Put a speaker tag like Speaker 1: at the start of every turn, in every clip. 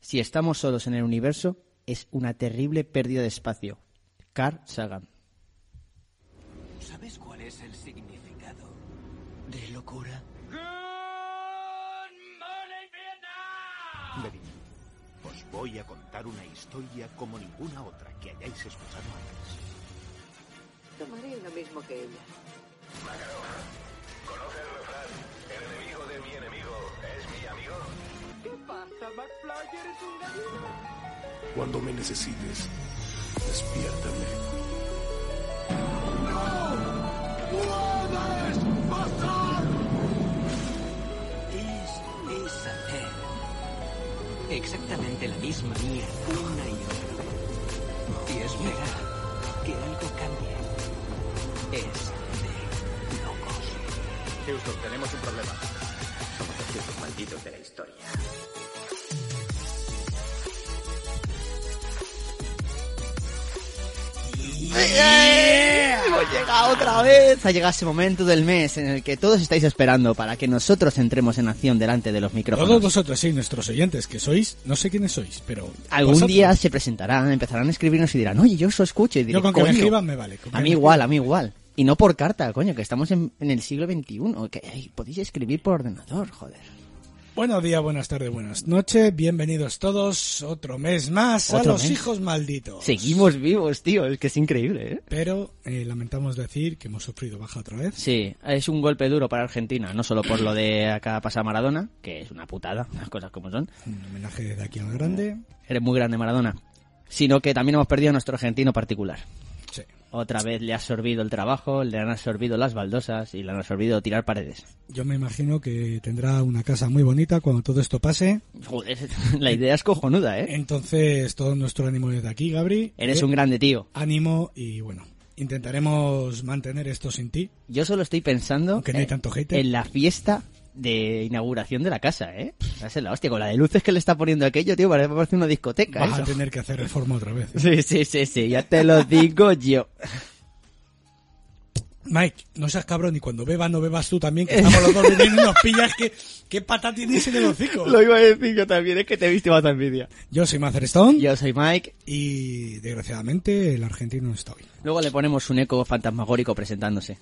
Speaker 1: Si estamos solos en el universo, es una terrible pérdida de espacio. Carl Sagan.
Speaker 2: ¿Sabes cuál es el significado de locura?
Speaker 3: Venid, os voy a contar una historia como ninguna otra que hayáis escuchado antes.
Speaker 4: Tomaré lo mismo que ella.
Speaker 5: Cuando me necesites, despiértame.
Speaker 2: Es hacer exactamente la misma mierda una y otra. Y esperar que algo cambie es de locos.
Speaker 3: Houston, tenemos un problema.
Speaker 6: Somos los viejos malditos de la historia.
Speaker 1: Hemos llegado otra vez. Ha llegado ese momento del mes en el que todos estáis esperando para que nosotros entremos en acción delante de los
Speaker 7: Todos
Speaker 1: micrófonos.
Speaker 7: vosotros, sí, nuestros oyentes, que sois, no sé quiénes sois, pero...
Speaker 1: Algún
Speaker 7: vosotros.
Speaker 1: día se presentarán, empezarán a escribirnos y dirán, oye, yo os escucho. Y diré,
Speaker 7: Yo con que me
Speaker 1: "Coño".
Speaker 7: escriban me vale. con que
Speaker 1: A mí
Speaker 7: me-
Speaker 1: igual, a mí igual. Y no por carta, coño, que estamos en, en el siglo XXI. Que ay, podéis escribir por ordenador, joder.
Speaker 7: Buenos días, buenas tardes, buenas noches. Bienvenidos todos otro mes más a
Speaker 1: Otro
Speaker 7: Los
Speaker 1: mes.
Speaker 7: Hijos Malditos.
Speaker 1: Seguimos vivos, tío. Es que es increíble, ¿eh?
Speaker 7: Pero eh, lamentamos decir que hemos sufrido baja otra vez.
Speaker 1: Sí, es un golpe duro para Argentina, no solo por lo de acá pasa Maradona, que es una putada, las cosas como son.
Speaker 7: Un homenaje desde aquí a lo grande.
Speaker 1: Eres muy grande Maradona. Sino que también hemos perdido a nuestro argentino particular.
Speaker 7: Sí.
Speaker 1: Otra vez le ha absorbido el trabajo, le han absorbido las baldosas y le han absorbido tirar paredes.
Speaker 7: Yo me imagino que tendrá una casa muy bonita cuando todo esto pase.
Speaker 1: Joder, la idea es cojonuda, ¿eh?
Speaker 7: Entonces, todo nuestro ánimo desde aquí, Gabri.
Speaker 1: Eres
Speaker 7: Eh,
Speaker 1: un grande tío.
Speaker 7: Ánimo y bueno, intentaremos mantener esto sin ti.
Speaker 1: Yo solo estoy pensando
Speaker 7: Aunque no hay
Speaker 1: eh,
Speaker 7: tanto hater.
Speaker 1: en la fiesta de inauguración de la casa, ¿eh? Va a ser la hostia, con la de luces que le está poniendo aquello, tío, parece, parece una discoteca.
Speaker 7: Vas a
Speaker 1: eso.
Speaker 7: tener que hacer reforma otra vez. ¿eh?
Speaker 1: Sí, sí, sí, sí, ya te lo digo yo.
Speaker 7: Mike, no seas cabrón y cuando bebas no bebas tú también, que estamos los dos bebiendo y nos pillas que qué pata tienes en el hocico.
Speaker 1: iba a decir yo también, es que te he visto más envidia.
Speaker 7: Yo soy Mazer Stone
Speaker 1: Yo soy Mike.
Speaker 7: y desgraciadamente el argentino no está hoy.
Speaker 1: Luego le ponemos un eco fantasmagórico presentándose.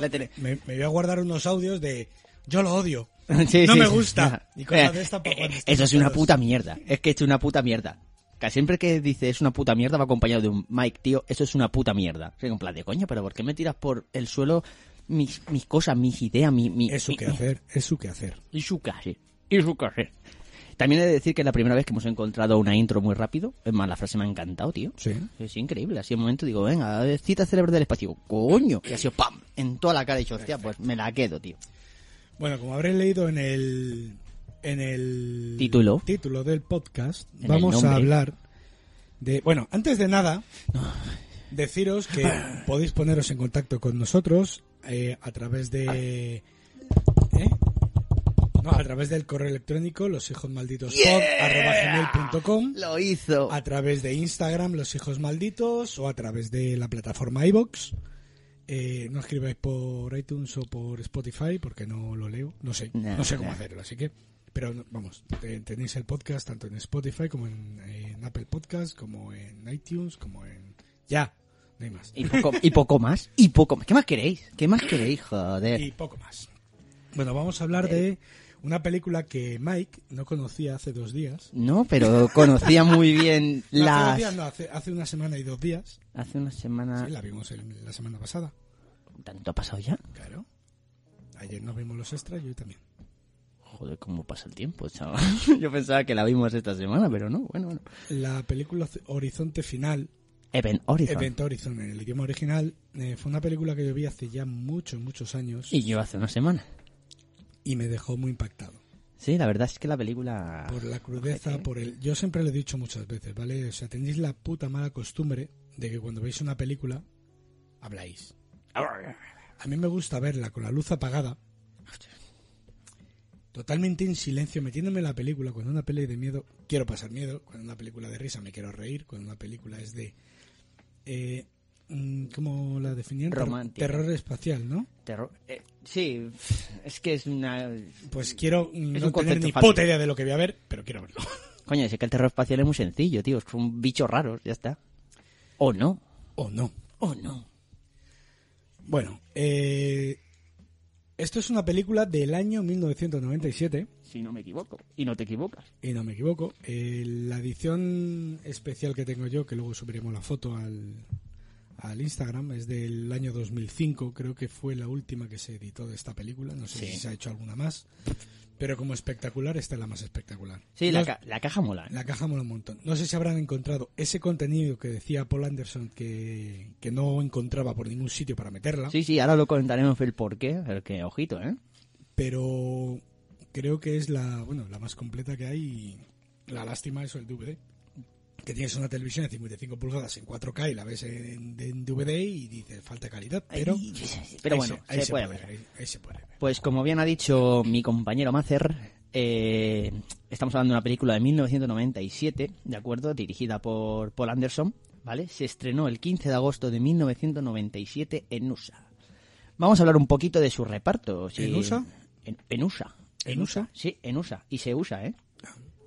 Speaker 1: Le tele-
Speaker 7: Me, me voy a guardar unos audios de yo lo odio.
Speaker 1: Sí,
Speaker 7: no
Speaker 1: sí,
Speaker 7: me
Speaker 1: sí.
Speaker 7: gusta.
Speaker 1: Ya.
Speaker 7: Y cosas
Speaker 1: Eh,
Speaker 7: de estas pues, para
Speaker 1: eh,
Speaker 7: cuando
Speaker 1: Eso es
Speaker 7: estemos
Speaker 1: una
Speaker 7: todos.
Speaker 1: puta mierda. Es que es una puta mierda. Que siempre que dice es una puta mierda va acompañado de un Mike, tío, eso es una puta mierda. Soy en plan de coño, pero ¿por qué me tiras por el suelo mis, mis cosas, mis ideas, mi, mi,
Speaker 7: Es su
Speaker 1: mi-
Speaker 7: que hacer, es su que hacer.
Speaker 1: y su calle, y su calle. También he de decir que es la primera vez que hemos encontrado una intro muy rápido. Es más, la frase me ha encantado, tío.
Speaker 7: Sí.
Speaker 1: Es increíble, así en un momento digo, venga, cita célebre del espacio, coño, y ha sido pam, en toda la cara he dicho, hostia, pues me la quedo, tío.
Speaker 7: Bueno, como habré leído en el en el
Speaker 1: Título.
Speaker 7: título del podcast,
Speaker 1: En el
Speaker 7: vamos a
Speaker 1: nombre.
Speaker 7: hablar de bueno, antes de nada deciros que podéis poneros en contacto con nosotros eh, a través de ¿eh? no, a través del correo electrónico loshijosmalditos.com
Speaker 1: Lo hizo.
Speaker 7: a través de Instagram los hijos malditos o a través de la plataforma iBox. no escribáis por iTunes o por Spotify porque no lo leo, no sé,
Speaker 1: No,
Speaker 7: no sé cómo
Speaker 1: no.
Speaker 7: hacerlo, así que pero no- vamos, te- tenéis el podcast tanto en Spotify como en, en Apple Podcast, como en iTunes, como en ya, no hay más.
Speaker 1: Y poco, y poco más, y poco más. ¿Qué más queréis? ¿Qué más queréis, joder?
Speaker 7: Y poco más. Bueno, vamos a hablar
Speaker 1: Eh.
Speaker 7: de una película que Mike no conocía hace dos días.
Speaker 1: No, pero conocía muy bien
Speaker 7: No, hace dos
Speaker 1: las... Ah.
Speaker 7: días no, hace- hace una semana y dos días.
Speaker 1: Hace una semana...
Speaker 7: Sí, la vimos el- la semana pasada.
Speaker 1: ¿Tanto ha pasado ya?
Speaker 7: Claro. Ayer nos vimos los extras y hoy también.
Speaker 1: Joder, cómo pasa el tiempo, chaval. Yo pensaba que la vimos esta semana, pero no, bueno, bueno.
Speaker 7: La película C- Horizonte Final,
Speaker 1: Event Horizon.
Speaker 7: Event Horizon en el idioma original, eh, fue una película que yo vi hace ya muchos, muchos años
Speaker 1: Y yo hace una semana.
Speaker 7: y me dejó muy impactado.
Speaker 1: Sí, la verdad es que la película...
Speaker 7: Por la crudeza, por el... Yo siempre lo he dicho muchas veces, ¿vale? O sea, tenéis la puta mala costumbre de que cuando veis una película, habláis. A mí me gusta verla con la luz apagada, totalmente en silencio, metiéndome en la película. Cuando una peli de miedo, quiero pasar miedo. Cuando una película de risa, me quiero reír. Cuando una película es de. Eh, mm, ¿Cómo la definían? Ter-
Speaker 1: Romántica.
Speaker 7: Terror espacial, ¿no?
Speaker 1: Terror. eh, sí, es que es una...
Speaker 7: Pues quiero mm,
Speaker 1: Es
Speaker 7: no
Speaker 1: un
Speaker 7: tener
Speaker 1: concepto
Speaker 7: ni
Speaker 1: fácil.
Speaker 7: puta idea de lo que voy a ver, pero quiero verlo.
Speaker 1: Coño, es que el terror espacial es muy sencillo, tío. Son bichos raros, ya está. O no.
Speaker 7: O no.
Speaker 1: O no.
Speaker 7: Bueno, eh, esto es una película del año 1997,
Speaker 1: Si no me equivoco. Y no te equivocas.
Speaker 7: y no me equivoco. Eh, la edición especial que tengo yo, que luego subiremos la foto al, al Instagram, es del año 2005. Creo que fue la última que se editó de esta película. No sé
Speaker 1: Sí.
Speaker 7: si se ha hecho alguna más. Pero como espectacular, esta es la más espectacular.
Speaker 1: Sí, la,
Speaker 7: No-
Speaker 1: ca- la caja mola. ¿eh?
Speaker 7: La caja mola un montón. No sé si habrán encontrado ese contenido que decía Paul Anderson que, que no encontraba por ningún sitio para meterla,
Speaker 1: Sí, sí, ahora lo comentaremos el porqué. Porque, ojito, ¿eh?
Speaker 7: pero creo que es la, bueno, la más completa que hay y la lástima es el DVD. Que tienes una televisión de 55 pulgadas en 4K y la ves en, en DVD y dices falta calidad, pero,
Speaker 1: Ay, pero
Speaker 7: ahí
Speaker 1: bueno,
Speaker 7: ahí
Speaker 1: se puede ver.
Speaker 7: ver. Ahí, ahí se puede ver.
Speaker 1: Pues como bien ha dicho mi compañero Macer, eh, estamos hablando de una película de 1997, ¿de acuerdo? Dirigida por Paul Anderson, ¿vale? Se estrenó el 15 de agosto de 1997 en USA. Vamos a hablar un poquito de su reparto. si-
Speaker 7: ¿En USA?
Speaker 1: En, en USA.
Speaker 7: ¿En USA?
Speaker 1: Sí, en USA. Y se usa, ¿eh?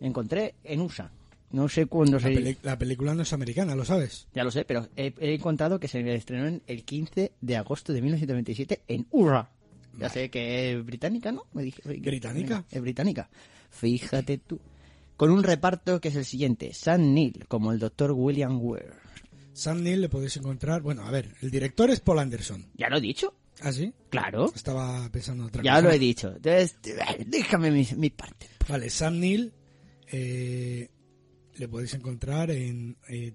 Speaker 1: Encontré en USA. No sé cuándo
Speaker 7: Ah. La,
Speaker 1: se...
Speaker 7: peli- la película no es americana, lo sabes.
Speaker 1: Ya lo sé, pero he, he encontrado que se estrenó en el 15 de agosto de 1997 en Urra. Ya sé que es británica, ¿no? Me dije-
Speaker 7: ¿Británica?
Speaker 1: Es británica. Fíjate tú. Con un reparto que es el siguiente. Sam Neill como el doctor William Ware.
Speaker 7: Sam Neill le podéis encontrar. Bueno, a ver, el director es Paul Anderson.
Speaker 1: ¿Ya lo he dicho?
Speaker 7: ¿Ah, sí?
Speaker 1: Claro.
Speaker 7: Estaba pensando otra
Speaker 1: Ya
Speaker 7: cosa.
Speaker 1: lo he dicho. Entonces, déjame mi, mi parte.
Speaker 7: Vale, Sam Neill eh, le podéis encontrar en eh,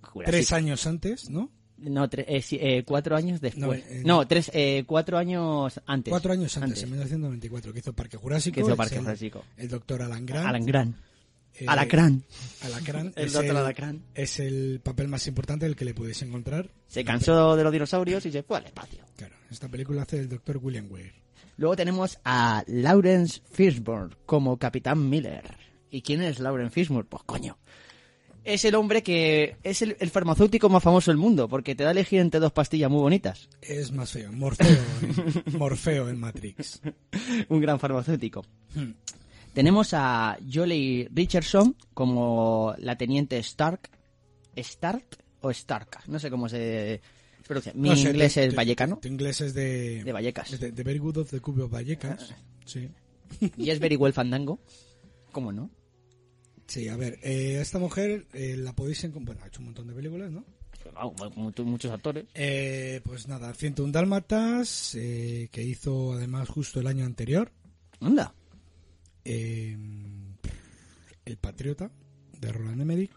Speaker 1: Jurásico.
Speaker 7: tres años antes, ¿no?
Speaker 1: No, tres- eh, sí, eh, cuatro años después.
Speaker 7: No, eh,
Speaker 1: no, tres, eh, cuatro años antes.
Speaker 7: Cuatro años antes, en 1994, que hizo Parque Jurásico.
Speaker 1: Que hizo
Speaker 7: es
Speaker 1: Parque
Speaker 7: el-
Speaker 1: Jurásico.
Speaker 7: El doctor Alan Grant.
Speaker 1: Alan Grant.
Speaker 7: eh,
Speaker 1: Alacrán.
Speaker 7: Alacrán.
Speaker 1: El
Speaker 7: es
Speaker 1: doctor Alacrán.
Speaker 7: Es el papel más importante del que le podéis encontrar.
Speaker 1: Se cansó de los dinosaurios y se fue al espacio.
Speaker 7: Claro, esta película hace el doctor William Weir.
Speaker 1: Luego tenemos a Lawrence Fishburne como Capitán Miller. ¿Y quién es Lawrence Fishburne? Pues coño. Es el hombre que es el, el farmacéutico más famoso del mundo, porque te da a elegir entre dos pastillas muy bonitas.
Speaker 7: Es más feo, Morfeo, en- Morfeo en Matrix.
Speaker 1: Un gran farmacéutico. Tenemos a Jolie Richardson como la teniente Stark. ¿Stark o Stark? No sé cómo se pronuncia. Mi
Speaker 7: No sé,
Speaker 1: inglés
Speaker 7: tu-
Speaker 1: es
Speaker 7: tu-
Speaker 1: vallecano.
Speaker 7: Tu inglés es de...
Speaker 1: De Vallecas. Ah.
Speaker 7: es De, de Very Good of the Cube of Vallecas. Sí.
Speaker 1: Y es Very Well Fandango. ¿Cómo no?
Speaker 7: Sí, a ver, eh, esta mujer eh, la podéis encontrar. Bueno, ha hecho un montón de películas, ¿no?
Speaker 1: Muchos actores.
Speaker 7: Eh, pues nada, 101 Dálmatas, eh, que hizo además justo el año anterior.
Speaker 1: Anda.
Speaker 7: eh, el Patriota, de Roland Emmerich.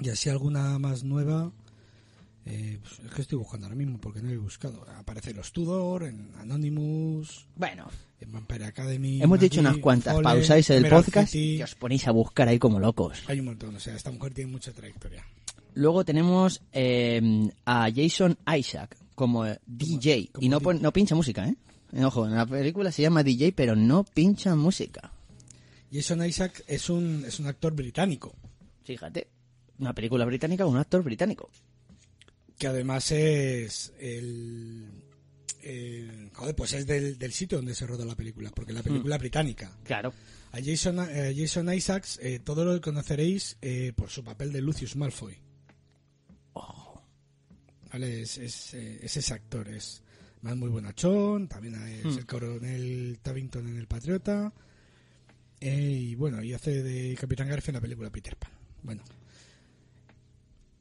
Speaker 7: Y así alguna más nueva. eh, pues es que estoy buscando ahora mismo porque no he buscado. Aparece los Tudor, en Anonymous,
Speaker 1: Bueno,
Speaker 7: en Vampire Academy.
Speaker 1: hemos dicho
Speaker 7: Maggie,
Speaker 1: unas cuantas.
Speaker 7: Fallen,
Speaker 1: Pausáis el
Speaker 7: Emerald
Speaker 1: podcast
Speaker 7: City.
Speaker 1: y os ponéis a buscar ahí como locos.
Speaker 7: Hay un montón, o sea, esta mujer tiene mucha trayectoria.
Speaker 1: Luego tenemos eh, a Jason Isaac como eh, DJ.
Speaker 7: como
Speaker 1: y no,
Speaker 7: di-
Speaker 1: pon- no pincha música, ¿eh? Ojo, en la película se llama DJ, pero no pincha música.
Speaker 7: Jason Isaac es un, es un actor británico,
Speaker 1: Fíjate. Una película británica con un actor británico.
Speaker 7: que además es el... el- joder, pues es del, del sitio donde se rodó la película, porque la
Speaker 1: Mm.
Speaker 7: película es británica.
Speaker 1: Claro.
Speaker 7: A Jason, a Jason Isaacs eh, todo lo conoceréis eh, por su papel de Lucius Malfoy.
Speaker 1: Oh.
Speaker 7: Vale, es, es, eh, es ese actor, es más muy bonachón, también es
Speaker 1: Hmm.
Speaker 7: el coronel Tavington en El Patriota. eh, y bueno, y hace de Capitán Garfield en la película Peter Pan. Bueno,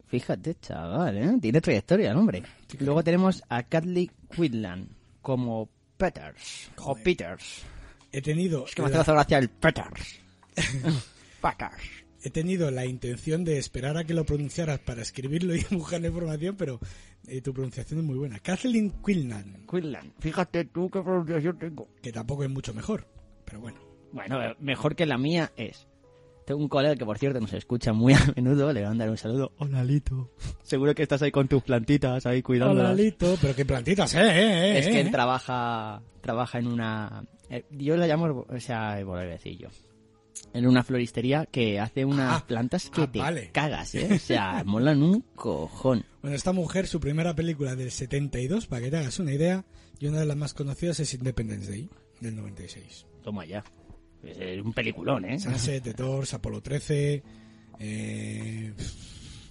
Speaker 1: Fíjate, chaval, ¿eh? Tiene trayectoria el hombre. Luego tenemos a Catley Quinlan como Peters. O
Speaker 7: Joder.
Speaker 1: Peters.
Speaker 7: he tenido,
Speaker 1: Es que me hace
Speaker 7: la,
Speaker 1: gracia el Peters. Peters.
Speaker 7: he tenido la intención de esperar a que lo pronunciaras para escribirlo y buscar la información, pero eh, tu pronunciación es muy buena. Kathleen Quinlan,
Speaker 1: Quinlan. Fíjate tú qué pronunciación tengo.
Speaker 7: que tampoco es mucho mejor, pero bueno.
Speaker 1: Bueno, eh, mejor que la mía es. Tengo un colega que, por cierto, nos escucha muy a menudo. Le voy a mandar un saludo. Hola, Lito. Seguro que estás ahí con tus plantitas, ahí cuidándolas.
Speaker 7: Hola, Lito, pero qué plantitas, eh, eh, eh,
Speaker 1: Es que
Speaker 7: eh.
Speaker 1: él trabaja, trabaja en una... eh, Yo la llamo, o sea, eh, volver a decir yo. En una floristería que hace unas
Speaker 7: Ah,
Speaker 1: plantas que
Speaker 7: ah,
Speaker 1: te
Speaker 7: vale.
Speaker 1: cagas, ¿eh? O sea, molan un cojón.
Speaker 7: Bueno, esta mujer, su primera película del 72, para que te hagas una idea, y una de las más conocidas es Independence Day, del 96.
Speaker 1: Toma ya. Es un peliculón, ¿eh?
Speaker 7: Sunset, The Doors, Apolo 13, eh,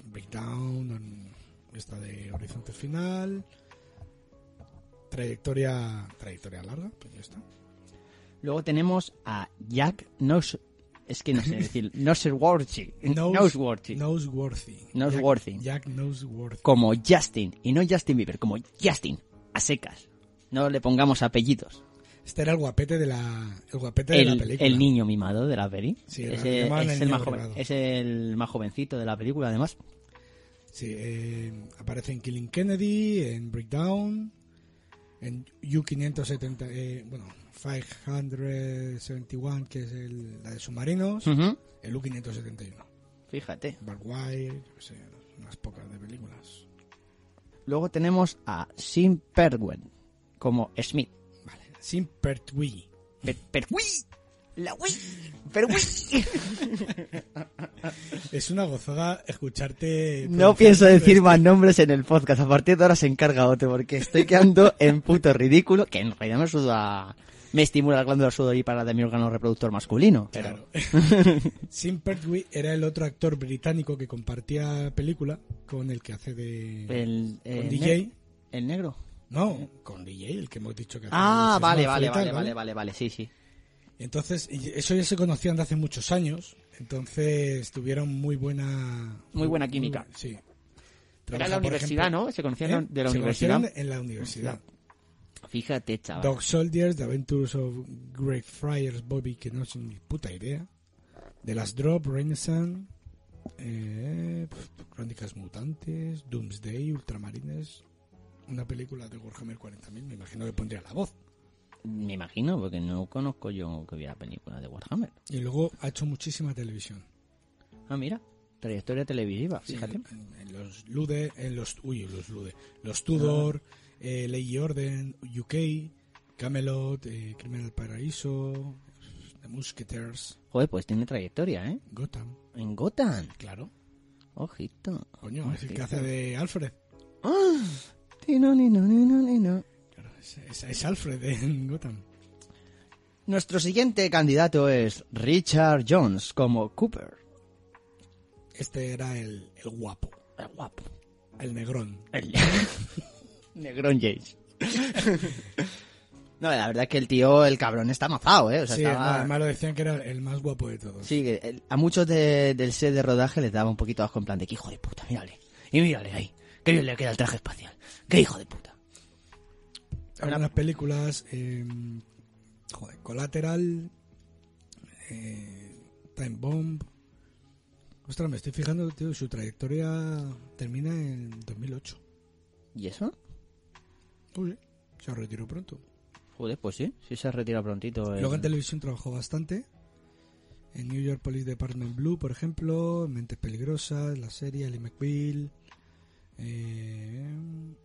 Speaker 7: Breakdown, esta de Horizonte Final, trayectoria, trayectoria larga, pues ya está.
Speaker 1: Luego tenemos a Jack Nos... Es que no sé decir. Noseworthy.
Speaker 7: Nose-
Speaker 1: Noseworthy.
Speaker 7: Noseworthy.
Speaker 1: Noseworthy.
Speaker 7: Jack, Jack Noseworthy.
Speaker 1: Como Justin. Y no Justin Bieber, como Justin. A secas. No le pongamos apellidos.
Speaker 7: Este era el guapete de la, el guapete de la
Speaker 1: El,
Speaker 7: película.
Speaker 1: el niño mimado de la peli.
Speaker 7: Sí,
Speaker 1: es,
Speaker 7: lo
Speaker 1: el-
Speaker 7: llamaban
Speaker 1: es
Speaker 7: el
Speaker 1: el
Speaker 7: niño
Speaker 1: más joven-
Speaker 7: mimado.
Speaker 1: es el más jovencito de la película, además.
Speaker 7: Sí, eh, aparece en Killing Kennedy, en Breakdown, en U570, eh, bueno, 571, que es el- la de submarinos,
Speaker 1: Ujú.
Speaker 7: el U571.
Speaker 1: Fíjate.
Speaker 7: Barwire, yo qué sé, unas pocas de películas.
Speaker 1: Luego tenemos a Sim Perwen. Como Smith.
Speaker 7: Vale, Sin Pertwee.
Speaker 1: Per, per- ¡Uy! La Wii. Pero uy.
Speaker 7: Es una gozada escucharte.
Speaker 1: No pienso
Speaker 7: este-
Speaker 1: decir más nombres en el podcast. A partir de ahora se encarga otro, porque estoy quedando en puto ridículo. Que en realidad me suda. Me estimula la glándula sudorípara de mi órgano reproductor masculino. Pero
Speaker 7: Claro. Sin Pertwee era el otro actor británico que compartía película con el que hace de.
Speaker 1: el, eh, el
Speaker 7: con
Speaker 1: ne-
Speaker 7: DJ.
Speaker 1: El negro.
Speaker 7: No, con DJ, el que hemos dicho que hace
Speaker 1: Ah, vale,
Speaker 7: Sesame Street y
Speaker 1: vale,
Speaker 7: tal,
Speaker 1: vale, vale, vale, vale, sí, sí.
Speaker 7: Entonces, y eso ya se conocían de hace muchos años. Entonces tuvieron muy buena.
Speaker 1: Muy buena química.
Speaker 7: bu- sí.
Speaker 1: Era
Speaker 7: Mm, Trabaja,
Speaker 1: la
Speaker 7: por
Speaker 1: universidad,
Speaker 7: ejemplo-
Speaker 1: ¿no? Se conocían
Speaker 7: ¿Eh?
Speaker 1: de la
Speaker 7: Se
Speaker 1: universidad.
Speaker 7: conocieron en la universidad.
Speaker 1: Fíjate, chaval.
Speaker 7: Dog Soldiers, The Adventures of Great Friars, Bobby, que no es ni puta idea. The Last Drop, Renaissance, eh, pf, Crónicas Mutantes, Doomsday, Ultramarines. Una película de Warhammer 40.000, me imagino que pondría la voz.
Speaker 1: Me imagino, porque no conozco yo que hubiera película de Warhammer.
Speaker 7: Y luego ha hecho muchísima televisión.
Speaker 1: Ah, mira. Trayectoria televisiva, fíjate.
Speaker 7: En, en los Lude, en los, uy, los Lude, los Tudor,
Speaker 1: Ah.
Speaker 7: eh, Ley y Orden, UK, Camelot, eh, Criminal Paraíso, The Musketeers,
Speaker 1: Joder, pues tiene trayectoria, ¿eh?
Speaker 7: Gotham,
Speaker 1: En Gotham.
Speaker 7: claro.
Speaker 1: Ojito.
Speaker 7: Coño, es el que
Speaker 1: Ojito. ¡Ah!
Speaker 7: hace de Alfred.
Speaker 1: Tino, nino, nino, nino.
Speaker 7: Claro, es, es- es Alfred en Gotham.
Speaker 1: Nuestro siguiente candidato es Richard Jones como Cooper.
Speaker 7: Este era el, el guapo,
Speaker 1: El guapo.
Speaker 7: el negrón.
Speaker 1: El- Negrón James. no, la verdad es que el tío, el cabrón, está mazado, ¿eh? O sea,
Speaker 7: sí,
Speaker 1: estaba-
Speaker 7: no, además lo decían que era el más guapo de todos.
Speaker 1: Sí, que el- a muchos de- del set de rodaje les daba un poquito de asco en plan de que hijo de puta, mírale. Y mírale ahí. Qué bien le queda el traje espacial. Qué hijo de puta.
Speaker 7: Algunas películas, eh, joder, Collateral, eh, Time Bomb. Ostras, me estoy fijando, tío, su trayectoria termina en 2008.
Speaker 1: ¿Y eso?
Speaker 7: Uy, se retiró pronto.
Speaker 1: Joder, pues sí. Sí se retira prontito. el-
Speaker 7: Luego en televisión trabajó bastante. En New York Police Department Blue, por ejemplo, Mentes Peligrosas, la serie, Ali McBeal. eh,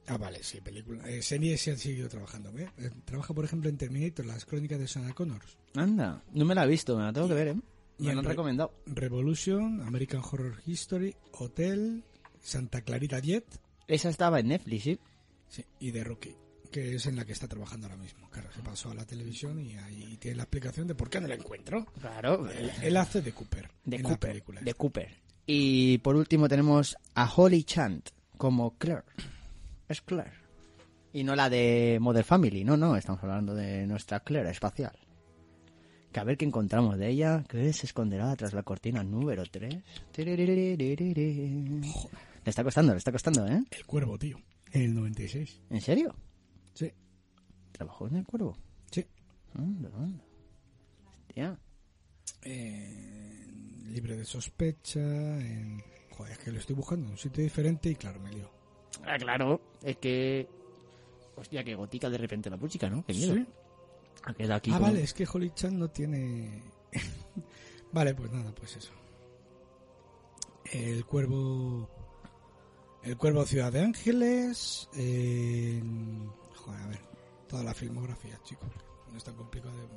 Speaker 7: ah, vale, sí, película. eh, series sí han seguido trabajando. ¿eh? Eh, Trabaja, por ejemplo, en Terminator, las crónicas de Sana Connors.
Speaker 1: Anda, no me la he visto, me la tengo que ver, ¿eh?
Speaker 7: y
Speaker 1: Me
Speaker 7: en
Speaker 1: la han
Speaker 7: re-
Speaker 1: recomendado.
Speaker 7: Revolution, American Horror History, Hotel, Santa Clarita Jet
Speaker 1: Esa estaba en Netflix, sí.
Speaker 7: sí, y The Rookie, que es en la que está trabajando ahora mismo. Claro, se pasó a la televisión y ahí tiene la explicación de por qué no la encuentro.
Speaker 1: Claro.
Speaker 7: Él, él hace de Cooper.
Speaker 1: Eh, De
Speaker 7: en la
Speaker 1: Cooper.
Speaker 7: película.
Speaker 1: De Cooper. Y por último tenemos a Holly Chant como Claire. Es Claire. Y no la de Mother Family, no, no, estamos hablando de nuestra Claire espacial. Que a ver qué encontramos de ella, que se esconderá tras la cortina número 3. Le está costando, le está costando, ¿eh?
Speaker 7: El Cuervo, tío. En el 96.
Speaker 1: ¿En serio?
Speaker 7: Sí.
Speaker 1: ¿Trabajó en el cuervo?
Speaker 7: Sí.
Speaker 1: Anda, anda. Hostia.
Speaker 7: libre de sospecha. En... Joder, es que lo estoy buscando en un sitio diferente y claro, me lío.
Speaker 1: Ah, claro, es que. Hostia, que gotica de repente la música, ¿no? Qué miedo.
Speaker 7: Sí.
Speaker 1: Ha quedado aquí.
Speaker 7: Ah,
Speaker 1: como-
Speaker 7: vale, es que Holly Chan no tiene. vale, pues nada, pues eso. El Cuervo. El Cuervo Ciudad de Ángeles. eh, Joder, a ver. Toda la filmografía, chicos. No es tan complicado de.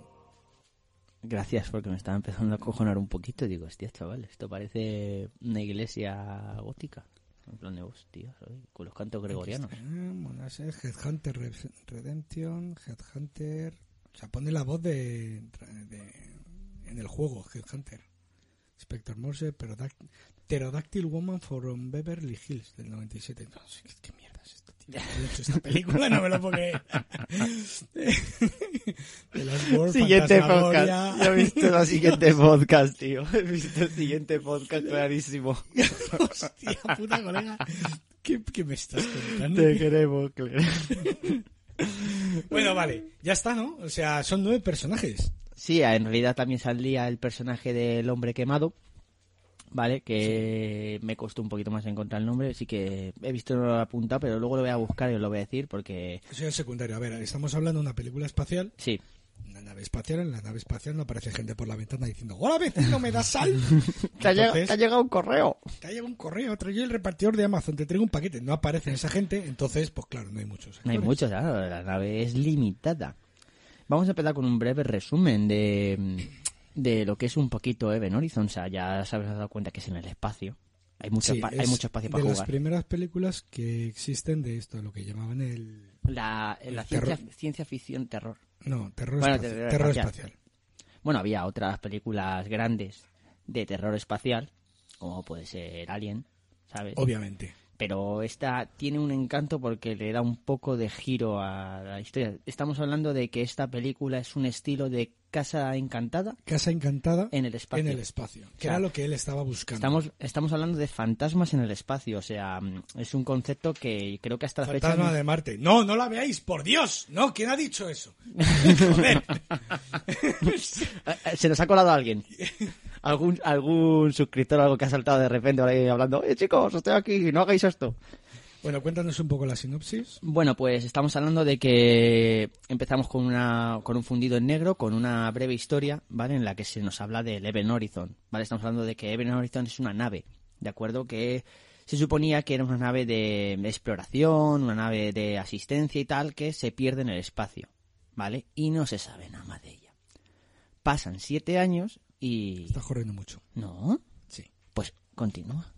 Speaker 1: Gracias, porque me estaba empezando a cojonar un poquito. Digo, hostia, chaval, esto parece una iglesia gótica. En plan de hostia, ¿sabes? con los cantos gregorianos.
Speaker 7: Instagram, Monases, Headhunter Re- Redemption, Headhunter. O sea, pone la voz de, de en el juego, Headhunter. Spectre Morse, Pterodact- Pterodactyl Woman from Beverly Hills del 97. No sé qué, qué mierda es esto, tío. He hecho esta película, no me lo puedo creer. De las World
Speaker 1: Siguiente
Speaker 7: Fantasmagoria.
Speaker 1: podcast. Yo he visto la siguiente podcast, tío. He visto el siguiente podcast clarísimo.
Speaker 7: Hostia, puta colega. ¿Qué, qué me estás contando?
Speaker 1: Te queremos, Claire.
Speaker 7: Bueno, vale. Ya está, ¿no? O sea, son nueve personajes.
Speaker 1: Sí, en realidad también salía el personaje del hombre quemado, ¿vale? Que me costó un poquito más encontrar el nombre, así que he visto la punta, pero luego lo voy a buscar y os lo voy a decir porque...
Speaker 7: Eso es secundario. A ver, estamos hablando de una película espacial.
Speaker 1: Sí,
Speaker 7: Una nave espacial. En la nave espacial no aparece gente por la ventana diciendo ¡Hola, vecino, me das sal!
Speaker 1: te ha, llegado,
Speaker 7: Entonces-
Speaker 1: te ha llegado un correo.
Speaker 7: te ha llegado un correo, traigo el repartidor de Amazon, te traigo un paquete. No aparecen esa gente, entonces, pues claro, no hay muchos.
Speaker 1: No hay
Speaker 7: actores.
Speaker 1: muchos, claro, la nave es limitada. Vamos a empezar con un breve resumen de, de lo que es un poquito Even Horizon. O sea, ya se habrás dado cuenta que es en el espacio. Hay mucho,
Speaker 7: Sí,
Speaker 1: espa- hay
Speaker 7: es
Speaker 1: mucho espacio para
Speaker 7: de
Speaker 1: jugar.
Speaker 7: las primeras películas que existen de esto, lo que llamaban el...
Speaker 1: La, la
Speaker 7: el
Speaker 1: ciencia,
Speaker 7: terror.
Speaker 1: ciencia ficción, terror.
Speaker 7: No, terror,
Speaker 1: Bueno,
Speaker 7: espacial,
Speaker 1: terror
Speaker 7: terror,
Speaker 1: espacial.
Speaker 7: espacial.
Speaker 1: Bueno, había otras películas grandes de terror espacial, como puede ser Alien, ¿sabes?
Speaker 7: Obviamente.
Speaker 1: Pero esta tiene un encanto porque le da un poco de giro a la historia. Estamos hablando de que esta película es un estilo de casa encantada
Speaker 7: Casa Encantada
Speaker 1: en el espacio.
Speaker 7: en el espacio, que
Speaker 1: O sea,
Speaker 7: era lo que él estaba buscando.
Speaker 1: Estamos, estamos hablando de fantasmas en el espacio, o sea, mm, es un concepto que creo que hasta la fecha...
Speaker 7: Fantasma
Speaker 1: no-
Speaker 7: de Marte. No, no la veáis, por Dios. No, ¿quién ha dicho eso? Joder.
Speaker 1: Eh, eh, Se nos ha colado alguien. Algún, algún suscriptor o algo que ha saltado de repente por ahí hablando, eh chicos, estoy aquí, no hagáis esto.
Speaker 7: bueno, cuéntanos un poco la sinopsis.
Speaker 1: Bueno, pues estamos hablando de que empezamos con, una, con un fundido en negro, con una breve historia, ¿vale? En la que se nos habla del Event Horizon, ¿vale? Estamos hablando de que Event Horizon es una nave, ¿de acuerdo? Que se suponía que era una nave de exploración, una nave de asistencia y tal, que se pierde en el espacio, ¿vale? Y no se sabe nada más de ella. Pasan siete años y...
Speaker 7: Estás corriendo mucho.
Speaker 1: ¿No?
Speaker 7: Sí.
Speaker 1: Pues continúa.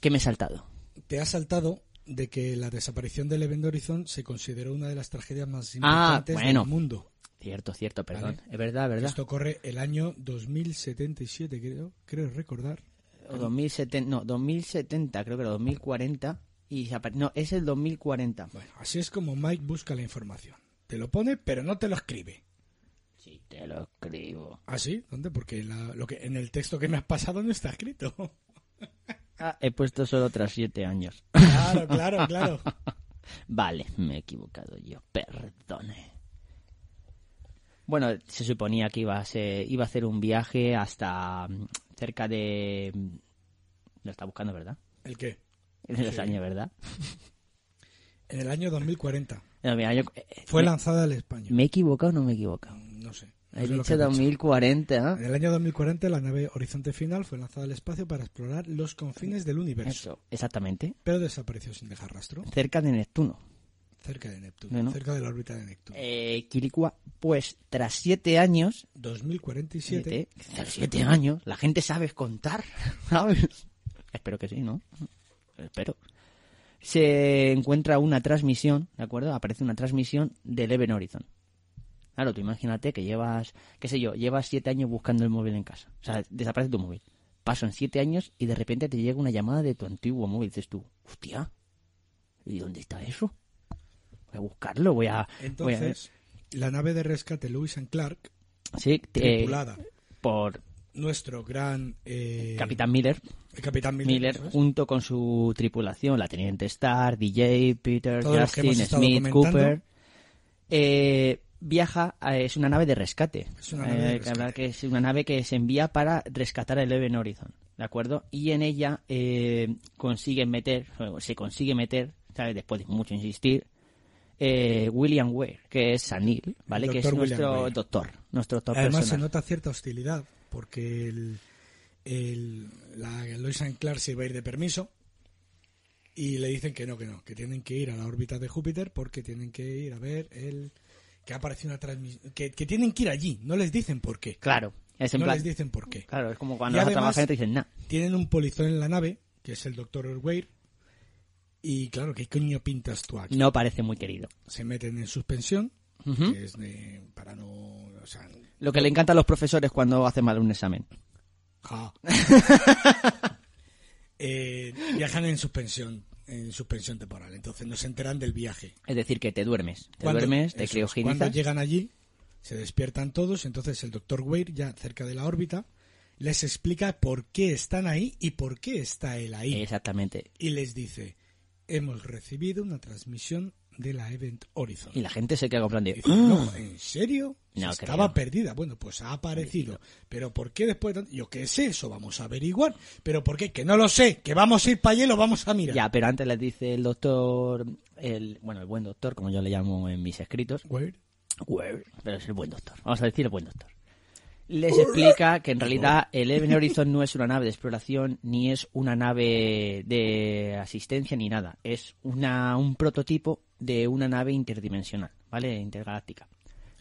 Speaker 1: ¿Qué me he saltado?
Speaker 7: Te ha saltado de que la desaparición del Event Horizon se consideró una de las tragedias más
Speaker 1: Ah,
Speaker 7: importantes
Speaker 1: bueno.
Speaker 7: del mundo.
Speaker 1: Cierto, cierto, perdón.
Speaker 7: Vale.
Speaker 1: Es verdad, verdad.
Speaker 7: Esto corre el año 2077, creo, creo recordar.
Speaker 1: O 2070, no, 2070, creo que era 2040. Y se apare- no, es el 2040.
Speaker 7: Bueno, así es como Mike busca la información. Te lo pone, pero no te lo escribe.
Speaker 1: Sí, te lo escribo.
Speaker 7: ¿Ah, sí? ¿Dónde? Porque la- lo que, en el texto que me has pasado no está escrito.
Speaker 1: Ah, he puesto solo tras 7 años.
Speaker 7: Claro, claro, claro.
Speaker 1: Vale, me he equivocado yo, perdone. Bueno, se suponía que iba a, ser- iba a hacer un viaje hasta mm, cerca de... mm, Lo está buscando, ¿verdad?
Speaker 7: ¿El qué?
Speaker 1: En los años, ¿verdad?
Speaker 7: En el año 2040.
Speaker 1: No, mira, yo- eh, eh,
Speaker 7: Fue
Speaker 1: me,
Speaker 7: lanzada al español.
Speaker 1: ¿Me he equivocado o no me he equivocado?
Speaker 7: No sé. no
Speaker 1: He
Speaker 7: sé lo
Speaker 1: dicho
Speaker 7: que has dicho.
Speaker 1: 2040.
Speaker 7: En el año 2040 la nave Horizonte Final fue lanzada al espacio para explorar los confines del universo,
Speaker 1: Eso, exactamente.
Speaker 7: pero desapareció sin dejar rastro,
Speaker 1: Cerca de Neptuno.
Speaker 7: cerca de Neptuno,
Speaker 1: Bueno.
Speaker 7: cerca de la órbita de Neptuno.
Speaker 1: Eh, Quiricua, pues tras siete años,
Speaker 7: 2047
Speaker 1: siete, tras siete años, la gente sabe contar, ¿sabes? Espero que sí, ¿no? Espero. Se encuentra una transmisión, ¿de acuerdo? Aparece una transmisión del Event Horizon. Claro, tú imagínate que llevas, qué sé yo, llevas siete años buscando el móvil en casa. O sea, desaparece tu móvil. Pasan siete años y de repente te llega una llamada de tu antiguo móvil. Dices tú, hostia, ¿y dónde está eso? Voy a buscarlo, voy a... voy a ver. Eh,
Speaker 7: Entonces, la nave de rescate Lewis and Clark,
Speaker 1: Sí, te-
Speaker 7: tripulada
Speaker 1: por
Speaker 7: nuestro gran eh,
Speaker 1: Capitán Miller,
Speaker 7: el Capitán Miller,
Speaker 1: Miller
Speaker 7: ¿sabes?
Speaker 1: junto con su tripulación, la Teniente Star, DJ, Peter,
Speaker 7: Todos los que
Speaker 1: Justin,
Speaker 7: hemos estado
Speaker 1: Smith,
Speaker 7: comentando.
Speaker 1: Cooper, eh, viaja, a- es una nave de rescate.
Speaker 7: Es una nave de
Speaker 1: Eh, que habla
Speaker 7: rescate.
Speaker 1: que es una nave que se envía para rescatar el Event Horizon, ¿de acuerdo? Y en ella eh, consiguen meter, o se consigue meter, ¿sabes? Después de mucho insistir, eh, William Ware, que es Sanil, ¿vale?
Speaker 7: El
Speaker 1: Que es
Speaker 7: doctor William
Speaker 1: nuestro
Speaker 7: Ware.
Speaker 1: doctor, nuestro doctor
Speaker 7: Además se
Speaker 1: personal.
Speaker 7: nota cierta hostilidad porque el, el- la Lewis and Clark se iba a ir de permiso y le dicen que no, que no, que tienen que ir a la órbita de Júpiter porque tienen que ir a ver el que ha aparecido una transmisión, que, que tienen que ir allí, no les dicen por qué.
Speaker 1: Claro, es en
Speaker 7: No
Speaker 1: plan-
Speaker 7: les dicen por qué.
Speaker 1: Claro, es como cuando
Speaker 7: Y
Speaker 1: vas a
Speaker 7: además-
Speaker 1: trabajar y te dicen, nah,
Speaker 7: Tienen un polizón en la nave, que es el doctor Orweir. Y claro, ¿qué coño pintas tú aquí?
Speaker 1: no parece muy querido.
Speaker 7: Se meten en suspensión
Speaker 1: Ujú.
Speaker 7: que es de, para no... O sea,
Speaker 1: Eh, Lo que le encanta a los profesores cuando hacen mal un examen.
Speaker 7: ja. Eh, viajan en suspensión, en suspensión temporal, entonces no se enteran del viaje.
Speaker 1: Es decir, que te duermes. Te
Speaker 7: Cuando-
Speaker 1: duermes, te
Speaker 7: eso es,
Speaker 1: criogenizas.
Speaker 7: Cuando llegan allí, se despiertan todos, entonces el doctor Weir, ya cerca de la órbita, les explica por qué están ahí y por qué está él ahí.
Speaker 1: Exactamente.
Speaker 7: Y les dice, hemos recibido una transmisión de la Event Horizon.
Speaker 1: Y la gente se queda comprando.
Speaker 7: Dice, no, ¿en serio? Si
Speaker 1: Mm. No
Speaker 7: estaba
Speaker 1: creo.
Speaker 7: perdida. Bueno, pues ha aparecido. Pero ¿por qué después de tanto? Yo qué sé, eso vamos a averiguar. Pero ¿por qué? Que no lo sé, que vamos a ir para allá y lo vamos a mirar.
Speaker 1: Ya, pero antes les dice el doctor, el, bueno, el buen doctor, como yo le llamo en mis escritos,
Speaker 7: Weir,
Speaker 1: pero es el buen doctor, vamos a decir el buen doctor. Les explica que en realidad el Event Horizon no es una nave de exploración, ni es una nave de asistencia, ni nada. Es una, un prototipo de una nave interdimensional, ¿vale? Intergaláctica.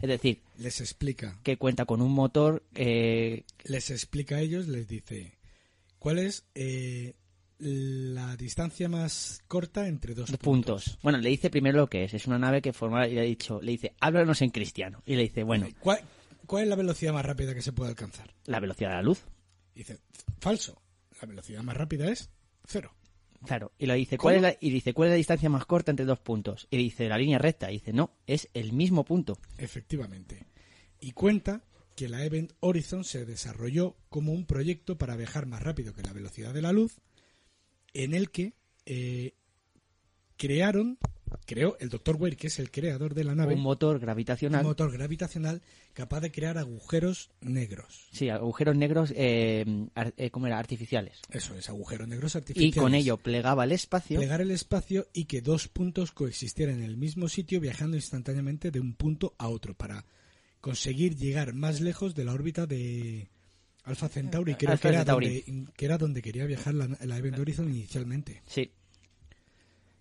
Speaker 1: Es decir,
Speaker 7: Les explica
Speaker 1: que cuenta con un motor eh,
Speaker 7: les explica a ellos, les dice cuál es eh, la distancia más corta entre dos
Speaker 1: de puntos. Bueno, le dice primero lo que es. Es una nave que forma, y le ha dicho, le dice, háblanos en cristiano. Y le dice, bueno,
Speaker 7: ¿Cuál, cuál es la velocidad más rápida que se puede alcanzar?
Speaker 1: la velocidad de la luz.
Speaker 7: Dice, falso. La velocidad más rápida es cero.
Speaker 1: Claro. Y le dice, ¿cuál es la, y dice, ¿cuál es la distancia más corta entre dos puntos? Y dice, la línea recta. Y dice, no, es el mismo punto.
Speaker 7: Efectivamente. Y cuenta que la Event Horizon se desarrolló como un proyecto para viajar más rápido que la velocidad de la luz, en el que eh, crearon, creó el Dr. Weir, que es el creador de la nave,
Speaker 1: Un motor gravitacional.
Speaker 7: un motor gravitacional capaz de crear agujeros negros.
Speaker 1: sí, agujeros negros, eh, ar- eh, ¿cómo era? Artificiales.
Speaker 7: Eso es, agujeros negros
Speaker 1: Y
Speaker 7: artificiales.
Speaker 1: con ello plegaba el espacio.
Speaker 7: plegar el espacio y que dos puntos coexistieran en el mismo sitio viajando instantáneamente de un punto a otro para conseguir llegar más lejos de la órbita de Alpha Centauri, creo
Speaker 1: Alpha
Speaker 7: que, era
Speaker 1: Centauri.
Speaker 7: Donde, que era donde quería viajar la, la Event Horizon inicialmente.
Speaker 1: Sí.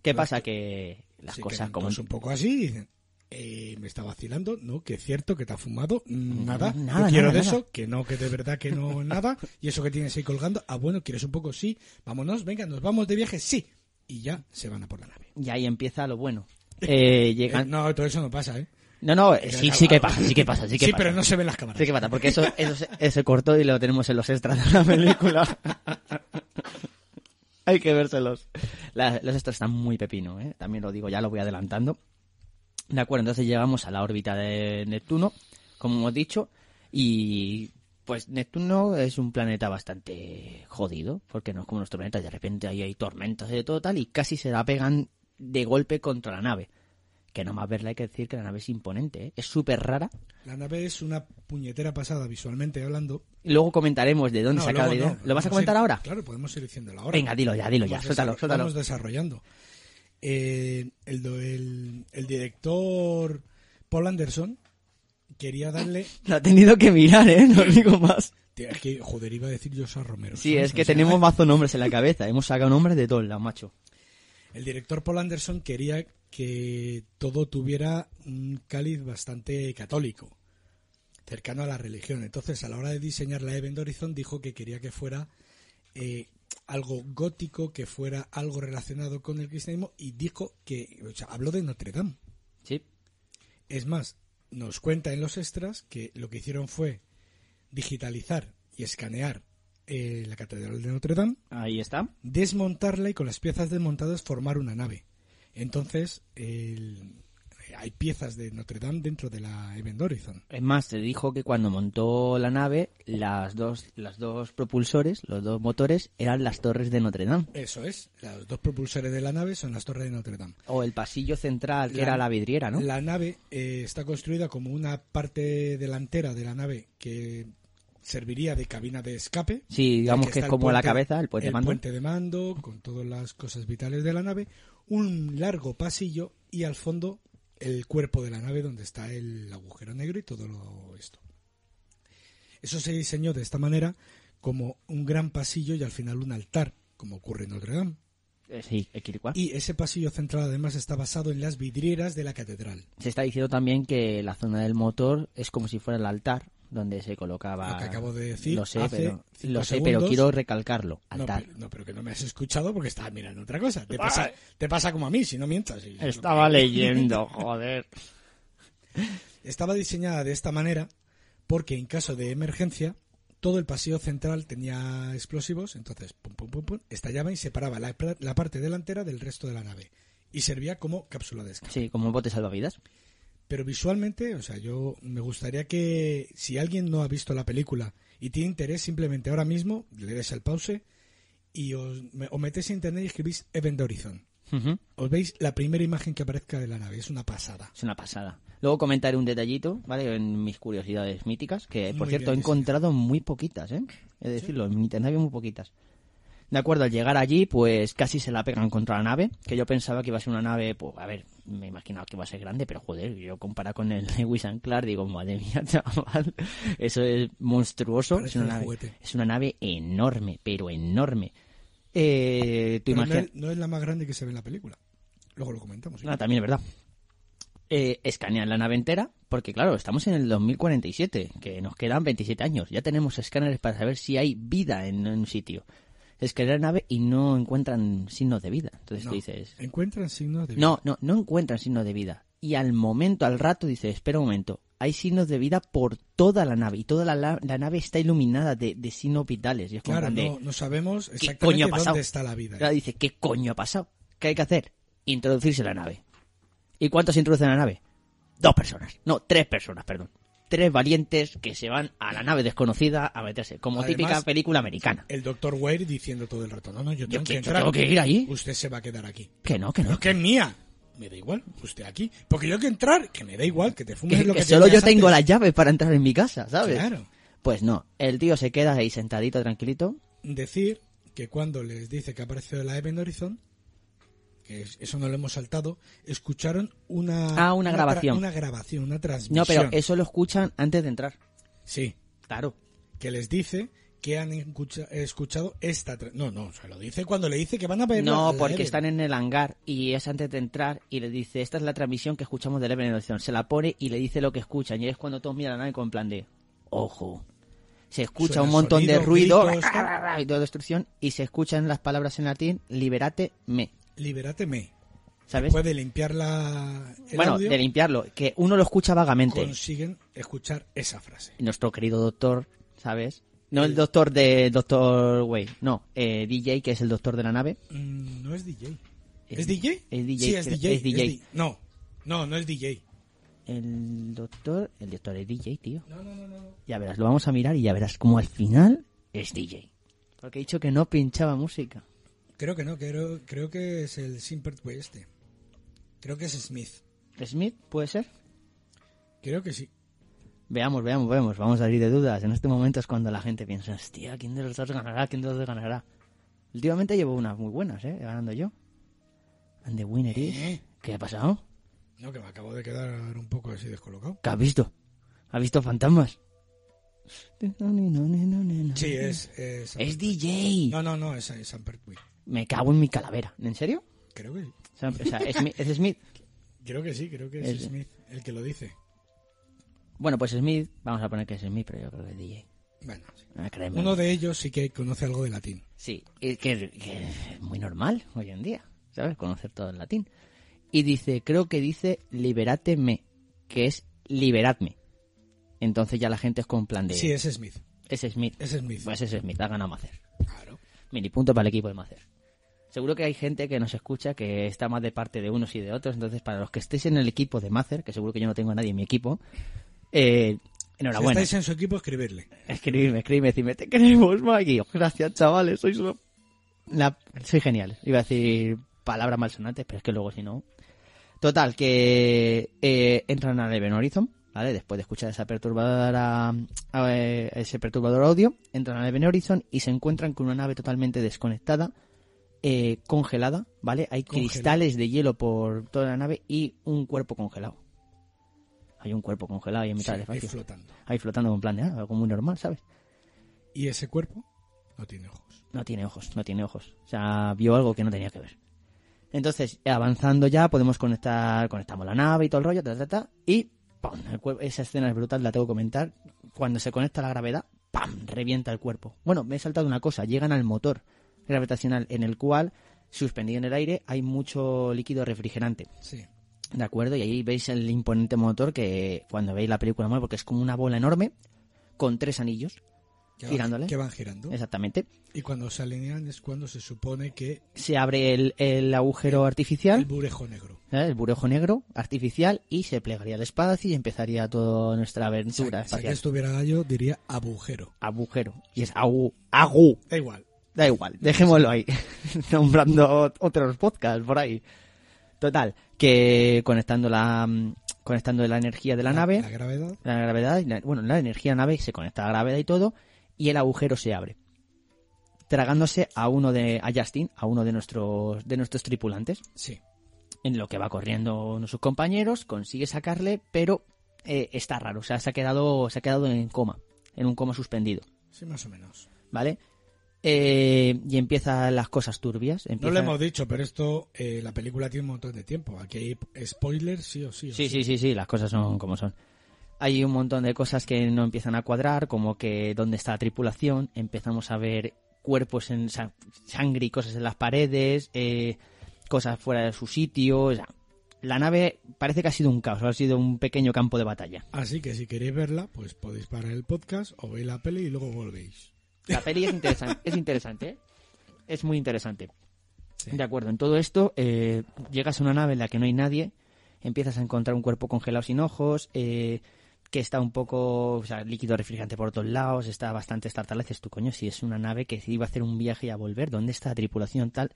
Speaker 1: ¿Qué
Speaker 7: Pero
Speaker 1: pasa? Que las
Speaker 7: Se
Speaker 1: cosas
Speaker 7: quedan
Speaker 1: como...
Speaker 7: todos un poco así y dicen, "Eh, me está vacilando, no, que es cierto que te ha fumado, nada,
Speaker 1: Mm, nada,
Speaker 7: no
Speaker 1: nada,
Speaker 7: quiero de
Speaker 1: nada".
Speaker 7: eso, que no, que de verdad que no, nada, y eso que tienes ahí colgando, ah, bueno, quieres un poco, sí, vámonos, venga, nos vamos de viaje, sí, y ya se van a por la nave.
Speaker 1: Y ahí empieza lo bueno. Eh,
Speaker 7: Eh,
Speaker 1: llegan...
Speaker 7: no, todo eso no pasa, ¿eh?
Speaker 1: No, no, eh, sí, sí que pasa, sí que pasa, sí
Speaker 7: Sí,
Speaker 1: que pasa.
Speaker 7: pero no se ven las cámaras.
Speaker 1: Sí que pasa, porque eso, eso se- ese cortó y lo tenemos en los extras de la película. Hay que vérselos. La- los extras están muy pepino, ¿eh? también lo digo, ya lo voy adelantando. De acuerdo, entonces llegamos a la órbita de Neptuno, como hemos dicho, y pues Neptuno es un planeta bastante jodido, porque no es como nuestro planeta, de repente ahí hay tormentas y de todo tal, y casi se la pegan de golpe contra la nave. Que no más verla hay que decir que la nave es imponente, ¿eh? es súper rara,
Speaker 7: La nave es una puñetera pasada visualmente hablando.
Speaker 1: Luego comentaremos de dónde
Speaker 7: No,
Speaker 1: saca la
Speaker 7: luego
Speaker 1: idea.
Speaker 7: no.
Speaker 1: ¿Lo vas a
Speaker 7: Podemos
Speaker 1: comentar
Speaker 7: ir-
Speaker 1: ahora?
Speaker 7: Claro, podemos ir diciéndolo ahora.
Speaker 1: Venga, dilo ya, dilo ya.
Speaker 7: Vamos
Speaker 1: Suéltalo,
Speaker 7: desarro-
Speaker 1: suéltalo.
Speaker 7: Vamos desarrollando. Eh, el, do- el- el director Paul Anderson quería darle...
Speaker 1: Lo ha tenido que mirar, ¿eh? No digo más.
Speaker 7: Tía, Es que, joder, iba a decir yo a Romero.
Speaker 1: Sí,
Speaker 7: ¿sabes?
Speaker 1: es que
Speaker 7: O sea,
Speaker 1: tenemos mazo nombres en la cabeza. Hemos sacado nombres de todos lados, macho.
Speaker 7: El director Paul Anderson quería que todo tuviera un cáliz bastante católico, cercano a la religión. Entonces, a la hora de diseñar la Event Horizon, dijo que quería que fuera eh, algo gótico, que fuera algo relacionado con el cristianismo, y dijo que, o sea, habló de Notre Dame.
Speaker 1: Sí.
Speaker 7: Es más, nos cuenta en los extras que lo que hicieron fue digitalizar y escanear eh, la Catedral de Notre Dame
Speaker 1: Ahí está.
Speaker 7: desmontarla y con las piezas desmontadas formar una nave. Entonces, el- hay piezas de Notre Dame dentro de la Event Horizon.
Speaker 1: Es más, se dijo que cuando montó la nave, las dos, las dos propulsores, los dos motores, eran las torres de Notre Dame.
Speaker 7: Eso es, los dos propulsores de la nave son las torres de Notre Dame.
Speaker 1: O el pasillo central, que
Speaker 7: La-
Speaker 1: era la vidriera, ¿no?
Speaker 7: La nave eh, está construida como una parte delantera de la nave que serviría de cabina de escape.
Speaker 1: Sí, digamos que,
Speaker 7: está
Speaker 1: es
Speaker 7: el
Speaker 1: como la
Speaker 7: puente-
Speaker 1: cabeza, el puente de mando.
Speaker 7: puente de mando, con todas las cosas vitales de la nave, un largo pasillo y al fondo el cuerpo de la nave donde está el agujero negro y todo lo- esto. Eso se diseñó de esta manera como un gran pasillo y al final un altar, como ocurre en Notre Dame.
Speaker 1: Eh, Sí, equilicuar.
Speaker 7: Y ese pasillo central además está basado en las vidrieras de la catedral.
Speaker 1: Se está diciendo también que la zona del motor es como si fuera el altar donde se colocaba.
Speaker 7: Lo Ah, que acabo de decir
Speaker 1: Lo sé,
Speaker 7: hace
Speaker 1: pero,
Speaker 7: cinco
Speaker 1: lo sé,
Speaker 7: segundos.
Speaker 1: pero quiero recalcarlo.
Speaker 7: No
Speaker 1: Altar.
Speaker 7: pero, no, pero que no me has escuchado porque estaba mirando otra cosa. Te pasa, te pasa como a mí, si no mientas. Y-
Speaker 1: Estaba leyendo, joder.
Speaker 7: Estaba diseñada de esta manera porque en caso de emergencia todo el pasillo central tenía explosivos, entonces pum, pum, pum, pum, estallaba y separaba la, la parte delantera del resto de la nave y servía como cápsula de escape.
Speaker 1: Sí, como bote salvavidas.
Speaker 7: Pero visualmente, o sea, yo me gustaría que si alguien no ha visto la película y tiene interés simplemente ahora mismo, le des al pause y os, me- os metéis en internet y escribís Event Horizon.
Speaker 1: Ujú.
Speaker 7: Os veis la primera imagen que aparezca de la nave, es una pasada.
Speaker 1: Es una pasada. Luego comentaré un detallito, ¿vale? En mis curiosidades míticas, que por
Speaker 7: Muy
Speaker 1: cierto
Speaker 7: bien,
Speaker 1: he
Speaker 7: sí, sí.
Speaker 1: encontrado muy poquitas, ¿eh? He de decirlo, en internet había muy poquitas. De acuerdo, al llegar allí, pues casi se la pegan contra la nave, que yo pensaba que iba a ser una nave, pues a ver, me imaginaba que iba a ser grande, pero joder, yo comparado con el Lewis and Clark, digo, madre mía, chaval, eso es monstruoso. Es
Speaker 7: Parece
Speaker 1: una,
Speaker 7: un
Speaker 1: nave,
Speaker 7: juguete.
Speaker 1: es una nave enorme, pero enorme. Eh, tu
Speaker 7: Pero no,
Speaker 1: imagina-
Speaker 7: es, no es la más grande que se ve en la película. Luego lo comentamos.
Speaker 1: Ah, también es verdad. Eh, escanean la nave entera, porque claro, estamos en el 2047, que nos quedan 27 años. Ya tenemos escáneres para saber si hay vida en un sitio. Escanean la nave y no encuentran signos de vida. Entonces
Speaker 7: No.
Speaker 1: tú dices,
Speaker 7: Encuentran signos de
Speaker 1: no, no, no encuentran signos de vida. Y al momento, al rato, dices, espera un momento, hay signos de vida por toda la nave y toda la, la- la nave está iluminada de, de signos vitales. Y es como
Speaker 7: Claro,
Speaker 1: en plan de,
Speaker 7: no, no sabemos
Speaker 1: ¿Qué coño
Speaker 7: exactamente
Speaker 1: ha pasado?
Speaker 7: dónde está la vida.
Speaker 1: Claro, dice, ¿qué coño ha pasado? ¿Qué hay que hacer? Introducirse en la nave. ¿Y cuántos se introducen en la nave? Dos personas. No, tres personas, perdón. Tres valientes que se van a la nave desconocida a meterse. Como
Speaker 7: Además, eh,
Speaker 1: típica película americana.
Speaker 7: El doctor Ware diciendo todo el rato, no, no, yo tengo,
Speaker 1: Yo,
Speaker 7: que,
Speaker 1: que- yo
Speaker 7: entrar.
Speaker 1: tengo que ir ahí.
Speaker 7: Usted se va a quedar aquí.
Speaker 1: Que no, que no.
Speaker 7: Pero que es mía. Me da igual, usted aquí. Porque yo que entrar, que me da igual, que te fumes
Speaker 1: Que,
Speaker 7: lo
Speaker 1: que
Speaker 7: que te
Speaker 1: solo yo
Speaker 7: veas
Speaker 1: tengo las
Speaker 7: antes.
Speaker 1: llaves para entrar en mi casa, ¿sabes?
Speaker 7: Claro.
Speaker 1: Pues no, el tío se queda ahí sentadito, tranquilito.
Speaker 7: Decir que cuando les dice que ha aparecido la Event Horizon, que es- eso no lo hemos saltado, escucharon una...
Speaker 1: Ah, una
Speaker 7: tra-
Speaker 1: grabación.
Speaker 7: Una grabación, una transmisión.
Speaker 1: No, pero eso lo escuchan antes de entrar.
Speaker 7: Sí,
Speaker 1: Claro.
Speaker 7: que les dice que han escucha- escuchado esta... tra- No, no, o sea, lo dice cuando le dice que van a ver la-
Speaker 1: No,
Speaker 7: la
Speaker 1: porque
Speaker 7: Event.
Speaker 1: están en el hangar y es antes de entrar y le dice, esta es la transmisión que escuchamos de la Horizon. Se la pone y le dice lo que escuchan y es cuando todos miran a la nave con plan de, ojo. Se escucha
Speaker 7: Suena
Speaker 1: un montón de
Speaker 7: sonido,
Speaker 1: ruido
Speaker 7: gritos,
Speaker 1: ra, ra, ra, y de destrucción y se escuchan las palabras en latín, liberate me,
Speaker 7: Libérate-me.
Speaker 1: ¿sabes?
Speaker 7: Puede limpiar la... el
Speaker 1: Bueno,
Speaker 7: audio.
Speaker 1: de limpiarlo, que uno lo escucha vagamente.
Speaker 7: consiguen escuchar esa frase.
Speaker 1: Nuestro querido doctor, ¿sabes? No el doctor de Doctor Way, no, eh, DJ, que es el doctor de la nave.
Speaker 7: Mm, no es DJ. ¿Es,
Speaker 1: Es
Speaker 7: DJ?
Speaker 1: es DJ,
Speaker 7: Sí, es
Speaker 1: creo-
Speaker 7: DJ.
Speaker 1: es DJ.
Speaker 7: di- no, no, no es DJ.
Speaker 1: El doctor, el doctor es DJ, tío.
Speaker 7: No, no, no, no.
Speaker 1: Ya verás, lo vamos a mirar y ya verás como al final es DJ. Porque he dicho que no pinchaba música.
Speaker 7: Creo que no, creo, creo que es el Simpertway este. Creo que es Smith.
Speaker 1: ¿Smith puede ser?
Speaker 7: Creo que sí.
Speaker 1: Veamos, veamos, veamos. Vamos a salir de dudas. En este momento es cuando la gente piensa, hostia, ¿quién de los dos ganará? ¿Quién de los dos ganará? Últimamente llevo unas muy buenas, ¿eh? Ganando yo. And the winner is...
Speaker 7: ¿Eh?
Speaker 1: ¿Qué ha pasado?
Speaker 7: No, que me acabo de quedar un poco así descolocado.
Speaker 1: ¿Qué has visto? ¿Has visto fantasmas?
Speaker 7: Sí, es... Es, Sam
Speaker 1: Es
Speaker 7: Pertwee.
Speaker 1: DJ.
Speaker 7: No, no, no, es, es Sam Pertwee.
Speaker 1: Me cago en mi calavera. ¿En serio?
Speaker 7: Creo que sí.
Speaker 1: O sea, o sea, es Smith- es Smith.
Speaker 7: Creo que sí, creo que es,
Speaker 1: Es-
Speaker 7: Smith el que lo dice.
Speaker 1: Bueno, pues Smith, vamos a poner que es Smith, pero yo creo que es DJ.
Speaker 7: Bueno, sí.
Speaker 1: Ah, créeme.
Speaker 7: uno de ellos sí que conoce algo de latín.
Speaker 1: Sí, y que, que es muy normal hoy en día, ¿sabes? Conocer todo en latín. Y dice, creo que dice liberateme, que es liberadme. Entonces ya la gente es con plan de...
Speaker 7: Sí, es Smith.
Speaker 1: es Smith.
Speaker 7: Es Smith.
Speaker 1: Pues es Smith, ha ganado Macer.
Speaker 7: Claro.
Speaker 1: Mini punto para el equipo de Macer. Seguro que hay gente que nos escucha que está más de parte de unos y de otros. Entonces, para los que estéis en el equipo de Macer, que seguro que yo no tengo a nadie en mi equipo, eh,
Speaker 7: Si
Speaker 1: enhorabuena.
Speaker 7: estáis en su equipo, escribirle.
Speaker 1: Escribirme, escribirme, decirme, te queremos, Maggie. Oh, Gracias, chavales, sois lo- la... Soy genial. Iba a decir palabras malsonantes, pero es que luego si no... Total, que eh, entran a Event Horizon, ¿vale? Después de escuchar esa perturbadora, a- eh, ese perturbador audio, entran a Event Horizon y se encuentran con una nave totalmente desconectada, eh, congelada, ¿vale? Hay
Speaker 7: Congelada.
Speaker 1: cristales de hielo por toda la nave y un cuerpo congelado. Hay un cuerpo congelado ahí en mitad
Speaker 7: Sí,
Speaker 1: del
Speaker 7: ahí
Speaker 1: espacio
Speaker 7: flotando.
Speaker 1: ahí flotando con plan de ah, algo muy normal, ¿sabes?
Speaker 7: Y ese cuerpo no tiene ojos.
Speaker 1: No tiene ojos, no tiene ojos. O sea, vio algo que no tenía que ver. Entonces, avanzando ya, podemos conectar, conectamos la nave y todo el rollo, ta, ta, ta, y ¡pam! El cuer- Esa escena es brutal, la tengo que comentar. Cuando se conecta la gravedad, ¡pam! Revienta el cuerpo. Bueno, me he saltado una cosa, llegan al motor gravitacional en el cual, suspendido en el aire, hay mucho líquido refrigerante.
Speaker 7: Sí.
Speaker 1: ¿De acuerdo? Y ahí veis el imponente motor que cuando veis la película mal, porque es como una bola enorme con tres anillos
Speaker 7: Que van-
Speaker 1: girándole.
Speaker 7: Que van girando.
Speaker 1: Exactamente.
Speaker 7: Y cuando se alinean es cuando se supone que
Speaker 1: Se abre el, el agujero
Speaker 7: el
Speaker 1: artificial,
Speaker 7: burejo negro.
Speaker 1: ¿eh? el burejo negro artificial, y se plegaría el espacio y empezaría toda nuestra
Speaker 7: Si
Speaker 1: aventura
Speaker 7: si aquí
Speaker 1: espacial.
Speaker 7: estuviera gallo diría agujero.
Speaker 1: Agujero. Y es agu, agu.
Speaker 7: Da igual.
Speaker 1: Da igual, dejémoslo ahí. Nombrando otros podcasts por ahí. Total, que conectando la mm, conectando la energía de la,
Speaker 7: La
Speaker 1: nave,
Speaker 7: gravedad.
Speaker 1: la, gravedad, y la- bueno, la energía de la nave se conecta a la gravedad y todo, y el agujero se abre. Tragándose a uno de a Justin, a uno de nuestros de nuestros tripulantes,
Speaker 7: Sí.
Speaker 1: en lo que va corriendo uno de sus compañeros, consigue sacarle, pero eh, está raro, o sea, se ha quedado se ha quedado en coma, en un coma suspendido.
Speaker 7: Sí, más o menos.
Speaker 1: ¿vale? Eh, y empiezan las cosas turbias.
Speaker 7: No
Speaker 1: empiezan-
Speaker 7: lo hemos dicho, pero esto, eh, la película tiene un montón de tiempo. Aquí hay spoilers, sí o sí. o
Speaker 1: Sí, sí, sí, sí, las cosas son como son. Hay un montón de cosas que no empiezan a cuadrar, como que dónde está la tripulación, empezamos a ver cuerpos en sa- sangre y cosas en las paredes, eh, cosas fuera de su sitio. o sea, la nave parece que ha sido un caos, ha sido un pequeño campo de batalla.
Speaker 7: Así que si queréis verla, pues podéis parar el podcast o veis la peli y luego volvéis.
Speaker 1: La peli es interesante, es interesante, ¿eh? es muy interesante.
Speaker 7: Sí.
Speaker 1: De acuerdo, en todo esto eh, llegas a una nave en la que no hay nadie, empiezas a encontrar un cuerpo congelado sin ojos, eh, que está un poco, o sea, líquido refrigerante por todos lados, está bastante estartalada, dices tú, coño, si es una nave que iba a hacer un viaje y a volver, ¿dónde está la tripulación tal?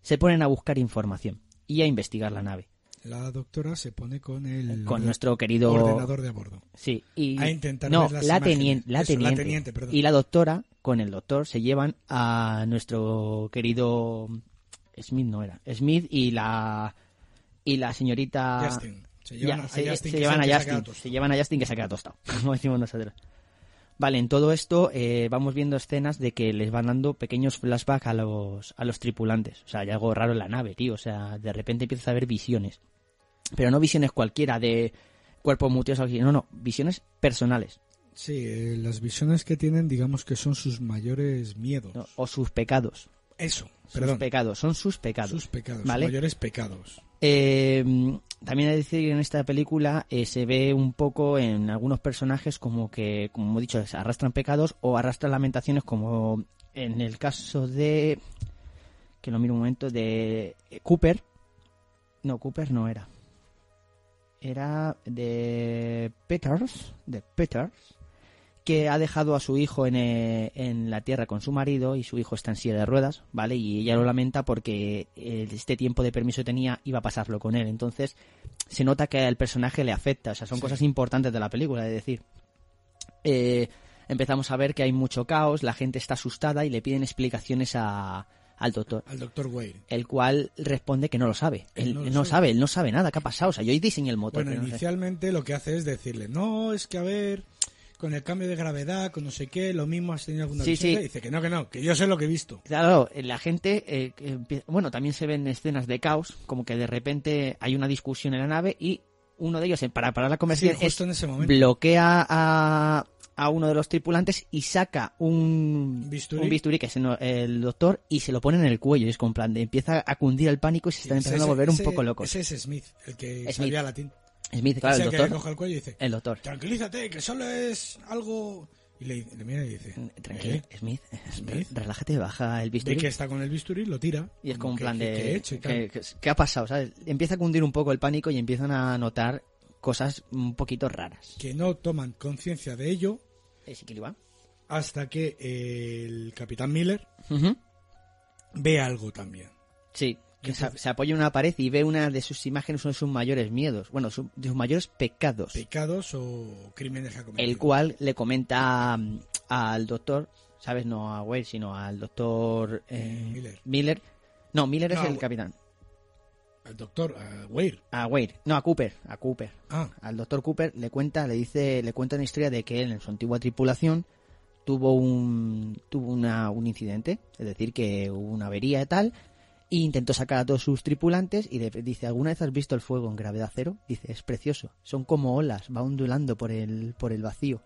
Speaker 1: Se ponen a buscar información y a investigar la nave.
Speaker 7: La doctora se pone con el
Speaker 1: con
Speaker 7: orde-
Speaker 1: nuestro querido...
Speaker 7: ordenador de a bordo.
Speaker 1: Sí, y...
Speaker 7: A intentar
Speaker 1: no,
Speaker 7: ver las
Speaker 1: la,
Speaker 7: imágenes.
Speaker 1: tenien- la
Speaker 7: Eso, la
Speaker 1: teniente.
Speaker 7: teniente, perdón.
Speaker 1: y la doctora, con el doctor, se llevan a nuestro querido Smith, no era. Smith y la y la señorita...
Speaker 7: Justin. Se
Speaker 1: Ah, Ya,
Speaker 7: llevan a,
Speaker 1: se,
Speaker 7: a Justin.
Speaker 1: se
Speaker 7: que
Speaker 1: llevan
Speaker 7: es el
Speaker 1: a
Speaker 7: que se ha
Speaker 1: Justin.
Speaker 7: quedado
Speaker 1: Se llevan a Justin que se ha quedado tostado, como decimos nosotros. Vale, en todo esto eh, vamos viendo escenas de que les van dando pequeños flashbacks a los, a los tripulantes. O sea, hay algo raro en la nave, tío. O sea, de repente empiezas a ver visiones. Pero no visiones cualquiera de cuerpos muteos o algo así. No, no, visiones personales.
Speaker 7: Sí, eh, las visiones que tienen, digamos que son sus mayores miedos.
Speaker 1: ¿no? O sus pecados.
Speaker 7: Eso,
Speaker 1: Sus
Speaker 7: perdón.
Speaker 1: pecados, son sus pecados.
Speaker 7: Sus pecados,
Speaker 1: ¿Vale?
Speaker 7: sus mayores pecados.
Speaker 1: Eh, también hay que decir que en esta película eh, se ve un poco en algunos personajes como que, como hemos dicho, se arrastran pecados o arrastran lamentaciones como en el caso de... que lo miro un momento, de eh, Cooper. No, Cooper no era. Era de Peters, de Peters, que ha dejado a su hijo en, eh, en la tierra con su marido y su hijo está en silla de ruedas, ¿vale? Y ella lo lamenta porque eh, este tiempo de permiso que tenía iba a pasarlo con él. Entonces se nota que al personaje le afecta, o sea, son
Speaker 7: Sí.
Speaker 1: cosas importantes de la película, es decir. eh, empezamos a ver que hay mucho caos, la gente está asustada y le piden explicaciones a, al doctor
Speaker 7: Al doctor Wade.
Speaker 1: el cual responde que no lo sabe. Él,
Speaker 7: Él no
Speaker 1: no,
Speaker 7: lo sabe.
Speaker 1: sabe. él no sabe nada, ¿qué ha pasado? O sea, yo ahí diseñé el motor.
Speaker 7: Bueno,
Speaker 1: pero no sé.
Speaker 7: inicialmente lo que hace es decirle, no, es que a ver, con el cambio de gravedad, con no sé qué, lo mismo has tenido alguna
Speaker 1: Sí,
Speaker 7: visión.
Speaker 1: sí.
Speaker 7: Y dice que no, que no, que yo sé lo que he visto.
Speaker 1: Claro, eh, la gente, eh, que empie- bueno, también se ven escenas de caos, como que de repente hay una discusión en la nave y uno de ellos, eh, para parar la
Speaker 7: Sí,
Speaker 1: conversación, es-
Speaker 7: justo en ese momento.
Speaker 1: bloquea a, a uno de los tripulantes y saca un
Speaker 7: Bisturí.
Speaker 1: un que es el- el doctor, y se lo pone en el cuello. Y es con plan, de- empieza a cundir el pánico y se están
Speaker 7: Ese-
Speaker 1: empezando a volver un
Speaker 7: ese-
Speaker 1: poco locos.
Speaker 7: Ese es Smith, el que
Speaker 1: Smith.
Speaker 7: sabía latín.
Speaker 1: Smith, claro,
Speaker 7: es
Speaker 1: el
Speaker 7: el, que le
Speaker 1: doctor. Eh.
Speaker 7: coge el cuello y dice,
Speaker 1: El doctor.
Speaker 7: tranquilízate, que solo es algo... Y le, le mira y dice,
Speaker 1: Mm, Tranquilo,
Speaker 7: "¿Eh?
Speaker 1: Smith,
Speaker 7: Smith.
Speaker 1: relájate, baja el
Speaker 7: Ve
Speaker 1: bisturí.
Speaker 7: que está con el bisturí, lo tira.
Speaker 1: Y es como un
Speaker 7: que-
Speaker 1: plan
Speaker 7: que-
Speaker 1: de...
Speaker 7: que he hecho y tal.
Speaker 1: ¿qué, qué- qué ha pasado? ¿sabes? Empieza a cundir un poco el pánico y empiezan a notar cosas un poquito raras. Eh,
Speaker 7: que no toman conciencia de ello
Speaker 1: ¿Es Ikiliwan?
Speaker 7: hasta que eh, el capitán Miller ve algo también.
Speaker 1: Sí. que se, se apoya en una pared y ve una de sus imágenes, uno de sus mayores miedos, bueno, su- de sus mayores pecados.
Speaker 7: Pecados o crímenes que ha cometido.
Speaker 1: el cual le comenta mm, al doctor, ¿sabes? No a Wade, sino al doctor eh,
Speaker 7: Miller.
Speaker 1: No, Miller
Speaker 7: No,
Speaker 1: es el
Speaker 7: Wa-
Speaker 1: capitán.
Speaker 7: El doctor ah, Weir.
Speaker 1: A Wade. No, a Cooper. A Cooper.
Speaker 7: Ah,
Speaker 1: al doctor Cooper le cuenta, le dice, le cuenta una historia de que él en su antigua tripulación tuvo un tuvo una, un incidente, es decir, que hubo una avería y tal, e intentó sacar a todos sus tripulantes y le dice, ¿alguna vez has visto el fuego en gravedad cero? Dice, es precioso, son como olas, va ondulando por el, por el vacío.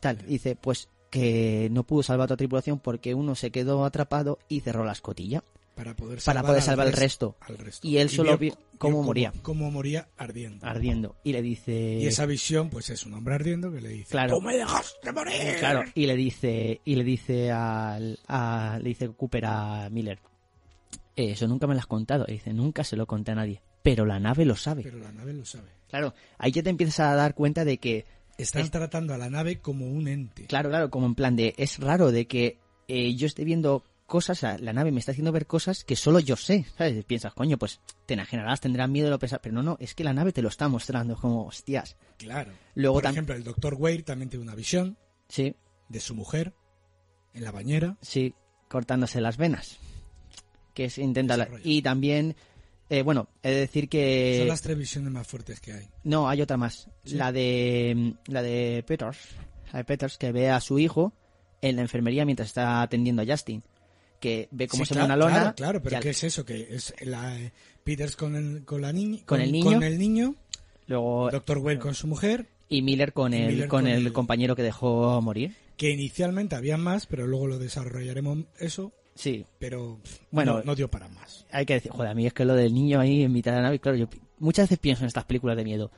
Speaker 1: Tal, dice, pues que no pudo salvar a tu tripulación porque uno se quedó atrapado y cerró la escotilla.
Speaker 7: para poder
Speaker 1: Para poder salvar al
Speaker 7: res-
Speaker 1: resto.
Speaker 7: al resto.
Speaker 1: Y él solo vio cómo
Speaker 7: cómo-
Speaker 1: moría.
Speaker 7: Cómo moría ardiendo.
Speaker 1: ardiendo. Y le dice.
Speaker 7: Y esa visión, pues es un hombre ardiendo que le dice,
Speaker 1: Eh, Claro.
Speaker 7: ¡Tú me dejaste morir!
Speaker 1: Claro, y le dice, y le dice al, a- le dice Cooper a Miller. "Eh, Eso nunca me lo has contado. Y dice, nunca se lo conté a nadie. Pero la nave lo sabe.
Speaker 7: Pero la nave lo sabe.
Speaker 1: Claro, ahí ya te empiezas a dar cuenta de que,
Speaker 7: Están
Speaker 1: Es-
Speaker 7: tratando a la nave como un ente.
Speaker 1: claro, claro, como en plan de, es raro de que eh, yo esté viendo cosas, o sea, la nave me está haciendo ver cosas que solo yo sé, ¿sabes? Y piensas, coño, pues te enajenarás, tendrás miedo, lo pesas, pero no, no, es que la nave te lo está mostrando, es como, hostias,
Speaker 7: Claro.
Speaker 1: Luego
Speaker 7: Por
Speaker 1: tam-
Speaker 7: ejemplo, el doctor Wade también tiene una visión
Speaker 1: sí,
Speaker 7: de su mujer en la bañera.
Speaker 1: sí, cortándose las venas, que es, intenta, la-
Speaker 7: Desarrolla.
Speaker 1: y también, eh, bueno, he de decir que...
Speaker 7: Son las tres visiones más fuertes que hay.
Speaker 1: No, hay otra más.
Speaker 7: Sí.
Speaker 1: La de la de Peters, la de Peters que ve a su hijo en la enfermería mientras está atendiendo a Justin, que ve cómo
Speaker 7: Sí,
Speaker 1: se
Speaker 7: claro,
Speaker 1: ve una lona.
Speaker 7: Claro, claro, pero
Speaker 1: y al-
Speaker 7: ¿qué es eso? Que es la, eh, Peters con el, con la niña,
Speaker 1: Con el niño.
Speaker 7: con el niño,
Speaker 1: luego
Speaker 7: Doctor Wade con su mujer,
Speaker 1: y Miller con
Speaker 7: y
Speaker 1: el
Speaker 7: Miller
Speaker 1: con,
Speaker 7: con
Speaker 1: el
Speaker 7: el-
Speaker 1: compañero que dejó morir.
Speaker 7: que inicialmente había más, pero luego lo desarrollaremos eso,
Speaker 1: Sí,
Speaker 7: pero pff,
Speaker 1: Bueno,
Speaker 7: no, no dio para más.
Speaker 1: hay que decir, joder, a mí es que lo del niño ahí en mitad de la nave, claro, yo pi- muchas veces pienso en estas películas de miedo.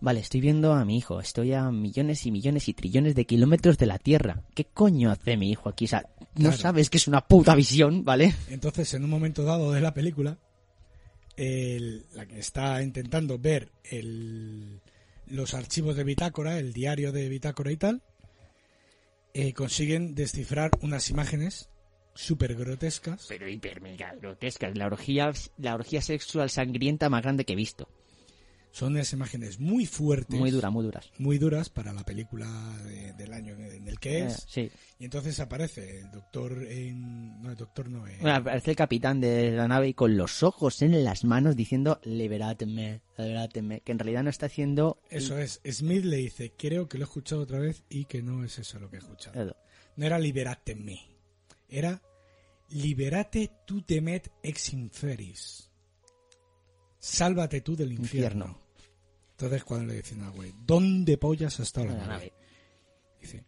Speaker 1: Vale, estoy viendo a mi hijo, estoy a millones y millones y trillones de kilómetros de la Tierra. ¿Qué coño hace mi hijo aquí? O sea, no
Speaker 7: Claro.
Speaker 1: sabes que es una puta visión, ¿vale?
Speaker 7: Entonces, en un momento dado de la película, el- la que está intentando ver el- los archivos de Bitácora, el diario de Bitácora y tal, eh, consiguen descifrar unas imágenes súper grotescas.
Speaker 1: pero hiper mega grotesca. La orgía, la orgía sexual sangrienta más grande que he visto.
Speaker 7: Son unas imágenes muy fuertes.
Speaker 1: Muy dura, muy duras.
Speaker 7: muy duras para la película de- del año en el- en el que
Speaker 1: Eh,
Speaker 7: es.
Speaker 1: sí.
Speaker 7: Y entonces aparece el doctor en... No, el doctor no eh,
Speaker 1: Bueno, aparece el capitán de la nave y con los ojos en las manos diciendo liberadme, liberadme. Que en realidad no está haciendo.
Speaker 7: Eso es. Smith le dice, creo que lo he escuchado otra vez y que no es eso lo que he escuchado.
Speaker 1: Eh,
Speaker 7: No era liberate me. Era liberate tu temet ex inferis. Sálvate tú del infierno.
Speaker 1: Infierno.
Speaker 7: Entonces cuando le dicen a güey, ¿dónde pollas has estado la
Speaker 1: la
Speaker 7: nave?
Speaker 1: nave.
Speaker 7: Dice,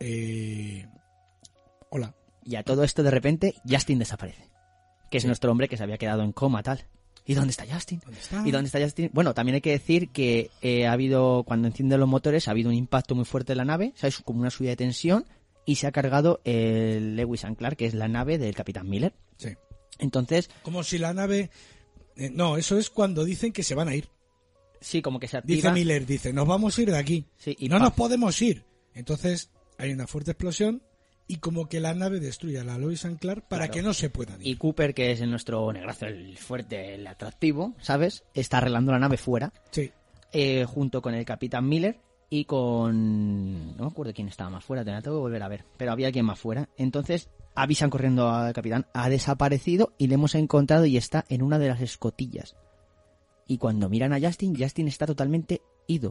Speaker 7: eh, hola.
Speaker 1: Y a todo esto de repente Justin desaparece. Que es nuestro hombre que se había quedado en coma tal. ¿Y dónde está Justin?
Speaker 7: ¿Dónde está?
Speaker 1: ¿Y dónde está Justin? Bueno, también hay que decir que eh, ha habido, cuando encienden los motores, ha habido un impacto muy fuerte de la nave, ¿sabes? Como una subida de tensión, y se ha cargado el Lewis and Clark, que es la nave del Capitán Miller.
Speaker 7: Sí.
Speaker 1: Entonces,
Speaker 7: Como si la nave. eh, no, eso es cuando dicen que se van a ir.
Speaker 1: sí, como que se activa.
Speaker 7: Dice Miller, dice, nos vamos a ir de aquí.
Speaker 1: Sí, y
Speaker 7: no
Speaker 1: pa-
Speaker 7: nos podemos ir. Entonces hay una fuerte explosión y como que la nave destruye a la Lois and Clark para
Speaker 1: Claro.
Speaker 7: que no se puedan
Speaker 1: Y
Speaker 7: ir.
Speaker 1: Cooper, que es nuestro negrazo, el fuerte, el atractivo, ¿sabes? Está arreglando la nave fuera,
Speaker 7: Sí.
Speaker 1: eh, junto con el Capitán Miller y con... No me acuerdo quién estaba más fuera, tenía tengo que volver a ver, pero había alguien más fuera. Entonces avisan corriendo al Capitán, ha desaparecido y le hemos encontrado y está en una de las escotillas. Y cuando miran a Justin, Justin está totalmente ido.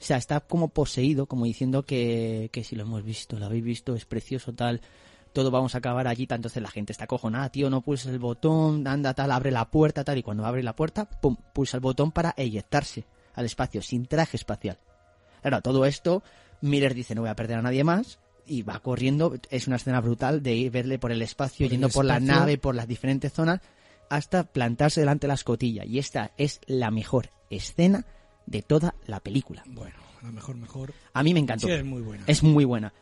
Speaker 1: O sea, está como poseído, como diciendo que, que si lo hemos visto, lo habéis visto, es precioso, tal, todo vamos a acabar allí, tal. Entonces la gente está cojonada, tío, no pulses el botón, anda, tal, abre la puerta, tal. Y cuando abre la puerta, pum, pulsa el botón para eyectarse al espacio, sin traje espacial. Claro, a todo esto, Miller dice, no voy a perder a nadie más. Y va corriendo, es una escena brutal de ir, verle por el espacio,
Speaker 7: Por el
Speaker 1: yendo por la
Speaker 7: espacio.
Speaker 1: nave, por las diferentes zonas, hasta plantarse delante de la escotilla. Y esta es la mejor escena de toda la película.
Speaker 7: Bueno, a lo mejor, mejor.
Speaker 1: A mí me encantó.
Speaker 7: Sí, es muy buena.
Speaker 1: Es muy buena.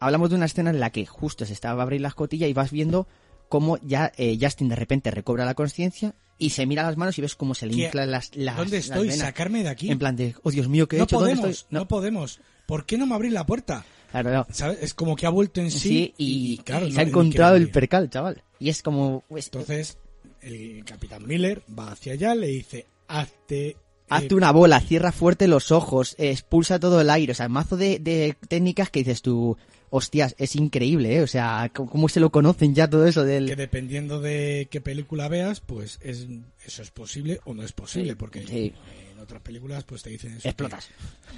Speaker 1: Hablamos de una escena en la que justo se estaba a abrir la escotilla y vas viendo cómo ya eh, Justin de repente recobra la conciencia y se mira las manos y ves cómo se le
Speaker 7: ¿Qué?
Speaker 1: inflan las, las
Speaker 7: ¿Dónde
Speaker 1: las
Speaker 7: estoy?
Speaker 1: venas.
Speaker 7: Sacarme de aquí.
Speaker 1: En plan de, oh Dios mío, ¿qué he
Speaker 7: no
Speaker 1: hecho? ¿Dónde
Speaker 7: podemos,
Speaker 1: estoy?
Speaker 7: no. podemos. ¿Por qué no me abrís la puerta?
Speaker 1: Claro, no.
Speaker 7: ¿Sabes? Es como que ha vuelto en sí,
Speaker 1: Sí, y, y
Speaker 7: no-
Speaker 1: se ha
Speaker 7: no
Speaker 1: encontrado el
Speaker 7: quiere abrir.
Speaker 1: percal, chaval. Y es como... pues,
Speaker 7: Entonces, el capitán Miller va hacia allá, le dice, hazte... eh,
Speaker 1: Hazte una bola, cierra fuerte los ojos, eh, expulsa todo el aire. O sea, mazo de, de técnicas que dices tú, hostias, es increíble, ¿eh? O sea, c- ¿cómo se lo conocen ya todo eso del...
Speaker 7: que dependiendo de qué película veas, pues es, eso es posible o no es posible,
Speaker 1: Sí,
Speaker 7: porque
Speaker 1: sí.
Speaker 7: en otras películas pues te dicen eso.
Speaker 1: Explotas.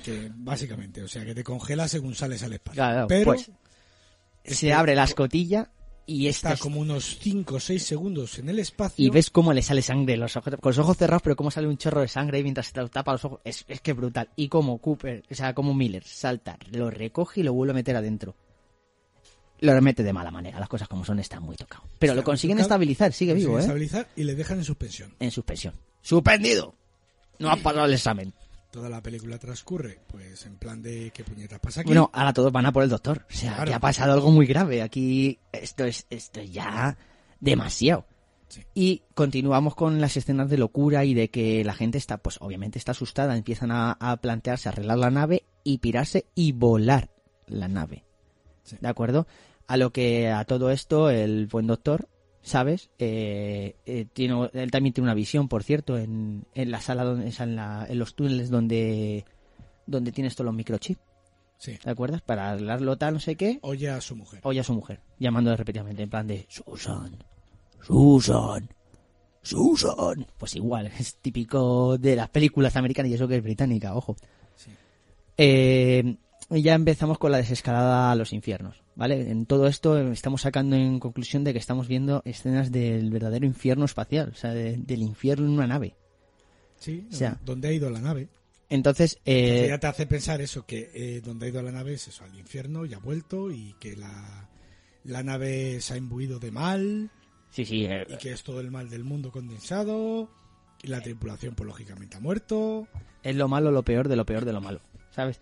Speaker 7: Que, que básicamente, o sea, que te congela según sales al espacio.
Speaker 1: Claro,
Speaker 7: Pero
Speaker 1: pues,
Speaker 7: que
Speaker 1: se abre la escotilla y
Speaker 7: está
Speaker 1: esta es-
Speaker 7: como unos 5 o 6 segundos en el espacio.
Speaker 1: y ves cómo le sale sangre los ojos, con los ojos cerrados, pero cómo sale un chorro de sangre ahí mientras se te tapa los ojos. Es, es que es brutal. Y como Cooper, o sea, como Miller salta, lo recoge y lo vuelve a meter adentro. lo mete de mala manera. Las cosas como son, está muy tocado. Pero lo
Speaker 7: Está muy
Speaker 1: consiguen
Speaker 7: tocado.
Speaker 1: estabilizar, sigue
Speaker 7: Consiguen
Speaker 1: vivo, ¿eh?
Speaker 7: estabilizar y le dejan en suspensión.
Speaker 1: En suspensión. ¡Suspendido! No ha pasado el examen.
Speaker 7: Toda la película transcurre, pues en plan de qué puñetas pasa aquí.
Speaker 1: Bueno, ahora todos van a por el doctor. O sea,
Speaker 7: Claro.
Speaker 1: aquí ha pasado algo muy grave. Aquí esto es esto es ya demasiado.
Speaker 7: Sí.
Speaker 1: Y continuamos con las escenas de locura y de que la gente está, pues obviamente está asustada. Empiezan a, a plantearse arreglar la nave y pirarse y volar la nave.
Speaker 7: Sí.
Speaker 1: ¿De acuerdo? A lo que a todo esto el buen doctor, ¿sabes? Eh, eh, tiene, él también tiene una visión, por cierto, en, en la sala donde, o sea, en, la- en los túneles donde, donde tienes todos los microchips.
Speaker 7: Sí.
Speaker 1: ¿Te acuerdas? Para hablarlo tal, no sé qué.
Speaker 7: Oye a su mujer.
Speaker 1: Oye a su mujer, llamando repetidamente en plan de Susan, Susan, Susan. Pues igual, es típico de las películas americanas y eso que es británica, ojo.
Speaker 7: Sí.
Speaker 1: Eh, y ya empezamos con la desescalada a los infiernos, ¿vale? En todo esto eh, estamos sacando en conclusión de que estamos viendo escenas del verdadero infierno espacial, o sea, de- del infierno en una nave.
Speaker 7: Sí,
Speaker 1: O sea-
Speaker 7: ¿dónde ha ido la nave?
Speaker 1: Entonces, eh,
Speaker 7: Que ya te hace pensar eso, que eh, donde ha ido la nave es eso, al infierno y ha vuelto y que la, la nave se ha imbuido de mal
Speaker 1: sí, sí, eh,
Speaker 7: y que es todo el mal del mundo condensado y la tripulación pues lógicamente ha muerto.
Speaker 1: es lo malo, lo peor de lo peor de lo malo, ¿sabes?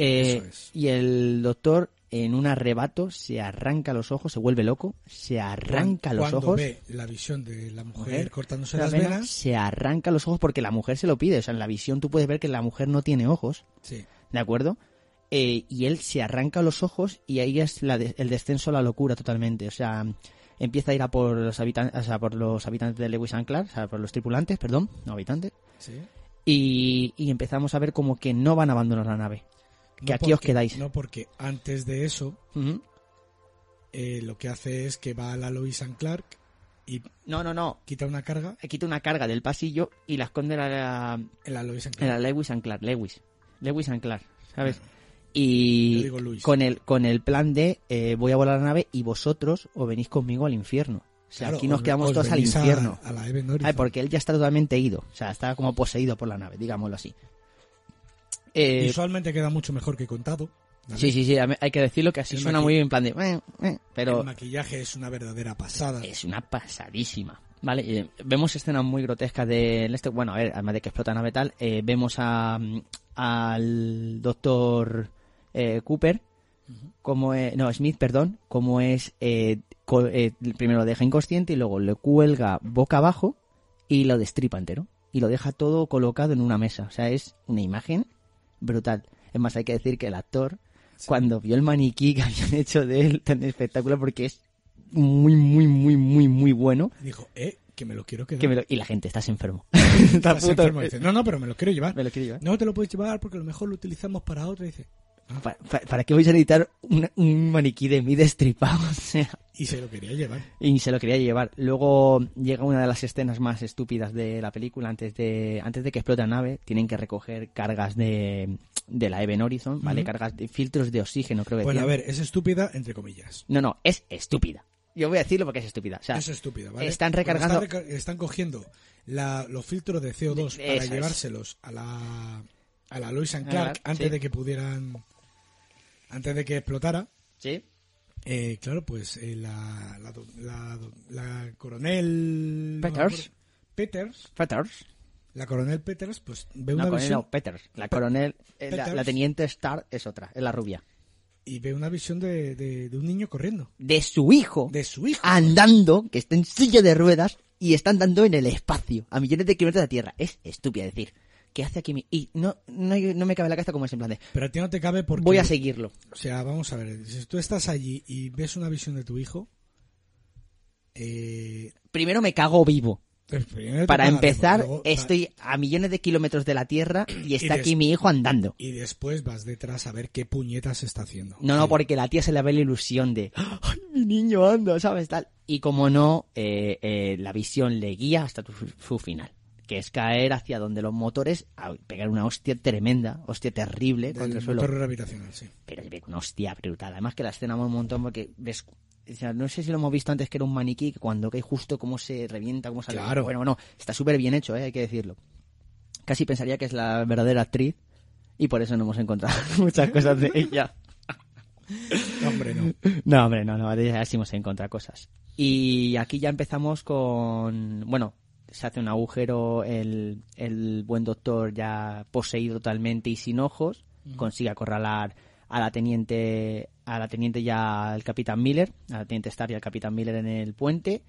Speaker 1: Eh,
Speaker 7: Eso es.
Speaker 1: Y el doctor, en un arrebato, se arranca los ojos, se vuelve loco, se arranca los
Speaker 7: Cuando
Speaker 1: ojos.
Speaker 7: ve la visión de la mujer,
Speaker 1: Mujer,
Speaker 7: cortándose
Speaker 1: la
Speaker 7: las
Speaker 1: vena,
Speaker 7: venas,
Speaker 1: se arranca los ojos porque la mujer se lo pide. O sea, en la visión tú puedes ver que la mujer no tiene ojos,
Speaker 7: sí,
Speaker 1: ¿de acuerdo? Eh, y él se arranca los ojos y ahí es la de- el descenso a la locura totalmente. O sea, empieza a ir a por los, habitan- o sea, por los habitantes de Lewis and Clark, o sea, por los tripulantes, perdón, no habitantes.
Speaker 7: sí.
Speaker 1: Y, y empezamos a ver como que no van a abandonar la nave. Que
Speaker 7: No
Speaker 1: aquí os
Speaker 7: porque-
Speaker 1: quedáis.
Speaker 7: No, porque antes de eso
Speaker 1: Ujú.
Speaker 7: eh, lo que hace es que va a la Lois and Clark y
Speaker 1: No, no, no.
Speaker 7: quita una carga
Speaker 1: Quita una carga del pasillo y la esconde en la,
Speaker 7: en la Lois and
Speaker 1: en
Speaker 7: Clark.
Speaker 1: la Lewis and Clark. Lewis. Lewis and Clark, ¿sabes?
Speaker 7: Yo
Speaker 1: Y
Speaker 7: digo Luis.
Speaker 1: con el, con el plan de eh, voy a volar la nave y vosotros os venís conmigo al infierno. O sea,
Speaker 7: Claro,
Speaker 1: aquí nos
Speaker 7: os-
Speaker 1: quedamos
Speaker 7: os
Speaker 1: todos al
Speaker 7: venís a-
Speaker 1: infierno.
Speaker 7: A, la Even Horizon.
Speaker 1: Ay, porque él ya está totalmente ido. O sea, está como poseído por la nave, digámoslo así. Eh,
Speaker 7: Visualmente queda mucho mejor que contado. ¿vale?
Speaker 1: sí, sí, sí, hay que decirlo que así
Speaker 7: El
Speaker 1: suena
Speaker 7: maqui-
Speaker 1: muy bien en plan de... "Eh, eh", pero
Speaker 7: El maquillaje es una verdadera pasada.
Speaker 1: es una pasadísima. Vale, Eh, vemos escenas muy grotescas de este, bueno, a ver, además de que explota nave tal, eh, vemos a, mm, al doctor eh, Cooper, como es- no, Smith, perdón, como es, eh, co- eh, primero lo deja inconsciente y luego le cuelga boca abajo y lo destripa entero. Y lo deja todo colocado en una mesa. O sea, es una imagen brutal. Es más, hay que decir que el actor, cuando vio el maniquí que habían hecho de él tan espectacular, porque es muy, muy, muy, muy, muy bueno.
Speaker 7: Dijo, eh, que me lo quiero quedar.
Speaker 1: Que me lo- Y la gente, estás enfermo.
Speaker 7: Estás
Speaker 1: Estás puto-
Speaker 7: enfermo. Dice, no, no, pero me lo quiero llevar.
Speaker 1: Me lo ¿eh? quiero llevar.
Speaker 7: No te lo puedes llevar porque a lo mejor lo utilizamos para otra. Dice,
Speaker 1: Pa- pa- ¿Para, qué vais a necesitar una- un maniquí de mí destripado? O sea,
Speaker 7: y se lo quería llevar.
Speaker 1: y se lo quería llevar. Luego llega una de las escenas más estúpidas de la película. Antes de, antes de que explote la nave, tienen que recoger cargas de, de la Even Horizon, ¿vale?
Speaker 7: Ujú.
Speaker 1: Cargas de filtros de oxígeno, creo que
Speaker 7: Bueno, a
Speaker 1: decían.
Speaker 7: ver, es estúpida, entre comillas.
Speaker 1: No, no, es estúpida. Yo voy a decirlo porque es estúpida. O sea,
Speaker 7: Es estúpida, ¿vale?
Speaker 1: Están
Speaker 7: Porque
Speaker 1: recargando-
Speaker 7: Están, reca- están cogiendo la- los filtros de CO2
Speaker 1: De-
Speaker 7: para
Speaker 1: eso es.
Speaker 7: llevárselos a la, a la Lois and
Speaker 1: Ah,
Speaker 7: Clark antes
Speaker 1: sí.
Speaker 7: de que pudieran. Antes de que explotara.
Speaker 1: ¿sí?
Speaker 7: Eh, claro, pues eh, la, la, do- la do- la coronel... no me
Speaker 1: Peters.
Speaker 7: acuerdo. Peters.
Speaker 1: Peters.
Speaker 7: La coronel Peters, pues ve
Speaker 1: No,
Speaker 7: una
Speaker 1: coronel,
Speaker 7: visión
Speaker 1: no, Peters. La coronel, eh, la,
Speaker 7: Peters.
Speaker 1: la teniente Star es otra, es la rubia.
Speaker 7: y ve una visión de, de- de un niño corriendo.
Speaker 1: De su hijo,
Speaker 7: De su hijo.
Speaker 1: andando, que está en silla de ruedas y está andando en el espacio, a millones de kilómetros de la Tierra. Es estúpida decir. ¿Qué hace aquí mi.? Y no, no, no me cabe en la cabeza como es en plan de.
Speaker 7: Pero a ti no te cabe porque...
Speaker 1: Voy a seguirlo.
Speaker 7: O sea, vamos a ver, si tú estás allí y ves una visión de tu hijo... eh,
Speaker 1: Primero me cago vivo.
Speaker 7: pues primero te
Speaker 1: Para
Speaker 7: cagas,
Speaker 1: empezar,
Speaker 7: luego va-
Speaker 1: estoy a millones de kilómetros de la Tierra y está
Speaker 7: des-
Speaker 1: aquí mi hijo andando.
Speaker 7: Y después vas detrás a ver qué puñetas está haciendo.
Speaker 1: No, no, porque la tía se le ve la ilusión de, ay, mi niño anda, ¿sabes? Tal. Y como no, eh, eh, la visión le guía hasta tu- su final, que es caer hacia donde los motores, a pegar una hostia tremenda, hostia terrible
Speaker 7: Del
Speaker 1: contra el suelo.
Speaker 7: motor gravitacional, sí.
Speaker 1: Pero yo digo, una hostia brutal. Además que la escena mola un montón porque ves... o sea, no sé si lo hemos visto antes que era un maniquí, que cuando cae justo cómo se revienta, cómo sale.
Speaker 7: Claro.
Speaker 1: Bueno, no, está súper bien hecho, ¿eh? hay que decirlo. Casi pensaría que es la verdadera actriz y por eso no hemos encontrado muchas cosas de ella.
Speaker 7: No, hombre, no.
Speaker 1: No, hombre, no, no, ya hicimos en contra cosas. Y aquí ya empezamos con, bueno, se hace un agujero, el, el buen doctor ya poseído totalmente y sin ojos, consigue acorralar a la teniente, a la teniente ya al capitán Miller, a la teniente Stark y al capitán Miller en el puente,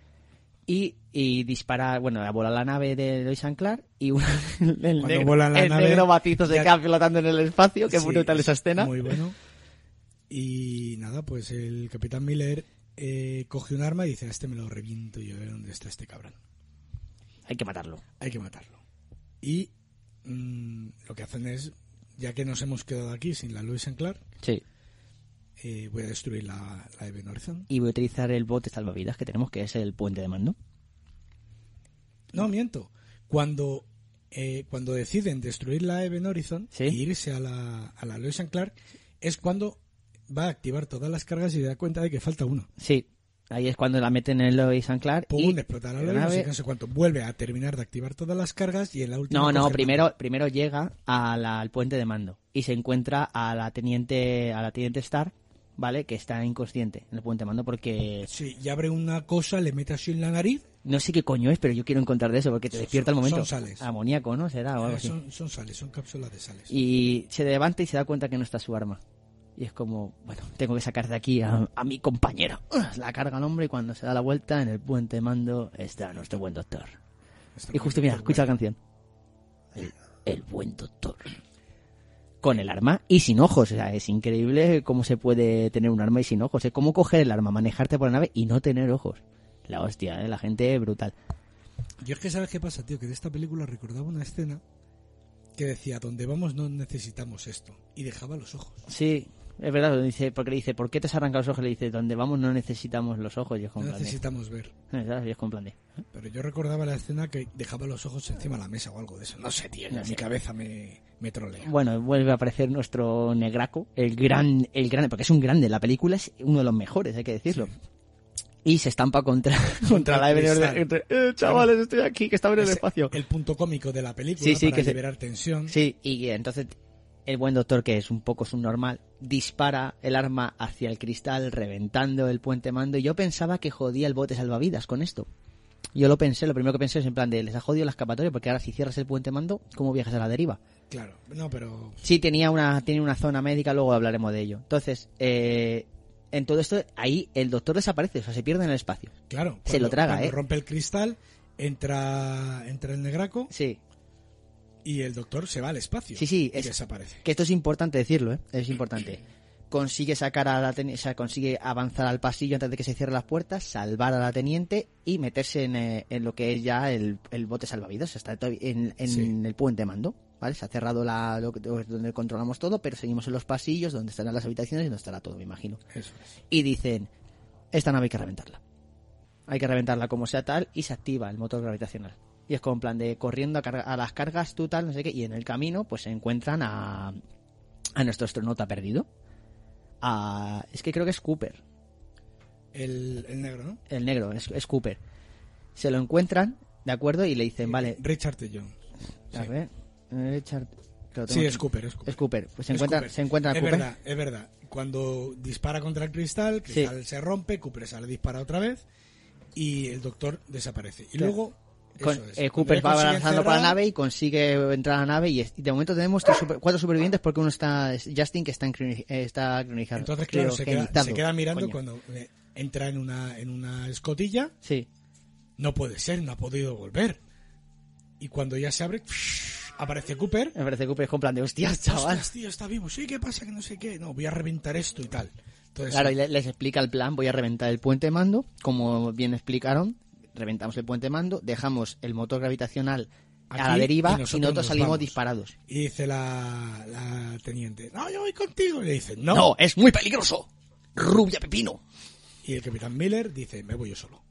Speaker 1: y, y dispara, bueno, vola la nave de Lois Anclar y un- el,
Speaker 7: Cuando
Speaker 1: negro,
Speaker 7: vuela la
Speaker 1: el
Speaker 7: nave,
Speaker 1: negro macizo se
Speaker 7: ya-
Speaker 1: queda flotando en el espacio, qué
Speaker 7: Sí,
Speaker 1: brutal esa
Speaker 7: es
Speaker 1: escena.
Speaker 7: Muy bueno. Y nada, pues el capitán Miller eh, coge un arma y dice, a este me lo reviento yo, a ver dónde está este cabrón.
Speaker 1: Hay que matarlo.
Speaker 7: Hay que matarlo. Y mm, lo que hacen es, ya que nos hemos quedado aquí sin la Louis Sinclair,
Speaker 1: Sí.
Speaker 7: eh, voy a destruir la, la Eben Horizon.
Speaker 1: Y voy a utilizar el bote salvavidas que tenemos, que es el puente de mando.
Speaker 7: No, miento. Cuando, eh, cuando deciden destruir la Even Horizon
Speaker 1: Sí.
Speaker 7: e irse a la, a la Lois and Clark, es cuando va a activar todas las cargas y se da cuenta de que falta uno.
Speaker 1: Sí. Ahí es cuando la meten en Lois San Clark.
Speaker 7: Pum, explotar la
Speaker 1: la
Speaker 7: Lois, no sé,
Speaker 1: nave-
Speaker 7: qué, no sé cuánto. Vuelve a terminar de activar todas las cargas y en la última.
Speaker 1: No, no,
Speaker 7: coge-
Speaker 1: primero, primero llega a la- al puente de mando y se encuentra a la teniente, a la teniente Star, ¿vale? Que está inconsciente en el puente de mando porque
Speaker 7: Sí, y abre una cosa, le mete así en la nariz.
Speaker 1: no sé qué coño es, pero yo quiero encontrar de eso porque te
Speaker 7: Son-
Speaker 1: despierta al
Speaker 7: son-
Speaker 1: momento.
Speaker 7: son sales.
Speaker 1: Amoníaco, ¿no? Será Ah, o algo
Speaker 7: eh,
Speaker 1: así.
Speaker 7: son, son sales, son cápsulas de sales.
Speaker 1: Y se levanta y se da cuenta que no está su arma. Y es como, bueno, tengo que sacar de aquí a, a mi compañero. ¡Ah! La carga al hombre y cuando se da la vuelta en el puente de mando está nuestro buen doctor.
Speaker 7: Está
Speaker 1: Y
Speaker 7: muy
Speaker 1: justo,
Speaker 7: bien,
Speaker 1: mira, escucha la canción. El, el buen doctor. Con el arma y sin ojos. O sea, es increíble cómo se puede tener un arma y sin ojos. Es cómo coger el arma, manejarte por la nave y no tener ojos. La hostia, ¿eh? la gente brutal.
Speaker 7: Yo es que sabes qué pasa, tío, que de esta película recordaba una escena que decía, donde vamos no necesitamos esto. Y dejaba los ojos.
Speaker 1: Sí, es verdad, lo dice, porque le dice, ¿por qué te has arrancado los ojos? Le dice, donde vamos no necesitamos los ojos. Y es con
Speaker 7: No
Speaker 1: plan de-
Speaker 7: necesitamos ver.
Speaker 1: ¿sabes? Y es con plan de-
Speaker 7: Pero yo recordaba la escena que dejaba los ojos encima de la mesa o algo de eso. No sé, tío,
Speaker 1: No
Speaker 7: mi
Speaker 1: sé.
Speaker 7: cabeza me, me trolea.
Speaker 1: Bueno, vuelve a aparecer nuestro negraco, el gran, el grande, porque es un grande, la película es uno de los mejores, hay que decirlo. Y se estampa contra, contra la
Speaker 7: el
Speaker 1: Evelyn
Speaker 7: cristal. eh.
Speaker 1: Ortega. Eh, chavales, estoy aquí, que estaba en el
Speaker 7: Es
Speaker 1: espacio.
Speaker 7: El punto cómico de la película
Speaker 1: Sí, sí,
Speaker 7: para
Speaker 1: que se-
Speaker 7: liberar tensión.
Speaker 1: Sí, y entonces el buen doctor, que es un poco subnormal, dispara el arma hacia el cristal, reventando el puente mando. Y yo pensaba que jodía el bote salvavidas con esto. Yo lo pensé, lo primero que pensé es en plan de, les ha jodido la escapatoria, porque ahora si cierras el puente mando, ¿cómo viajas a la deriva?
Speaker 7: Claro, no, pero
Speaker 1: Sí, tenía una, tiene una zona médica, luego hablaremos de ello. Entonces, eh, en todo esto, ahí el doctor desaparece, o sea, se pierde en el espacio.
Speaker 7: claro.
Speaker 1: Se lo traga,
Speaker 7: cuando
Speaker 1: ¿eh?
Speaker 7: rompe el cristal, entra, entra el negraco
Speaker 1: Sí,
Speaker 7: y el doctor se va al espacio.
Speaker 1: Sí, sí,
Speaker 7: y
Speaker 1: es-
Speaker 7: desaparece.
Speaker 1: que esto es importante decirlo, ¿eh? Es importante. Consigue sacar a la teniente, o sea, consigue avanzar al pasillo antes de que se cierren las puertas, salvar a la teniente y meterse en, eh, en lo que es ya el, el bote salvavidas, está todavía en, en
Speaker 7: Sí.
Speaker 1: el puente de mando, ¿vale? Se ha cerrado la, lo que- donde controlamos todo, pero seguimos en los pasillos donde estarán las habitaciones y donde estará todo, me imagino.
Speaker 7: Eso es.
Speaker 1: y dicen, esta nave hay que reventarla. Hay que reventarla como sea tal y se activa el motor gravitacional. Y es con plan de corriendo a, carga- a las cargas, tú tal, no sé qué, y en el camino pues se encuentran a, a nuestro astronauta perdido. A- es que creo que es Cooper,
Speaker 7: El, el negro, ¿no?
Speaker 1: el negro, es, es Cooper. Se lo encuentran, ¿de acuerdo? Y le dicen, vale,
Speaker 7: Richard de Jones.
Speaker 1: a
Speaker 7: sí.
Speaker 1: ver, eh, Richard... que lo tengo
Speaker 7: Sí,
Speaker 1: aquí.
Speaker 7: es Cooper, es Cooper.
Speaker 1: Es Cooper. Pues se
Speaker 7: Es
Speaker 1: encuentran,
Speaker 7: Cooper.
Speaker 1: se encuentran a
Speaker 7: es
Speaker 1: Cooper.
Speaker 7: verdad, es verdad. Cuando dispara contra el cristal, el cristal se rompe, Cooper sale dispara otra vez y el doctor desaparece. Y
Speaker 1: Claro.
Speaker 7: luego
Speaker 1: Con-
Speaker 7: eso es.
Speaker 1: eh,
Speaker 7: Cuando
Speaker 1: Cooper
Speaker 7: ya
Speaker 1: va
Speaker 7: consigue
Speaker 1: avanzando por la
Speaker 7: encerrar,
Speaker 1: nave y consigue entrar a la nave y, es- y de momento tenemos tres super- cuatro supervivientes porque uno está es Justin que está en crioni- eh, está crionizado.
Speaker 7: Entonces, claro, se queda,
Speaker 1: crionizado,
Speaker 7: se queda mirando
Speaker 1: coño.
Speaker 7: cuando eh, entra en una, en una escotilla.
Speaker 1: Sí,
Speaker 7: No puede ser, no ha podido volver. Y cuando ya se abre, aparece Cooper.
Speaker 1: me parece que Cooper es con plan de hostias, chaval.
Speaker 7: Ostras, tío, está vivo. Sí, ¿qué pasa? Que no sé qué. No, voy a reventar esto y tal. Entonces,
Speaker 1: Claro, y le- les explica el plan, voy a reventar el puente de mando, como bien explicaron, reventamos el puente de mando, dejamos el motor gravitacional a la
Speaker 7: Aquí,
Speaker 1: deriva
Speaker 7: y
Speaker 1: y
Speaker 7: nosotros
Speaker 1: nosotros,
Speaker 7: nos
Speaker 1: salimos
Speaker 7: vamos.
Speaker 1: disparados.
Speaker 7: Y dice la, la teniente, no, yo voy contigo. Y le dice, no.
Speaker 1: es muy peligroso. Rubia pepino.
Speaker 7: Y el capitán Miller dice, me voy yo solo.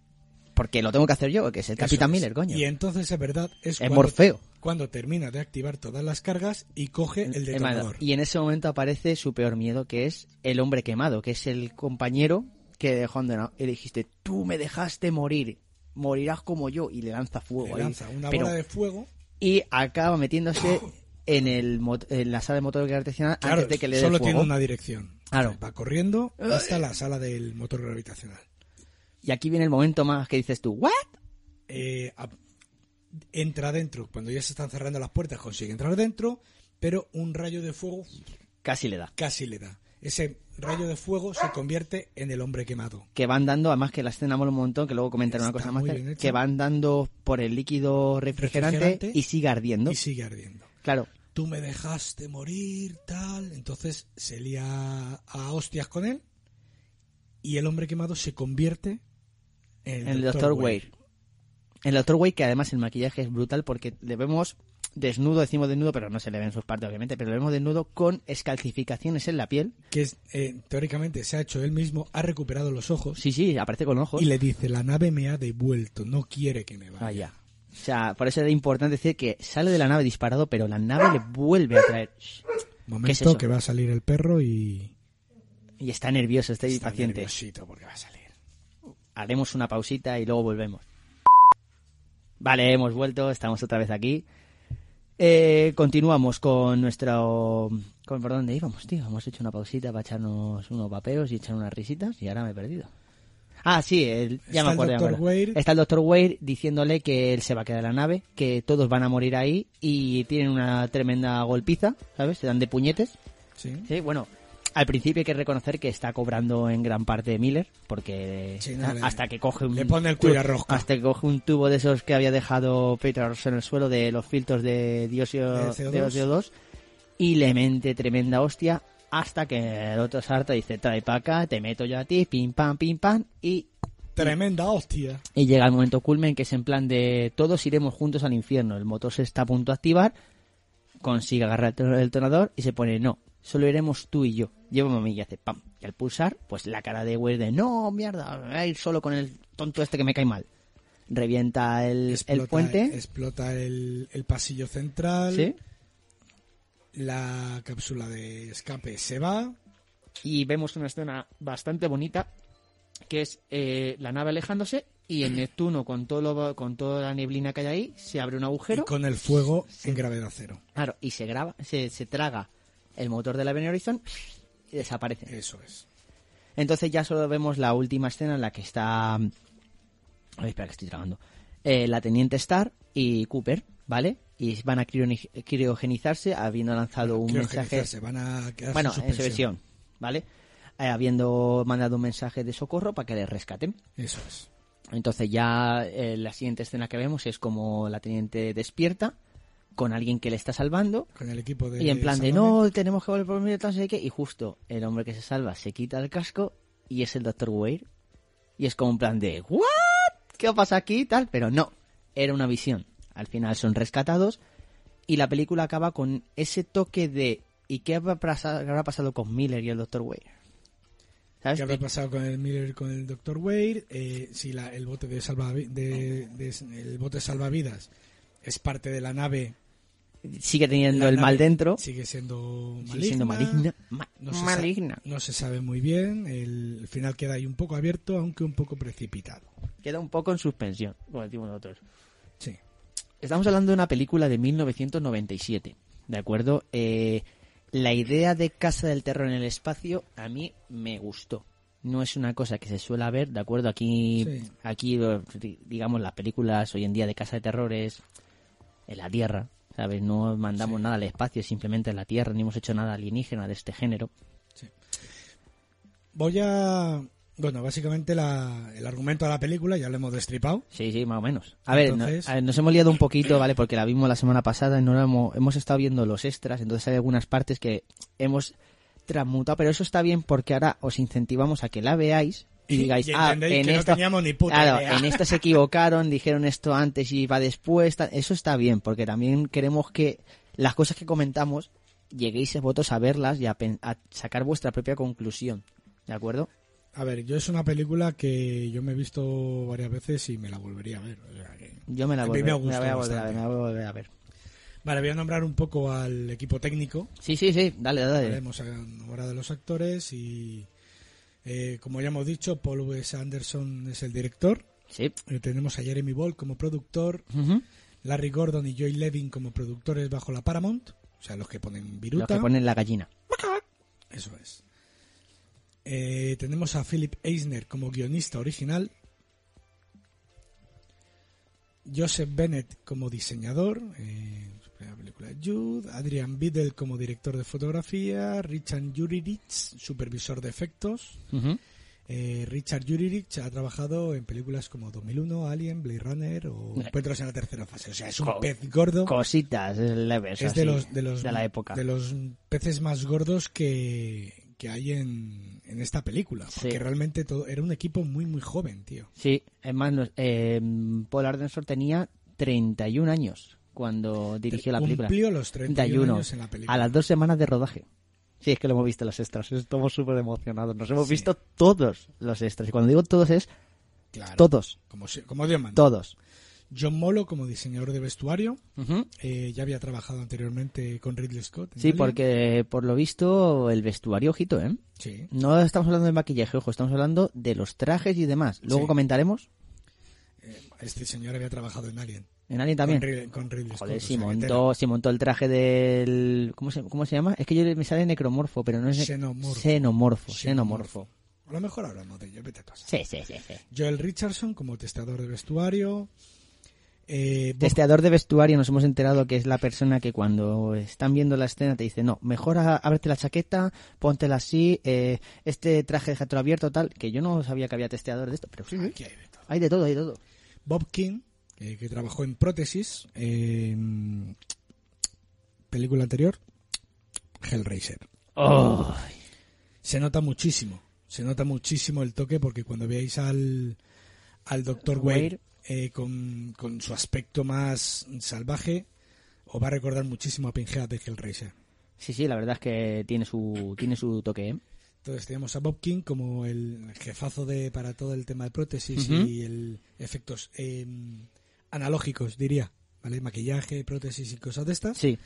Speaker 1: Porque lo tengo que hacer yo, que es el Capitán
Speaker 7: Eso es.
Speaker 1: Miller, coño.
Speaker 7: Y entonces, es verdad, es,
Speaker 1: Es Morfeo.
Speaker 7: Cuando termina de activar todas las cargas y coge el
Speaker 1: El quemado.
Speaker 7: detonador.
Speaker 1: Y en ese momento aparece su peor miedo, que es el hombre quemado, que es el compañero que dejó abandonado. Y le dijiste, tú me dejaste morir, morirás como yo. Y le lanza fuego.
Speaker 7: Le
Speaker 1: ahí.
Speaker 7: lanza una
Speaker 1: Pero-
Speaker 7: bola de fuego.
Speaker 1: Y acaba metiéndose en, el, mot- en la sala de motor gravitacional
Speaker 7: Claro,
Speaker 1: antes de que le dé
Speaker 7: solo
Speaker 1: fuego.
Speaker 7: tiene una dirección.
Speaker 1: Claro.
Speaker 7: Va corriendo hasta la sala del motor gravitacional.
Speaker 1: Y aquí viene el momento más que dices tú, ¿what?
Speaker 7: Eh, a- entra dentro. Cuando ya se están cerrando las puertas, consigue entrar dentro, pero un rayo de fuego
Speaker 1: Casi le da.
Speaker 7: casi le da. Ese rayo de fuego se convierte en el hombre quemado.
Speaker 1: que van dando, además que la escena mola un montón, que luego comentaré una
Speaker 7: Está
Speaker 1: cosa
Speaker 7: muy
Speaker 1: más, tarde,
Speaker 7: bien hecha.
Speaker 1: que van dando por el líquido refrigerante,
Speaker 7: Refrigerante.
Speaker 1: y sigue ardiendo.
Speaker 7: Y sigue ardiendo.
Speaker 1: Claro,
Speaker 7: Tú me dejaste morir, tal. Entonces se lía a hostias con él. Y el hombre quemado se convierte en el,
Speaker 1: en el
Speaker 7: Dr.
Speaker 1: Dr. Wade. El Dr. Wade, que además el maquillaje es brutal porque le vemos desnudo, decimos desnudo, pero no se le ven sus partes obviamente, pero le vemos desnudo con escalcificaciones en la piel.
Speaker 7: Que es, eh, teóricamente se ha hecho él mismo, ha recuperado los ojos.
Speaker 1: Sí, sí, aparece con ojos.
Speaker 7: Y le dice, la nave me ha devuelto, no quiere que me vaya.
Speaker 1: Vaya. O sea, por eso era importante decir que sale de la nave disparado, pero la nave le vuelve a traer... Shh. ¿Qué es
Speaker 7: Momento
Speaker 1: eso?
Speaker 7: que va a salir el perro y...
Speaker 1: Y está nervioso, está,
Speaker 7: Está
Speaker 1: impaciente.
Speaker 7: nerviosito porque va a salir.
Speaker 1: haremos una pausita y luego volvemos. Vale, hemos vuelto, estamos otra vez aquí. Eh, continuamos con nuestro... Con, ¿Por dónde íbamos, tío? Hemos hecho una pausita para echarnos unos vapeos y echar unas risitas y ahora me he perdido. Ah, sí, el- ya
Speaker 7: Está
Speaker 1: me
Speaker 7: el
Speaker 1: acuerdo. ya me
Speaker 7: Dr.
Speaker 1: acuerdo.
Speaker 7: Wade.
Speaker 1: Está el Dr. Wade diciéndole que él se va a quedar en la nave, que todos van a morir ahí y tienen una tremenda golpiza, ¿sabes? Se dan de puñetes.
Speaker 7: Sí.
Speaker 1: Sí, bueno, al principio hay que reconocer que está cobrando en gran parte Miller, porque
Speaker 7: Sí, no, le-
Speaker 1: hasta que coge un
Speaker 7: le pone el
Speaker 1: tu-
Speaker 7: cuirarrosca.
Speaker 1: hasta que coge un tubo de esos que había dejado Peters en el suelo de los filtros de dióxido
Speaker 7: De
Speaker 1: de
Speaker 7: CO2.
Speaker 1: CO2, y le mente tremenda hostia hasta que el otro sarta dice trae para acá, te meto yo a ti, pim pam pim pam y
Speaker 7: Tremenda hostia.
Speaker 1: y llega el momento culmen que es en plan de todos iremos juntos al infierno. El motor se está a punto de activar, consigue agarrar el to- el tonador y se pone no, solo iremos tú y yo. Llévame a mí y hace pam. Y al pulsar, pues la cara de Wade de no, mierda, voy a ir solo con el tonto este que me cae mal. Revienta el, el puente.
Speaker 7: Explota el, el pasillo central.
Speaker 1: ¿sí?
Speaker 7: La cápsula de escape se va.
Speaker 1: y vemos una escena bastante bonita que es eh, la nave alejándose y en Neptuno con todo lo- con toda la neblina que hay ahí se abre un agujero
Speaker 7: y con el fuego en gravedad cero.
Speaker 1: Claro, y se graba, se, se traga el motor de la Ben Horizon y desaparece.
Speaker 7: Eso es.
Speaker 1: Entonces ya solo vemos la última escena en la que está. Ay, espera, que estoy tragando. Eh, la Teniente Star y Cooper, ¿vale? Y van a crioni- criogenizarse habiendo lanzado un mensaje.
Speaker 7: Se van a quedar
Speaker 1: Bueno,
Speaker 7: sin
Speaker 1: en versión, ¿vale? Eh, habiendo mandado un mensaje de socorro para que les rescaten.
Speaker 7: Eso es.
Speaker 1: Entonces ya eh, la siguiente escena que vemos es como la Teniente despierta con alguien que le está salvando
Speaker 7: Con el equipo de.
Speaker 1: y en plan de
Speaker 7: salvamento.
Speaker 1: no, tenemos que volver por mí, tal, no sé qué. Y justo el hombre que se salva se quita el casco y es el Dr. Wade. Y es como un plan de ¿What? ¿Qué pasa aquí? Tal, pero no. Era una visión. Al final son rescatados. Y la película acaba con ese toque de ¿Y qué habrá pasado, qué habrá pasado con Miller y el Dr. Wade? ¿Sabes?
Speaker 7: ¿Qué
Speaker 1: este.
Speaker 7: habrá pasado con el Miller y con el Dr. Wade? Eh, si la- el bote de, salvavi- de, de- el bote salvavidas es parte de la nave.
Speaker 1: Eh, Sigue teniendo
Speaker 7: la
Speaker 1: el mal
Speaker 7: nave
Speaker 1: dentro.
Speaker 7: Sigue siendo maligna.
Speaker 1: Sigue siendo maligna. Ma-
Speaker 7: No se, sa-
Speaker 1: maligna.
Speaker 7: no se sabe muy bien. El final queda ahí un poco abierto, aunque un poco precipitado.
Speaker 1: Queda un poco en suspensión, como decimos nosotros.
Speaker 7: Sí.
Speaker 1: Estamos hablando de una película de 1997, ¿de acuerdo? Eh, la idea de Casa del Terror en el espacio a mí me gustó. No es una cosa que se suele ver, ¿de acuerdo? Aquí,
Speaker 7: Sí.
Speaker 1: aquí eh, di- digamos, las películas hoy en día de Casa de Terror es en la Tierra, ¿sabes? No mandamos nada al espacio, simplemente en la Tierra, ni hemos hecho nada alienígena de este género.
Speaker 7: Voy a. Bueno, básicamente la- el argumento de la película ya lo hemos destripado.
Speaker 1: Sí, sí, más o menos. A ver, no-
Speaker 7: Entonces-
Speaker 1: a ver, nos hemos liado un poquito, ¿vale? Porque la vimos la semana pasada y no la hemos, hemos estado viendo los extras, entonces hay algunas partes que hemos transmutado, pero eso está bien porque ahora os incentivamos a que la veáis y
Speaker 7: Y-
Speaker 1: digáis,
Speaker 7: y
Speaker 1: ah,
Speaker 7: entendéis
Speaker 1: en
Speaker 7: que no
Speaker 1: esta,
Speaker 7: teníamos ni puta
Speaker 1: claro,
Speaker 7: idea".
Speaker 1: en esta se equivocaron, dijeron esto antes y va después, tal. eso está bien porque también queremos que las cosas que comentamos lleguéis vosotros a verlas y a, pen- a sacar vuestra propia conclusión, ¿de acuerdo?
Speaker 7: A ver, yo es una película que yo me he visto varias veces y me la volvería a ver. o sea que-
Speaker 1: Yo me la,
Speaker 7: A mí
Speaker 1: volver-
Speaker 7: me ha
Speaker 1: la voy a
Speaker 7: gustado
Speaker 1: volver a ver,
Speaker 7: bastante.
Speaker 1: me la voy a volver a ver.
Speaker 7: Vale, voy a nombrar un poco al equipo técnico.
Speaker 1: Sí, sí, sí, dale, dale.
Speaker 7: ¿vale? Hemos nombrado a los actores y, eh, como ya hemos dicho, Paul W.S. Anderson es el director.
Speaker 1: Sí.
Speaker 7: Eh, tenemos a Jeremy Ball como productor,
Speaker 1: Ujú.
Speaker 7: Larry Gordon y Joy Levin como productores bajo la Paramount, o sea, los que ponen
Speaker 1: Los
Speaker 7: Viruta.
Speaker 1: que ponen la gallina.
Speaker 7: Eso es. Eh, tenemos a Philip Eisner como guionista original. Joseph Bennett como diseñador. eh, su primera película Jude. Adrian Biddle como director de fotografía. Richard Jurich, supervisor de efectos.
Speaker 1: Ujú.
Speaker 7: Eh, Richard Jurich ha trabajado en películas como 2001, Alien, Blade Runner o Encuentros en la tercera fase. O sea, es un
Speaker 1: Co-
Speaker 7: pez gordo.
Speaker 1: Cositas eh, leves.
Speaker 7: Es de
Speaker 1: así,
Speaker 7: los, de los-
Speaker 1: de la época.
Speaker 7: de los peces más gordos que, que hay en, en esta película.
Speaker 1: Sí.
Speaker 7: Porque realmente todo, era un equipo muy, muy joven, tío.
Speaker 1: Sí, es más, nos- eh, Paul Ardenson tenía 31 años cuando dirigió la película.
Speaker 7: Cumplió los 31 años en la película.
Speaker 1: A las dos semanas de rodaje. Sí, es que lo hemos visto en los extras. Estamos súper emocionados. Nos hemos
Speaker 7: Sí.
Speaker 1: visto todos los extras. Y cuando digo todos es
Speaker 7: Claro.
Speaker 1: todos,
Speaker 7: Como, si- como Dios manda.
Speaker 1: todos.
Speaker 7: John Molo como diseñador de vestuario. Eh, ya había trabajado anteriormente con Ridley Scott. en
Speaker 1: Sí,
Speaker 7: Alien.
Speaker 1: porque por lo visto el vestuario, ojito, ¿eh?
Speaker 7: Sí.
Speaker 1: No estamos hablando de maquillaje, ojo, estamos hablando de los trajes y demás. Luego
Speaker 7: Sí.
Speaker 1: comentaremos
Speaker 7: Este señor había trabajado en Alien.
Speaker 1: en Alien también.
Speaker 7: Con, Rid- con Ridley
Speaker 1: Joder,
Speaker 7: Scott.
Speaker 1: si
Speaker 7: o sea, que
Speaker 1: montó, si montó el traje del... ¿Cómo se, cómo se llama? Es que yo me sale necromorfo, pero no es... ne-
Speaker 7: Xenomorfo.
Speaker 1: Xenomorfo, xenomorfo.
Speaker 7: Xenomorfo. tela. A lo mejor hablamos de ello, vete a casa.
Speaker 1: Sí, sí, sí, sí.
Speaker 7: Joel Richardson como testador de vestuario. Eh, Bob-
Speaker 1: Testeador de vestuario, nos hemos enterado que es la persona que cuando están viendo la escena te dice, no, mejor a- ábrete la chaqueta, póntela así, eh, este traje de abierto, tal, que yo no sabía que había testeador de esto, pero
Speaker 7: Aquí hay de todo.
Speaker 1: hay de todo, hay de todo.
Speaker 7: Bob King, eh, que trabajó en prótesis, eh, en película anterior, Hellraiser. Oh. Se nota muchísimo, se nota muchísimo el toque porque cuando veáis al, al Dr. Wade
Speaker 1: Wade.
Speaker 7: eh, con, con su aspecto más salvaje, os va a recordar muchísimo a Pinhead de Hellraiser.
Speaker 1: Sí, sí, la verdad es que tiene su, tiene su toque, ¿eh?
Speaker 7: Entonces teníamos a Bob King como el jefazo de para todo el tema de prótesis
Speaker 1: Ujú.
Speaker 7: y el efectos eh, analógicos, diría, ¿vale? Maquillaje, prótesis y cosas de estas.
Speaker 1: Sí,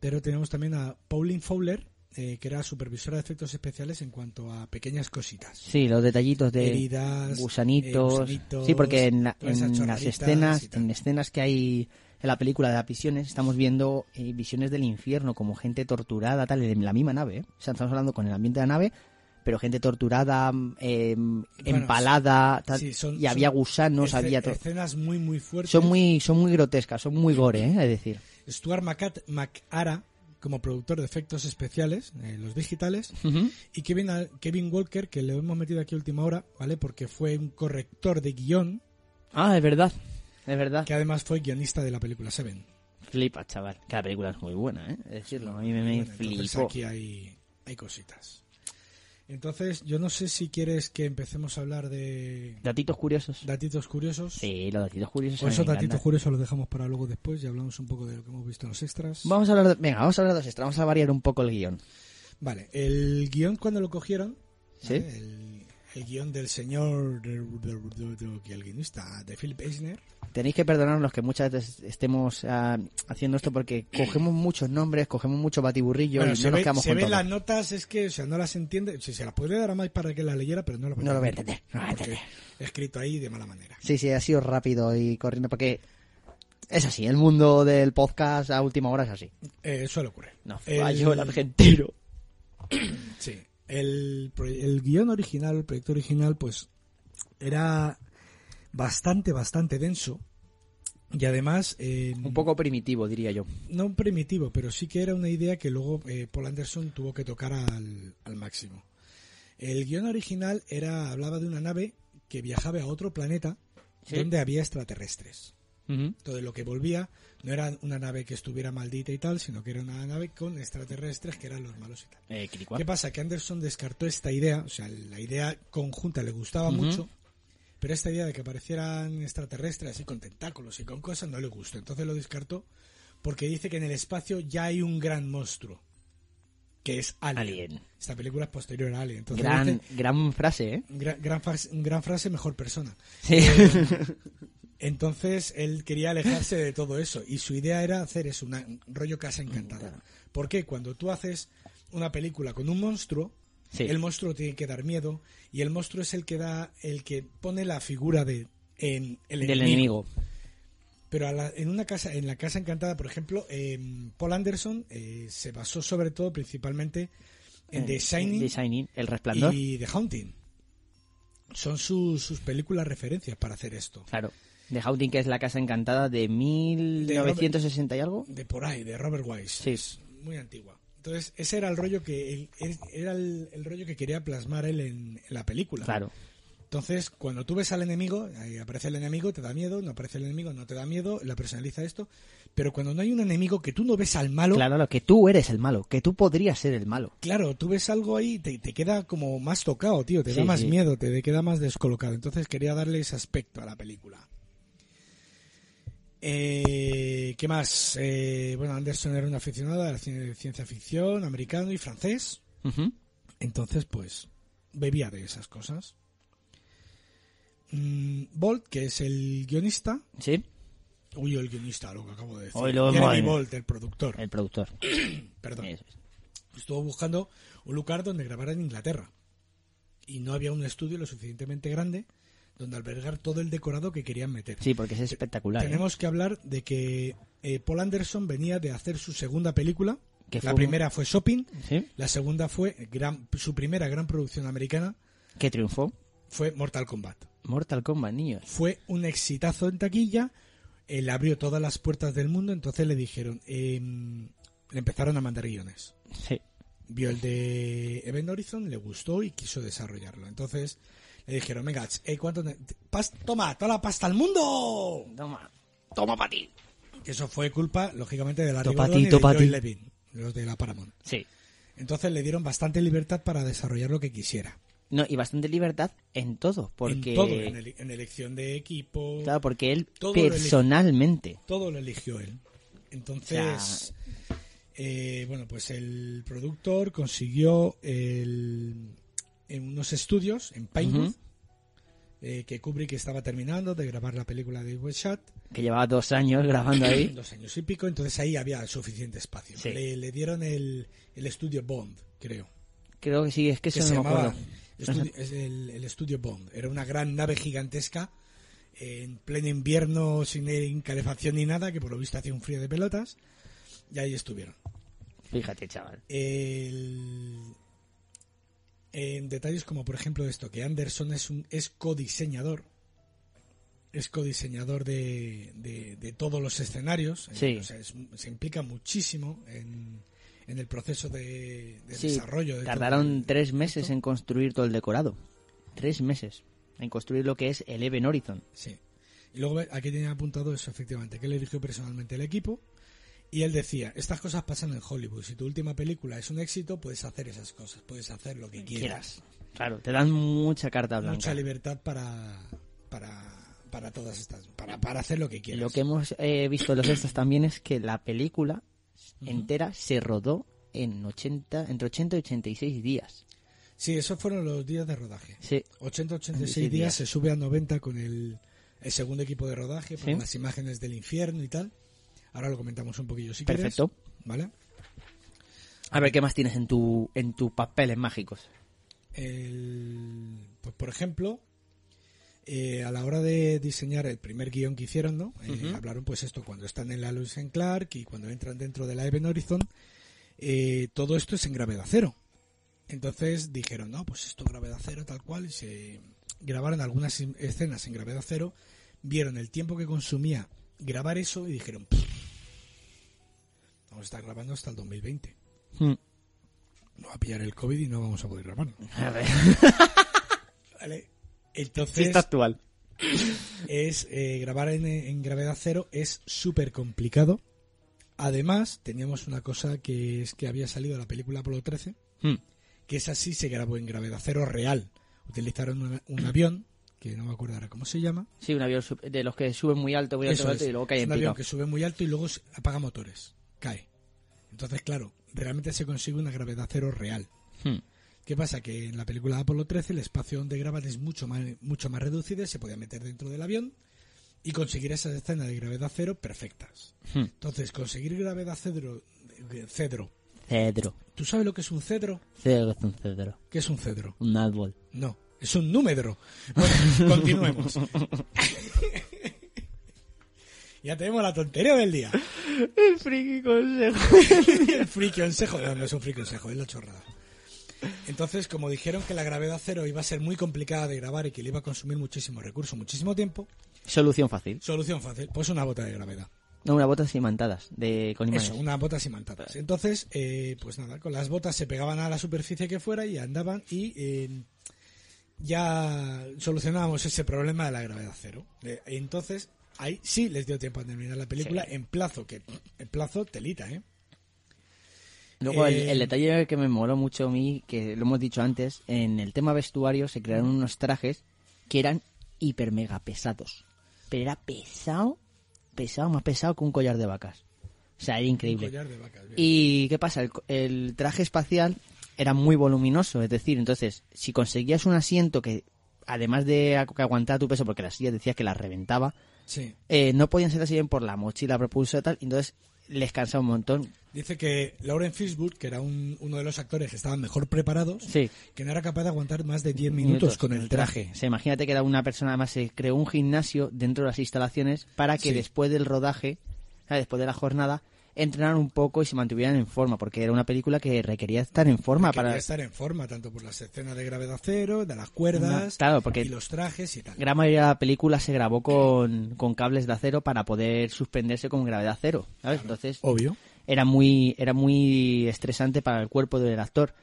Speaker 7: Pero tenemos también a Pauline Fowler, eh, que era supervisora de efectos especiales en cuanto a pequeñas cositas.
Speaker 1: sí, los detallitos de...
Speaker 7: Heridas,
Speaker 1: gusanitos.
Speaker 7: eh, gusanitos,
Speaker 1: sí, porque en, la-
Speaker 7: todas esas
Speaker 1: en las
Speaker 7: chorraditas y
Speaker 1: escenas,
Speaker 7: tal.
Speaker 1: en escenas que hay en la película de las visiones, estamos viendo eh, visiones del infierno, como gente torturada, tal, en la misma nave. ¿eh? O sea, estamos hablando con el ambiente de la nave, pero gente torturada, mm, eh, empalada, tal,
Speaker 7: Sí, son-
Speaker 1: y había
Speaker 7: son
Speaker 1: gusanos,
Speaker 7: esce-
Speaker 1: había todo.
Speaker 7: escenas muy muy fuertes.
Speaker 1: Son muy, son muy grotescas, son muy gore, ¿eh? es decir.
Speaker 7: Stuart Macat- McAra como productor de efectos especiales, eh, los digitales, y Kevin, Kevin Walker, que le hemos metido aquí a última hora, ¿vale? Porque fue un corrector de guión,
Speaker 1: Ah, es verdad, es verdad.
Speaker 7: que además fue guionista de la película Seven.
Speaker 1: Flipa, chaval. Que la película es muy buena, ¿eh? Es decirlo, a mí me, me
Speaker 7: Bueno, entonces
Speaker 1: flipó.
Speaker 7: aquí hay, hay cositas. Entonces, yo no sé si quieres que empecemos a hablar de
Speaker 1: Datitos curiosos.
Speaker 7: datitos curiosos.
Speaker 1: Sí, los datitos curiosos.
Speaker 7: O
Speaker 1: a mí
Speaker 7: esos
Speaker 1: me
Speaker 7: datitos
Speaker 1: encantan.
Speaker 7: curiosos los dejamos para luego después y hablamos un poco de lo que hemos visto en los extras.
Speaker 1: Vamos a hablar de, venga, vamos a hablar de los extras, vamos a variar un poco el guión.
Speaker 7: Vale, el guión cuando lo cogieron,
Speaker 1: Sí.
Speaker 7: ¿vale? el, el guión del señor de, de- de- de- el guionista de Philip Eisner,
Speaker 1: Tenéis que perdonarnos que muchas veces estemos ah, haciendo esto porque cogemos muchos nombres, cogemos mucho batiburrillo
Speaker 7: Bueno,
Speaker 1: y
Speaker 7: se,
Speaker 1: no nos
Speaker 7: ve-
Speaker 1: quedamos
Speaker 7: se
Speaker 1: con
Speaker 7: ven
Speaker 1: todo.
Speaker 7: las notas, es que o sea, no las entiende. Si se las podría dar a Mike para que las leyera, pero no lo
Speaker 1: No lo voy a entender, no lo voy a
Speaker 7: porque
Speaker 1: entender.
Speaker 7: he escrito ahí de mala manera.
Speaker 1: Sí, sí, ha sido rápido y corriendo porque es así, el mundo del podcast a última hora es así.
Speaker 7: Eh, suele ocurrir.
Speaker 1: No, falló el,
Speaker 7: el,
Speaker 1: argentino.
Speaker 7: sí, el, pro- el guión original, el proyecto original, pues era bastante, bastante denso. Y además. eh,
Speaker 1: Un poco primitivo, diría yo.
Speaker 7: No primitivo, pero sí que era una idea que luego eh, Paul Anderson tuvo que tocar al, al máximo. El guión original era hablaba de una nave que viajaba a otro planeta
Speaker 1: Sí.
Speaker 7: donde había extraterrestres. Entonces lo que volvía no era una nave que estuviera maldita y tal, sino que era una nave con extraterrestres que eran los malos y tal.
Speaker 1: Eh,
Speaker 7: ¿Qué pasa? Que Anderson descartó esta idea, o sea, la idea conjunta le gustaba
Speaker 1: Ujú.
Speaker 7: mucho, pero esta idea de que aparecieran extraterrestres y con tentáculos y con cosas no le gustó. Entonces lo descartó porque dice que en el espacio ya hay un gran monstruo, que es Alien.
Speaker 1: Alien.
Speaker 7: Esta película es posterior a Alien. Entonces este-
Speaker 1: Gran,
Speaker 7: dice,
Speaker 1: gran frase, ¿eh?
Speaker 7: gran, gran fras- gran frase, mejor persona.
Speaker 1: Sí.
Speaker 7: Entonces él quería alejarse de todo eso y su idea era hacer es un rollo casa encantada. Porque cuando tú haces una película con un monstruo,
Speaker 1: Sí.
Speaker 7: el monstruo tiene que dar miedo y el monstruo es el que da el que pone la figura de en el
Speaker 1: Del enemigo.
Speaker 7: Pero a la- en una casa, en la casa encantada, por ejemplo, em, Paul Anderson eh, se basó sobre todo principalmente en The
Speaker 1: Eh,
Speaker 7: Shining
Speaker 1: The Shining, El Resplandor.
Speaker 7: y The Haunting. Son sus, sus películas referencias para hacer esto.
Speaker 1: Claro. The Haunting, que es la casa encantada de 1960 y algo.
Speaker 7: De por ahí, de Robert Wise.
Speaker 1: Sí.
Speaker 7: Es muy antigua. Entonces, ese era el rollo que él- él- era el, el rollo que quería plasmar él en, en la película.
Speaker 1: Claro.
Speaker 7: Entonces, cuando tú ves al enemigo, ahí aparece el enemigo, te da miedo, no aparece el enemigo, no te da miedo, la personaliza esto. Pero cuando no hay un enemigo que tú no ves al malo,
Speaker 1: Claro, lo que tú eres el malo, que tú podrías ser el malo.
Speaker 7: Claro, tú ves algo ahí y te, te queda como más tocado, tío, te
Speaker 1: Sí,
Speaker 7: da más
Speaker 1: sí.
Speaker 7: miedo, te queda más descolocado. Entonces quería darle ese aspecto a la película. Eh, ¿Qué más? Eh, bueno, Anderson era un aficionado a la cien- ciencia ficción, americano y francés.
Speaker 1: Ujú.
Speaker 7: Entonces, pues, bebía de esas cosas. Mm, Bolt, que es el guionista.
Speaker 1: Sí,
Speaker 7: Uy, el guionista, lo que acabo de decir.
Speaker 1: Uy, lo-
Speaker 7: Jeremy
Speaker 1: madre mía.
Speaker 7: Bolt, el productor.
Speaker 1: el productor.
Speaker 7: Perdón.
Speaker 1: Eso es.
Speaker 7: estuvo buscando un lugar donde grabar en Inglaterra. Y no había un estudio lo suficientemente grande donde albergar todo el decorado que querían meter.
Speaker 1: Sí, porque es espectacular. ¿eh?
Speaker 7: Tenemos que hablar de que eh, Paul Anderson venía de hacer su segunda película.
Speaker 1: Que
Speaker 7: la
Speaker 1: fue-
Speaker 7: primera fue Shopping,
Speaker 1: Sí,
Speaker 7: la segunda fue gran- su primera gran producción americana
Speaker 1: que triunfó.
Speaker 7: fue Mortal Kombat.
Speaker 1: Mortal Kombat, niños.
Speaker 7: Fue un exitazo en taquilla, eh, le abrió todas las puertas del mundo, entonces le dijeron, eh, le empezaron a mandar guiones.
Speaker 1: Sí.
Speaker 7: vio el de Event Horizon, le gustó y quiso desarrollarlo. Entonces le dijeron, venga, ch, eh, ¿cuánto ne- pas- toma, toda la pasta al mundo.
Speaker 1: Toma.
Speaker 7: Que eso fue culpa, lógicamente, de Larry
Speaker 1: Topa
Speaker 7: Gordon
Speaker 1: ti,
Speaker 7: y de
Speaker 1: topa
Speaker 7: Joy
Speaker 1: ti.
Speaker 7: Levin, los de la Paramount.
Speaker 1: Sí.
Speaker 7: Entonces le dieron bastante libertad para desarrollar lo que quisiera.
Speaker 1: No, y bastante libertad en todo, porque...
Speaker 7: En todo, en, ele- en elección de equipo,
Speaker 1: Claro, porque él
Speaker 7: Todo lo
Speaker 1: personalmente...
Speaker 7: todo lo eligió él. Entonces, eh, bueno, pues el productor consiguió el- en unos estudios en Pinewood,
Speaker 1: Ujú.
Speaker 7: eh, que Kubrick estaba terminando de grabar la película de West Shot,
Speaker 1: Que llevaba dos años grabando ahí.
Speaker 7: dos años y pico, entonces ahí había suficiente espacio.
Speaker 1: Sí.
Speaker 7: Le, le dieron el, el estudio Bond, creo.
Speaker 1: Creo que sí, es que
Speaker 7: que
Speaker 1: eso
Speaker 7: se
Speaker 1: no me
Speaker 7: llamaba
Speaker 1: acuerdo.
Speaker 7: estudi- es el, el estudio Bond. Era una gran nave gigantesca en pleno invierno, sin eh, calefacción ni nada, que por lo visto hacía un frío de pelotas, y ahí estuvieron.
Speaker 1: Fíjate, chaval.
Speaker 7: El- En detalles como por ejemplo esto, que Anderson es un es codiseñador, es codiseñador de, de- de todos los escenarios, eh,
Speaker 1: Sí.
Speaker 7: o sea, es- se implica muchísimo en, en el proceso de, de
Speaker 1: Sí,
Speaker 7: desarrollo. de todo
Speaker 1: tardaron
Speaker 7: el-
Speaker 1: tres meses en construir todo el decorado. Tres meses en construir lo que es el Even Horizon.
Speaker 7: Sí. Y luego ve- aquí tenía apuntado eso, efectivamente, que él eligió personalmente el equipo. Y él decía, estas cosas pasan en Hollywood. Si tu última película es un éxito, puedes hacer esas cosas, puedes hacer lo que quieras.
Speaker 1: Quieras. Claro, te dan mucha carta blanca.
Speaker 7: Mucha libertad para, para, para todas estas, para, para hacer lo que quieras.
Speaker 1: Lo que hemos eh, visto en los extras también es que la película entera se rodó en 80, entre 80 y 86 días.
Speaker 7: Sí, esos fueron los días de rodaje.
Speaker 1: Sí,
Speaker 7: 80-86
Speaker 1: Sí,
Speaker 7: días,
Speaker 1: días.
Speaker 7: se sube a 90 con el, el segundo equipo de rodaje, para
Speaker 1: Sí.
Speaker 7: las imágenes del infierno y tal. Ahora lo comentamos un poquillo si
Speaker 1: perfecto.
Speaker 7: quieres. ¿Vale?
Speaker 1: A ver qué más tienes en tu en tus papeles mágicos.
Speaker 7: el- pues por ejemplo, eh, a la hora de diseñar el primer guión que hicieron, ¿no? Eh, Hablaron pues esto cuando están en la Luz en Clark y cuando entran dentro de la Event Horizon, eh, todo esto es en gravedad cero. Entonces dijeron, no, pues esto gravedad cero tal cual, y se grabaron algunas in- escenas en gravedad cero, vieron el tiempo que consumía grabar eso y dijeron, "Pff, vamos a estar grabando hasta el 2020.
Speaker 1: Hmm.
Speaker 7: No va a pillar el COVID y no vamos a poder grabar.
Speaker 1: A ver,
Speaker 7: Vale. Entonces,
Speaker 1: actual.
Speaker 7: es eh, grabar en, en gravedad cero es súper complicado. Además, teníamos una cosa que es que había salido la película Apolo 13,
Speaker 1: Hmm.
Speaker 7: que esa sí se grabó en gravedad cero real. Utilizaron una- un
Speaker 1: Mm.
Speaker 7: avión, que no me acuerdo ahora cómo se llama.
Speaker 1: Sí, un avión sub- de los que suben muy alto, muy alto,
Speaker 7: Eso
Speaker 1: muy alto
Speaker 7: es.
Speaker 1: y luego
Speaker 7: Es
Speaker 1: cae en
Speaker 7: un avión
Speaker 1: picado.
Speaker 7: que sube muy alto y luego se- apaga motores, cae. Entonces, claro, realmente se consigue una gravedad cero real.
Speaker 1: Hmm.
Speaker 7: ¿Qué pasa? Que en la película de Apolo 13 el espacio donde graban es mucho más, mucho más reducido, y se podía meter dentro del avión y conseguir esas escenas de gravedad cero perfectas.
Speaker 1: Hmm.
Speaker 7: Entonces, conseguir gravedad cedro, eh, cedro.
Speaker 1: Cedro.
Speaker 7: ¿Tú sabes lo que es un cedro?
Speaker 1: Cedro es un cedro.
Speaker 7: ¿Qué es un cedro?
Speaker 1: Un árbol.
Speaker 7: No, es un número. Bueno, continuemos. ya tenemos la tontería del día.
Speaker 1: El friki consejo.
Speaker 7: el free consejo. No, no es un free consejo, es la chorrada. Entonces, como dijeron que la gravedad cero iba a ser muy complicada de grabar y que le iba a consumir muchísimo recurso, muchísimo tiempo,
Speaker 1: Solución fácil.
Speaker 7: solución fácil, pues una bota de gravedad.
Speaker 1: No, unas botas imantadas de, con imanes.
Speaker 7: Eso, unas botas imantadas. Entonces, eh, pues nada, con las botas se pegaban a la superficie que fuera y andaban y eh, ya solucionábamos ese problema de la gravedad cero. Eh, entonces, ahí sí les dio tiempo a terminar la película
Speaker 1: Sí.
Speaker 7: en plazo, que en plazo telita, ¿eh?
Speaker 1: Luego, el- el,
Speaker 7: Eh,
Speaker 1: detalle que me moló mucho a mí, que lo hemos dicho antes, en el tema vestuario se crearon unos trajes que eran hiper mega pesados. Pero era pesado, pesado, más pesado que un collar de vacas. O sea, era increíble.
Speaker 7: Collar de vacas, bien.
Speaker 1: ¿Y qué pasa? El, co- el traje espacial era muy voluminoso, es decir, entonces, si conseguías un asiento que, además de a- que aguantara tu peso, porque las sillas decías que las reventaba,
Speaker 7: Sí.
Speaker 1: eh, no podían ser así bien por la mochila propulsora y tal, entonces les cansaba un montón.
Speaker 7: Dice que Lauren Fishburne, que era un- uno de los actores que estaban mejor preparados,
Speaker 1: Sí.
Speaker 7: que no era capaz de aguantar más de 10 minutos con el traje.
Speaker 1: Se imagínate que era una persona, además se creó un gimnasio dentro de las instalaciones para que
Speaker 7: Sí.
Speaker 1: después del rodaje, o sea, después de la jornada, entrenaran un poco y se mantuvieran en forma, porque era una película que requería estar en forma
Speaker 7: Quería
Speaker 1: para...
Speaker 7: estar en forma, tanto por las escenas de gravedad cero, de las cuerdas,
Speaker 1: No, claro, porque-
Speaker 7: y los trajes y tal.
Speaker 1: gran mayoría de la película se grabó con, con cables de acero para poder suspenderse con gravedad cero, ¿sabes? Entonces
Speaker 7: Obvio.
Speaker 1: era muy era muy estresante para el cuerpo del actor.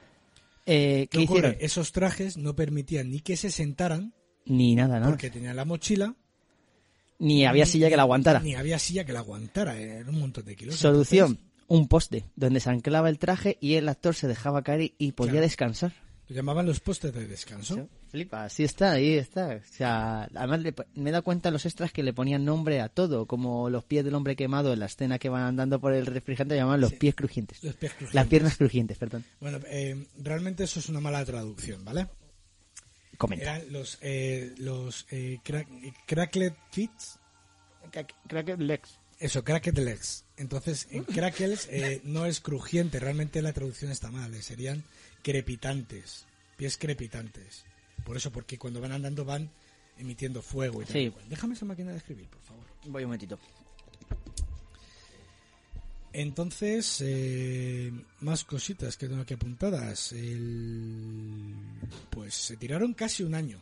Speaker 1: Eh, ¿Qué
Speaker 7: ¿Qué ocurre?
Speaker 1: hicieron?
Speaker 7: Esos trajes no permitían ni que se sentaran,
Speaker 1: Ni nada, nada.
Speaker 7: porque tenían la mochila,
Speaker 1: Ah. Ni había silla que la aguantara.
Speaker 7: ni había silla que la aguantara, era un montón de kilos.
Speaker 1: Solución, un poste donde se anclaba el traje y el actor se dejaba caer y- y podía
Speaker 7: Claro.
Speaker 1: descansar.
Speaker 7: Entonces, lo llamaban los postes de descanso.
Speaker 1: Flipa, así está, ahí está. O sea, además le po- me he dado cuenta en los extras que le ponían nombre a todo, como los pies del hombre quemado en la escena que van andando por el refrigerante llamaban los pies crujientes.
Speaker 7: Los pies crujientes.
Speaker 1: Las piernas crujientes, perdón.
Speaker 7: Bueno, eh, realmente eso es una mala traducción, ¿vale?
Speaker 1: Comenta.
Speaker 7: Eran los, eh, los eh, crack- cracklet fits,
Speaker 1: Lex.
Speaker 7: Eso, cracked legs. Entonces, en crackles eh, no es crujiente, realmente la traducción está mal, eh, serían crepitantes, pies crepitantes. Por eso, porque cuando van andando van emitiendo fuego y tal.
Speaker 1: Sí.
Speaker 7: Déjame esa máquina de escribir, por favor.
Speaker 1: Voy un momentito.
Speaker 7: Entonces, eh, más cositas que tengo aquí apuntadas. El- Pues se tiraron casi un año.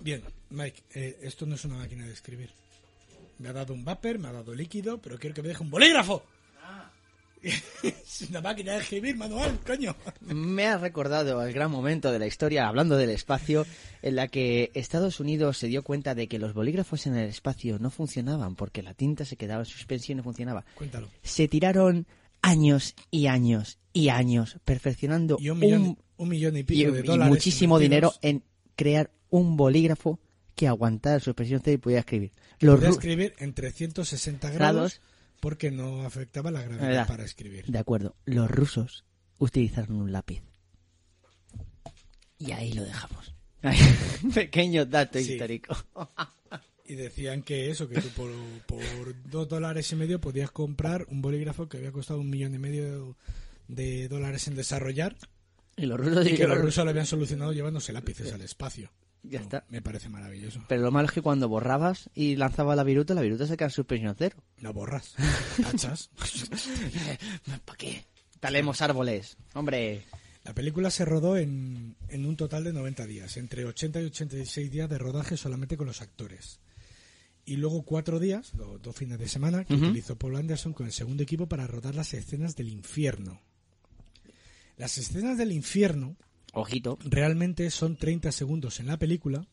Speaker 7: Bien, Mike, eh, esto no es una máquina de escribir. Me ha dado un vapor, me ha dado líquido, pero quiero que me deje un bolígrafo.
Speaker 1: Ah.
Speaker 7: es una máquina de escribir manual, coño.
Speaker 1: Me ha recordado el gran momento de la historia, hablando del espacio, en la que Estados Unidos se dio cuenta de que los bolígrafos en el espacio no funcionaban porque la tinta se quedaba en suspensión y no funcionaba.
Speaker 7: Cuéntalo.
Speaker 1: Se tiraron años y años y años perfeccionando
Speaker 7: Y un millón, un, millón y
Speaker 1: y-
Speaker 7: pico de
Speaker 1: y
Speaker 7: dólares.
Speaker 1: muchísimo dinero
Speaker 7: invertidos.
Speaker 1: en crear un bolígrafo que aguantara suspensión y pudiera escribir. Los
Speaker 7: Podía
Speaker 1: ru-
Speaker 7: escribir en 360
Speaker 1: Grados.
Speaker 7: grados porque no afectaba la gravedad
Speaker 1: Verdad.
Speaker 7: para escribir.
Speaker 1: De acuerdo, los rusos utilizaron un lápiz. Y ahí lo dejamos. Pequeño dato
Speaker 7: Sí.
Speaker 1: histórico.
Speaker 7: Y decían que eso, que tú por, por dos dólares y medio podías comprar un bolígrafo que había costado un millón y medio de dólares en desarrollar
Speaker 1: Y los rusos
Speaker 7: y que los
Speaker 1: los-
Speaker 7: rusos lo habían solucionado llevándose lápices al espacio.
Speaker 1: Ya está.
Speaker 7: Me parece maravilloso.
Speaker 1: Pero lo malo es que cuando borrabas y lanzabas la viruta, la viruta se queda en suspensión cero.
Speaker 7: No borras, tachas.
Speaker 1: ¿Para qué? Talemos árboles. Hombre,
Speaker 7: La película se rodó en, en un total de 90 días, entre 80 y 86 días de rodaje solamente con los actores. Y luego cuatro días, do- dos fines de semana, que
Speaker 1: Ujú.
Speaker 7: utilizó Paul Anderson con el segundo equipo para rodar las escenas del infierno. Las escenas del infierno
Speaker 1: ojito.
Speaker 7: realmente son 30 segundos en la película,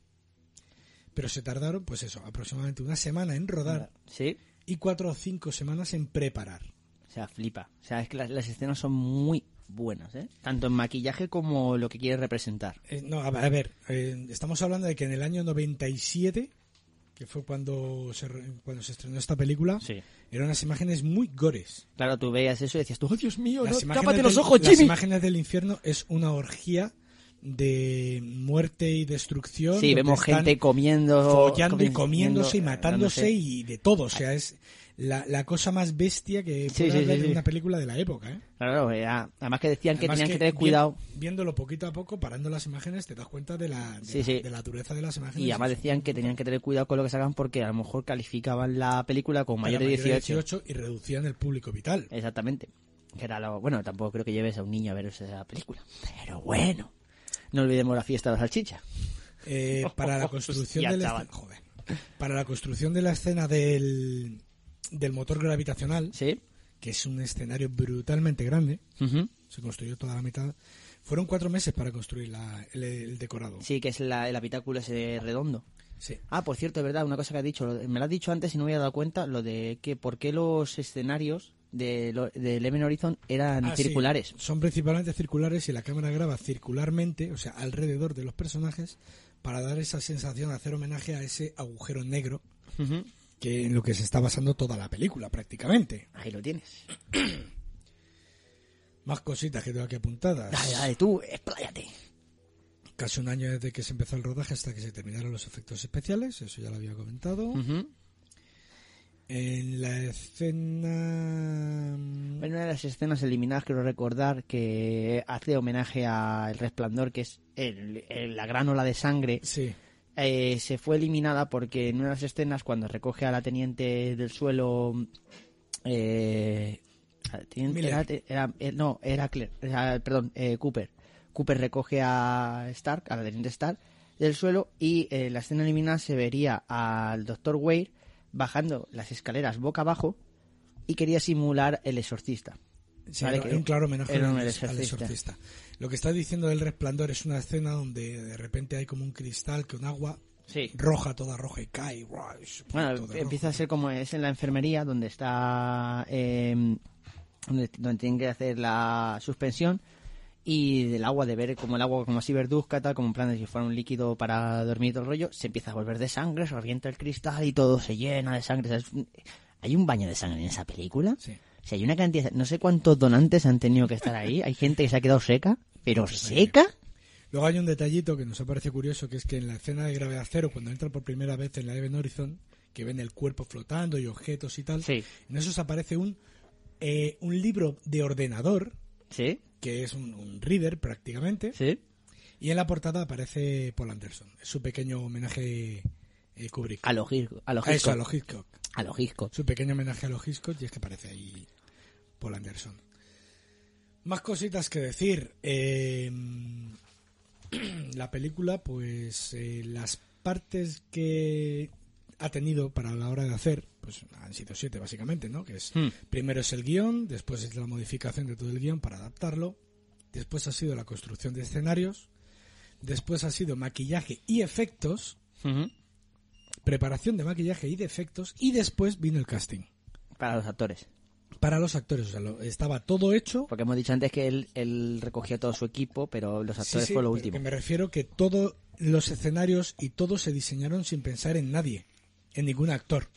Speaker 7: pero se tardaron, pues eso, aproximadamente una semana en rodar
Speaker 1: Sí.
Speaker 7: y cuatro o cinco semanas en preparar.
Speaker 1: O sea, flipa. O sea, es que las, las escenas son muy buenas, ¿eh? Tanto en maquillaje como lo que quieres representar.
Speaker 7: Eh, no, a a ver, eh, estamos hablando de que en el año 97, que fue cuando se, re- cuando se estrenó esta película, eran unas imágenes muy gores.
Speaker 1: Claro, tú veías eso y decías tú, ¡oh, Dios mío!
Speaker 7: Las
Speaker 1: no,
Speaker 7: imágenes
Speaker 1: ¡Tápate los
Speaker 7: del-
Speaker 1: ojos,
Speaker 7: Las
Speaker 1: Jimmy!
Speaker 7: imágenes del infierno es una orgía de muerte y destrucción.
Speaker 1: Sí,
Speaker 7: donde
Speaker 1: vemos
Speaker 7: están
Speaker 1: gente comiendo.
Speaker 7: follando
Speaker 1: comi-
Speaker 7: y comiéndose y
Speaker 1: comiendo,
Speaker 7: matándose y de todo. O sea, es la, la cosa más bestia que
Speaker 1: Sí,
Speaker 7: puede
Speaker 1: sí,
Speaker 7: haber
Speaker 1: sí,
Speaker 7: de
Speaker 1: sí.
Speaker 7: una película de la época. ¿eh?
Speaker 1: Claro, claro, era- además que decían que
Speaker 7: Además
Speaker 1: tenían que, tener
Speaker 7: vi-
Speaker 1: cuidado.
Speaker 7: Viéndolo poquito a poco, parando las imágenes, te das cuenta de la, de
Speaker 1: Sí,
Speaker 7: la-
Speaker 1: sí.
Speaker 7: de la dureza de las imágenes.
Speaker 1: Y además decían que tenían que tener cuidado con lo que sacaban porque a lo mejor calificaban la película con
Speaker 7: para
Speaker 1: mayor de Eh, 18.
Speaker 7: y reducían el público vital.
Speaker 1: Exactamente. Que era lo- bueno, tampoco creo que lleves a un niño a ver esa película. Pero bueno. No olvidemos la fiesta de la salchicha.
Speaker 7: Eh, para la construcción
Speaker 1: Oh, Hostia,
Speaker 7: de la
Speaker 1: chaval.
Speaker 7: escena, joder. para la construcción de la escena del, del motor gravitacional,
Speaker 1: ¿Sí?
Speaker 7: que es un escenario brutalmente grande,
Speaker 1: Ujú.
Speaker 7: se construyó toda la mitad. Fueron cuatro meses para construir la- el, el decorado.
Speaker 1: Sí, que es la- el habitáculo ese redondo.
Speaker 7: Sí.
Speaker 1: Ah, por cierto, es verdad, una cosa que has dicho, lo de- me lo has dicho antes y no me había dado cuenta, lo de que por qué los escenarios de, lo- de Eleven Horizon eran
Speaker 7: Ah, sí.
Speaker 1: circulares.
Speaker 7: Son principalmente circulares y la cámara graba circularmente, o sea, alrededor de los personajes, para dar esa sensación, hacer homenaje a ese agujero negro
Speaker 1: Ujú.
Speaker 7: que en lo que se está basando toda la película prácticamente.
Speaker 1: Ahí lo tienes.
Speaker 7: Más cositas que tengo aquí apuntadas.
Speaker 1: Dale, dale, tú, expláyate.
Speaker 7: Casi un año desde que se empezó el rodaje hasta que se terminaron los efectos especiales, eso ya lo había comentado.
Speaker 1: Ujú.
Speaker 7: En la escena...
Speaker 1: En una de las escenas eliminadas quiero recordar que hace homenaje a El Resplandor, que es el- el- la gran ola de sangre.
Speaker 7: Sí,
Speaker 1: eh, se fue eliminada porque en una de las escenas, cuando recoge a la teniente del suelo, eh, a la teniente-
Speaker 7: Miller.
Speaker 1: era- era- eh, no, era Claire, era- perdón, eh, Cooper. Cooper recoge a Stark, a la teniente Stark, del suelo y eh, en la escena eliminada se vería al doctor Wade bajando las escaleras boca abajo y quería simular el exorcista.
Speaker 7: Sí,
Speaker 1: Vale,
Speaker 7: era-
Speaker 1: que-
Speaker 7: era un claro homenaje
Speaker 1: era un
Speaker 7: al,
Speaker 1: exorcista.
Speaker 7: al exorcista. Lo que está diciendo del resplandor es una escena donde de repente hay como un cristal con agua
Speaker 1: Sí.
Speaker 7: roja, toda roja y cae. y ¡guau! y se pone
Speaker 1: Bueno,
Speaker 7: todo rojo.
Speaker 1: empieza a ser como es en la enfermería, donde está. eh, donde, donde tienen que hacer la suspensión. Y del agua, de ver como el agua, como así verduzca, tal, como en plan de si fuera un líquido para dormir y todo el rollo, se empieza a volver de sangre, se revienta el cristal y todo se llena de sangre. o sea, es un- ¿Hay un baño de sangre en esa película?
Speaker 7: Sí.
Speaker 1: O sea, hay una cantidad. No sé cuántos donantes han tenido que estar ahí. Hay gente que se ha quedado seca, pero seca.
Speaker 7: Luego hay un detallito que nos ha parecido curioso, que es que en la escena de gravedad cero, cuando entra por primera vez en la Even Horizon, que ven el cuerpo flotando y objetos y tal,
Speaker 1: Sí.
Speaker 7: en esos aparece un, eh, un libro de ordenador,
Speaker 1: Sí,
Speaker 7: que es un, un reader prácticamente,
Speaker 1: sí.
Speaker 7: y en la portada aparece Paul Anderson. Es su pequeño homenaje eh, Kubrick.
Speaker 1: A los Hitchcock. A los
Speaker 7: A eso, a
Speaker 1: Hitchcock.
Speaker 7: los Hitchcock.
Speaker 1: A los Hitchcock.
Speaker 7: Su pequeño homenaje a los Hitchcock y es que aparece ahí Paul Anderson. Más cositas que decir. Eh, la película, pues eh, las partes que ha tenido para la hora de hacer, pues han sido siete básicamente, ¿no? Que es
Speaker 1: Hmm.
Speaker 7: primero es el guión, después es la modificación de todo el guión para adaptarlo, después ha sido la construcción de escenarios, después ha sido maquillaje y efectos,
Speaker 1: Ujú.
Speaker 7: preparación de maquillaje y de efectos, y después vino el casting.
Speaker 1: Para los actores.
Speaker 7: para los actores. O sea, lo- estaba todo hecho.
Speaker 1: Porque hemos dicho antes que él, él recogía todo su equipo, pero los
Speaker 7: Sí,
Speaker 1: actores
Speaker 7: sí,
Speaker 1: fue lo
Speaker 7: pero
Speaker 1: último.
Speaker 7: que me refiero que todos los escenarios y todo se diseñaron sin pensar en nadie, en ningún actor.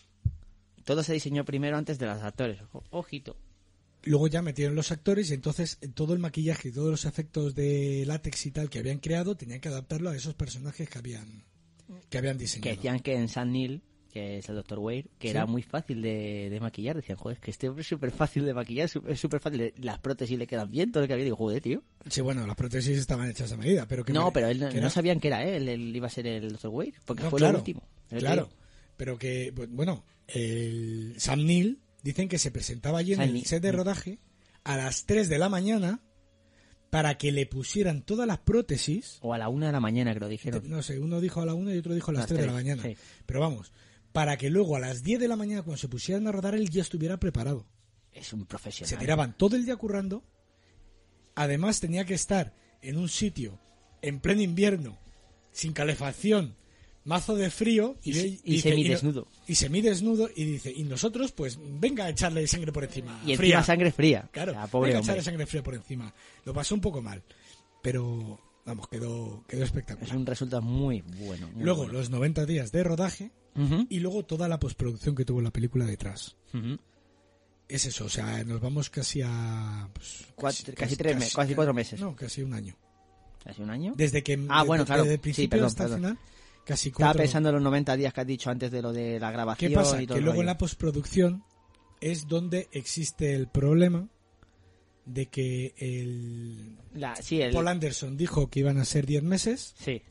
Speaker 1: Todo se diseñó primero antes de los actores. O- Ojito.
Speaker 7: Luego ya metieron los actores y entonces todo el maquillaje y todos los efectos de látex y tal que habían creado tenían que adaptarlo a esos personajes que habían que habían
Speaker 1: Que
Speaker 7: diseñado.
Speaker 1: decían que en San Neil, que es el Dr. Wade, que
Speaker 7: Sí.
Speaker 1: era muy fácil de, de maquillar. Decían, joder, es que este hombre es súper fácil de maquillar, súper- es súper fácil. Las prótesis le quedan bien, todo lo que había. Digo, joder, tío.
Speaker 7: Sí, bueno, las prótesis estaban hechas a medida, pero que
Speaker 1: No,
Speaker 7: me-
Speaker 1: pero él no,
Speaker 7: que
Speaker 1: no
Speaker 7: era-
Speaker 1: sabían que era él, él iba a ser el Dr. Wade, porque
Speaker 7: No,
Speaker 1: fue
Speaker 7: claro,
Speaker 1: lo último. Es lo que
Speaker 7: Claro,
Speaker 1: digo.
Speaker 7: pero que, bu- bueno, el Sam Neill dicen que se presentaba allí en
Speaker 1: Sam
Speaker 7: el
Speaker 1: Neill. mm.
Speaker 7: set de rodaje a las 3 de la mañana para que le pusieran todas las prótesis.
Speaker 1: O a la una de la mañana que lo dijeron.
Speaker 7: No sé, uno dijo a la una y otro dijo a las,
Speaker 1: Las
Speaker 7: 3 de la
Speaker 1: tres,
Speaker 7: mañana.
Speaker 1: sí.
Speaker 7: Pero vamos, para que luego a las 10 de la mañana cuando se pusieran a rodar él ya estuviera preparado.
Speaker 1: Es un profesional.
Speaker 7: Se tiraban todo el día currando. Además tenía que estar en un sitio en pleno invierno, sin calefacción, mazo de frío
Speaker 1: Y se-
Speaker 7: dice-
Speaker 1: y semidesnudo.
Speaker 7: Y, no- y semidesnudo y dice, y nosotros pues venga a echarle sangre por encima.
Speaker 1: Y encima
Speaker 7: fría.
Speaker 1: sangre fría.
Speaker 7: Claro,
Speaker 1: O sea, pobre
Speaker 7: venga a
Speaker 1: hombre.
Speaker 7: echarle sangre fría por encima. Lo pasó un poco mal, pero vamos, quedó, quedó
Speaker 1: Es
Speaker 7: espectacular.
Speaker 1: un resultado muy bueno. muy
Speaker 7: Luego
Speaker 1: bueno.
Speaker 7: los 90 días de rodaje
Speaker 1: Ujú,
Speaker 7: y luego toda la postproducción que tuvo la película detrás.
Speaker 1: ujú.
Speaker 7: Es eso, o sea, nos vamos casi a... pues,
Speaker 1: Cuatro- casi tres me- casi cuatro meses.
Speaker 7: No, casi un año.
Speaker 1: ¿Hace un año?
Speaker 7: Desde que...
Speaker 1: Ah,
Speaker 7: desde-
Speaker 1: bueno, claro.
Speaker 7: Desde el
Speaker 1: Sí,
Speaker 7: principio
Speaker 1: perdón,
Speaker 7: hasta el
Speaker 1: perdón.
Speaker 7: final, casi cuatro...
Speaker 1: Estaba pensando en los 90 días que has dicho antes de lo de la
Speaker 7: ¿Qué
Speaker 1: grabación
Speaker 7: pasa?
Speaker 1: y
Speaker 7: Que
Speaker 1: todo el
Speaker 7: luego en
Speaker 1: rollo.
Speaker 7: la postproducción es donde existe el problema de que el...
Speaker 1: La- sí, el-
Speaker 7: Paul Anderson dijo que iban a ser 10 meses
Speaker 1: sí.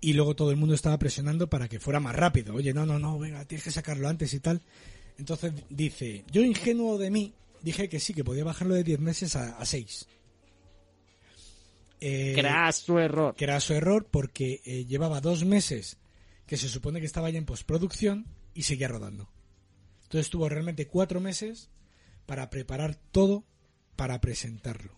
Speaker 7: y luego todo el mundo estaba presionando para que fuera más rápido. Oye, no, no, no, venga, tienes que sacarlo antes y tal. Entonces dice, yo ingenuo de mí dije que sí, que podía bajarlo de 10 meses a, a 6. Eh,
Speaker 8: Craso error.
Speaker 7: que era su error porque eh, llevaba dos meses que se supone que estaba ya en postproducción y seguía rodando. Entonces tuvo realmente cuatro meses para preparar todo para presentarlo.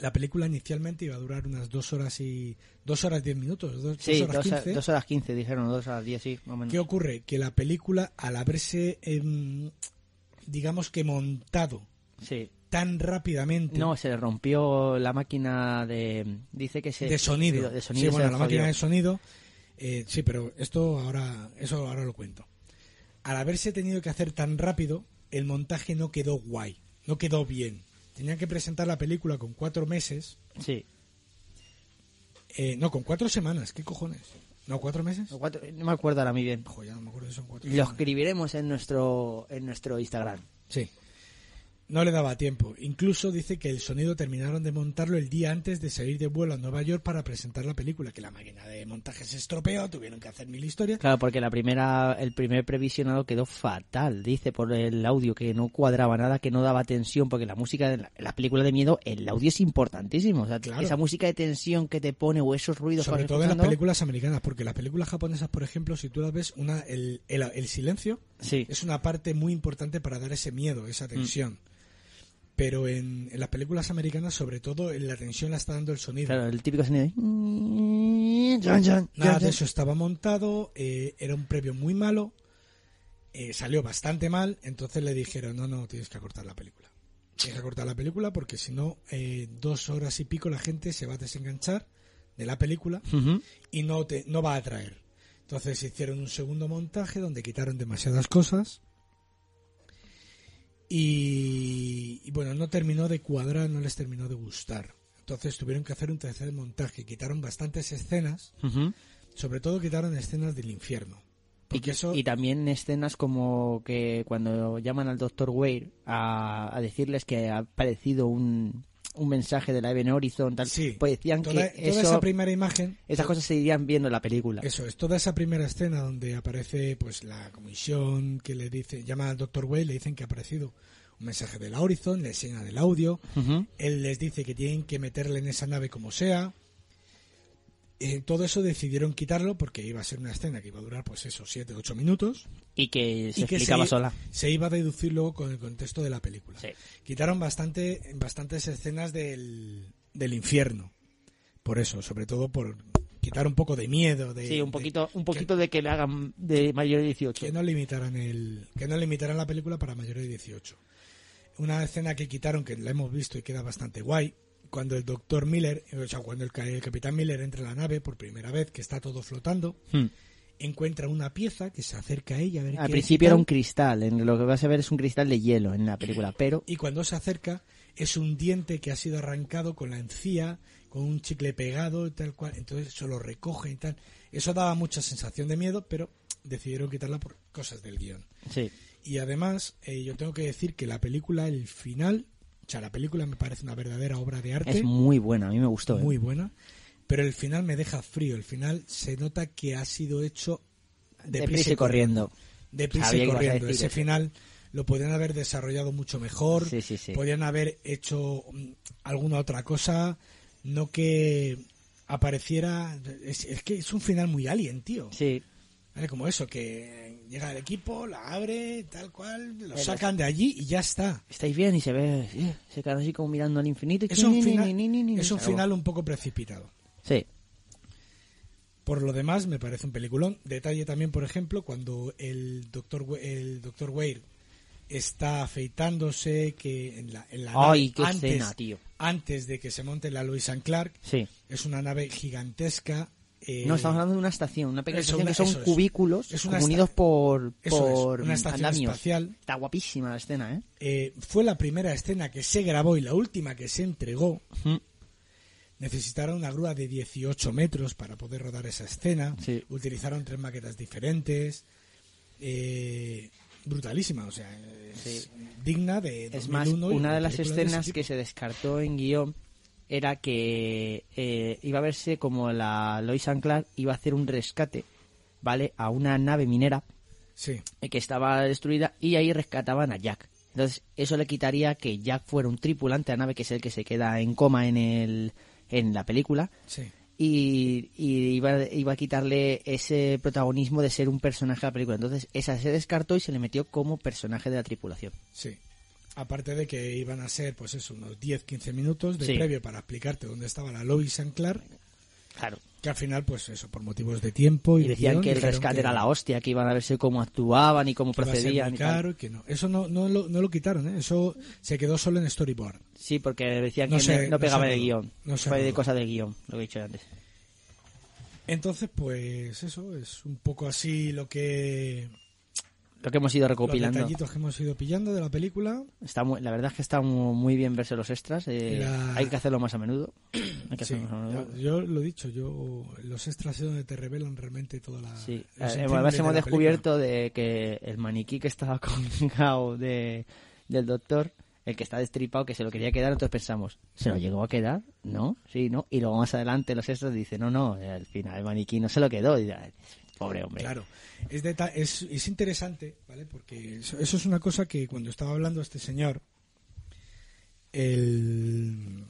Speaker 7: La película inicialmente iba a durar unas dos horas y dos horas diez minutos, dos,
Speaker 1: Sí,
Speaker 7: dos horas
Speaker 1: dos, a-
Speaker 7: quince.
Speaker 1: dos horas 15 dijeron, dos horas 10, sí, más o menos.
Speaker 7: ¿Qué ocurre? Que la película al haberse, em, digamos que montado
Speaker 1: Sí.
Speaker 7: tan rápidamente,
Speaker 1: No, se le rompió la máquina de... Dice que se...
Speaker 7: de sonido.
Speaker 1: De sonido
Speaker 7: sí,
Speaker 1: se
Speaker 7: bueno,
Speaker 1: le
Speaker 7: la máquina
Speaker 1: jodió.
Speaker 7: de sonido. eh, sí, pero esto ahora, eso ahora lo cuento. Al haberse tenido que hacer tan rápido, el montaje no quedó guay, no quedó bien. Tenían que presentar la película con cuatro meses,
Speaker 1: Sí.
Speaker 7: eh, no, con cuatro semanas, ¿qué cojones? ¿No, cuatro meses?
Speaker 1: O cuatro- No me acuerdo ahora muy bien.
Speaker 7: Ojo, ya no me acuerdo si son cuatro
Speaker 1: Lo
Speaker 7: semanas.
Speaker 1: escribiremos en nuestro, en nuestro Instagram.
Speaker 7: Sí. No le daba tiempo. Incluso dice que el sonido terminaron de montarlo el día antes de salir de vuelo a Nueva York para presentar la película, que la máquina de montaje se estropeó, tuvieron que hacer mil historias.
Speaker 1: Claro, porque la primera, el primer previsionado quedó fatal. Dice por el audio que no cuadraba nada, que no daba tensión, porque la música, en la- en las películas de miedo, el audio es importantísimo. O sea,
Speaker 7: Claro.
Speaker 1: esa música de tensión que te pone o esos ruidos que
Speaker 7: Sobre
Speaker 1: vas
Speaker 7: todo en las
Speaker 1: escuchando-
Speaker 7: películas americanas, porque las películas japonesas, por ejemplo, si tú las ves, una, el, el- el silencio
Speaker 1: Sí.
Speaker 7: es una parte muy importante para dar ese miedo, esa tensión. Pero en, en las películas americanas, sobre todo, la tensión la está dando el sonido.
Speaker 1: Claro, el típico sonido. de- Chan, chan,
Speaker 7: Nada
Speaker 1: chan,
Speaker 7: de
Speaker 1: chan.
Speaker 7: eso estaba montado, eh, era un previo muy malo, eh, salió bastante mal, entonces le dijeron, no, no, tienes que acortar la película. Tienes que acortar la película porque si no, eh, dos horas y pico la gente se va a desenganchar de la película
Speaker 1: Ujú.
Speaker 7: y no, te, no va a atraer. Entonces hicieron un segundo montaje donde quitaron demasiadas cosas. Y, y bueno, no terminó de cuadrar, no les terminó de gustar. Entonces tuvieron que hacer un tercer montaje. Quitaron bastantes escenas
Speaker 1: Ujú.
Speaker 7: sobre todo quitaron escenas del infierno.
Speaker 1: Y,
Speaker 7: Porque eso.
Speaker 1: y también escenas como que cuando llaman al doctor Wade a, a decirles que ha aparecido un, un mensaje de la Event Horizon, tal,
Speaker 7: sí,
Speaker 1: pues decían
Speaker 7: toda,
Speaker 1: que
Speaker 7: toda
Speaker 1: eso-
Speaker 7: esa primera imagen.
Speaker 1: esas cosas se irían viendo en la película.
Speaker 7: Eso es, toda esa primera escena donde aparece pues la comisión que le dice, llama al doctor Way, le dicen que ha aparecido un mensaje de la Horizon, le enseñan el audio,
Speaker 1: Ujú.
Speaker 7: él les dice que tienen que meterle en esa nave como sea. Eh, todo eso decidieron quitarlo porque iba a ser una escena que iba a durar pues eso, 7, 8 minutos.
Speaker 1: Y que se
Speaker 7: y que
Speaker 1: explicaba
Speaker 7: se,
Speaker 1: sola.
Speaker 7: se iba a deducir luego con el contexto de la película.
Speaker 1: Sí.
Speaker 7: Quitaron bastante, bastantes escenas del, del infierno. Por eso, sobre todo por quitar un poco de miedo. De,
Speaker 1: Sí, un
Speaker 7: de-
Speaker 1: poquito, un poquito de que le hagan de mayor de 18.
Speaker 7: que no limitaran el que no limitaran la película para mayores de 18. Una escena que quitaron que la hemos visto y queda bastante guay, cuando el doctor Miller, o sea, cuando el, ca- el capitán Miller entra en la nave por primera vez, que está todo flotando,
Speaker 1: Hmm.
Speaker 7: encuentra una pieza que se acerca a ella a ver
Speaker 1: Al
Speaker 7: qué
Speaker 1: principio
Speaker 7: es
Speaker 1: era
Speaker 7: tal,
Speaker 1: un cristal, en lo que vas a ver es un cristal de hielo en la película, pero
Speaker 7: y cuando se acerca es un diente que ha sido arrancado con la encía, con un chicle pegado y tal cual, entonces se lo recoge y tal. Eso daba mucha sensación de miedo, pero decidieron quitarla por cosas del guión.
Speaker 1: sí,
Speaker 7: Y además, eh, yo tengo que decir que la película, el final, o sea, la película me parece una verdadera obra de arte,
Speaker 1: es muy buena, a mí me gustó. ¿eh?
Speaker 7: muy buena, pero el final me deja frío. El final se nota que ha sido hecho
Speaker 1: Deprisa y corriendo.
Speaker 7: Deprisa
Speaker 1: Sabía
Speaker 7: y
Speaker 1: que ibas a
Speaker 7: corriendo.
Speaker 1: decir
Speaker 7: Ese
Speaker 1: eso.
Speaker 7: final lo podrían haber desarrollado mucho mejor,
Speaker 1: Sí, sí, sí.
Speaker 7: podrían haber hecho mm, alguna otra cosa, no que apareciera. Es, es que es un final muy alien, tío.
Speaker 1: Sí,
Speaker 7: Vale, como eso, que llega el equipo, la abre, tal cual, lo
Speaker 1: Pero-
Speaker 7: sacan de allí y ya está.
Speaker 1: estáis bien y se ve, sí, se quedan así como mirando al infinito. y
Speaker 7: Es un
Speaker 1: ni, ni,
Speaker 7: final,
Speaker 1: ni, ni, ni, ni,
Speaker 7: es un
Speaker 1: se acabó.
Speaker 7: final un poco precipitado.
Speaker 1: Sí,
Speaker 7: Por lo demás, me parece un peliculón. Detalle también, por ejemplo, cuando el doctor, Wa- el doctor Wade está afeitándose, que en la, en la
Speaker 1: Ay,
Speaker 7: nave,
Speaker 1: qué
Speaker 7: antes,
Speaker 1: escena, tío.
Speaker 7: antes de que se monte la Louis and Clark,
Speaker 1: sí.
Speaker 7: es una nave gigantesca. eh,
Speaker 1: No, estamos hablando de una estación, una pequeña
Speaker 7: eso,
Speaker 1: estación
Speaker 7: una-
Speaker 1: que son
Speaker 7: eso es.
Speaker 1: cubículos
Speaker 7: Es una
Speaker 1: unidos
Speaker 7: esta-
Speaker 1: por,
Speaker 7: eso es,
Speaker 1: por
Speaker 7: una estación
Speaker 1: andamios.
Speaker 7: espacial.
Speaker 1: Está guapísima la escena, ¿eh?
Speaker 7: eh, fue la primera escena que se grabó y la última que se entregó.
Speaker 1: Ujú.
Speaker 7: Necesitaron una grúa de 18 metros para poder rodar esa escena.
Speaker 1: Sí.
Speaker 7: Utilizaron tres maquetas diferentes. Eh, brutalísima, o sea, es
Speaker 1: Sí.
Speaker 7: digna de.
Speaker 1: Es más,
Speaker 7: 2001 y
Speaker 1: una de las
Speaker 7: película ese
Speaker 1: escenas
Speaker 7: tipo.
Speaker 1: que se descartó en guión era que eh, iba a verse como la Lois and Clark iba a hacer un rescate, ¿vale? A una nave minera
Speaker 7: Sí,
Speaker 1: eh, que estaba destruida y ahí rescataban a Jack. Entonces, eso le quitaría que Jack fuera un tripulante de la nave, que es el que se queda en coma en, el, en la película.
Speaker 7: Sí.
Speaker 1: Y, y iba, iba a quitarle ese protagonismo de ser un personaje de la película. Entonces, esa se descartó y se le metió como personaje de la tripulación.
Speaker 7: Sí. Aparte de que iban a ser, pues eso, unos 10-15 minutos de
Speaker 1: Sí.
Speaker 7: previo para explicarte dónde estaba la Lobby St. Clair,
Speaker 1: Claro.
Speaker 7: que al final, pues eso, por motivos de tiempo y,
Speaker 1: Y decían
Speaker 7: guión,
Speaker 1: que el
Speaker 7: dijeron
Speaker 1: rescate
Speaker 7: que-
Speaker 1: era la hostia, que iban a verse cómo actuaban y cómo
Speaker 7: que iba a ser muy
Speaker 1: procedían. y tal.
Speaker 7: caro y que no. Eso no, no, lo, no lo quitaron, ¿eh? Eso se quedó solo en storyboard.
Speaker 1: Sí, porque decían
Speaker 7: No
Speaker 1: que
Speaker 7: sé,
Speaker 1: no,
Speaker 7: no
Speaker 1: pegaba
Speaker 7: sé
Speaker 1: el
Speaker 7: nada.
Speaker 1: guión.
Speaker 7: No sé
Speaker 1: Fue de
Speaker 7: nada.
Speaker 1: cosa del guión, lo que he dicho antes.
Speaker 7: Entonces, pues eso, es un poco así lo que...
Speaker 1: Lo que hemos ido
Speaker 7: Los
Speaker 1: recopilando.
Speaker 7: detallitos que hemos ido pillando de la película.
Speaker 1: Está muy- la verdad es que está mu- muy bien verse los extras. eh,
Speaker 7: La-
Speaker 1: Hay que hacerlo más a menudo. Hay que
Speaker 7: Sí,
Speaker 1: hacerlo más a menudo.
Speaker 7: yo- yo lo he dicho, yo los extras es donde te revelan realmente toda la...
Speaker 1: Sí.
Speaker 7: el
Speaker 1: Eh,
Speaker 7: sentido
Speaker 1: además
Speaker 7: de
Speaker 1: hemos
Speaker 7: la
Speaker 1: descubierto de que el maniquí que estaba colgado de, del doctor, el que está destripado, que se lo quería quedar, entonces pensamos, ¿se lo llegó a quedar? ¿No? Sí, ¿no? Y luego más adelante los extras dicen, no, no, al final el maniquí no se lo quedó. Y ya, pobre hombre.
Speaker 7: Claro, es, deta- es, es interesante, ¿vale? Porque eso, eso es una cosa que cuando estaba hablando este señor, el...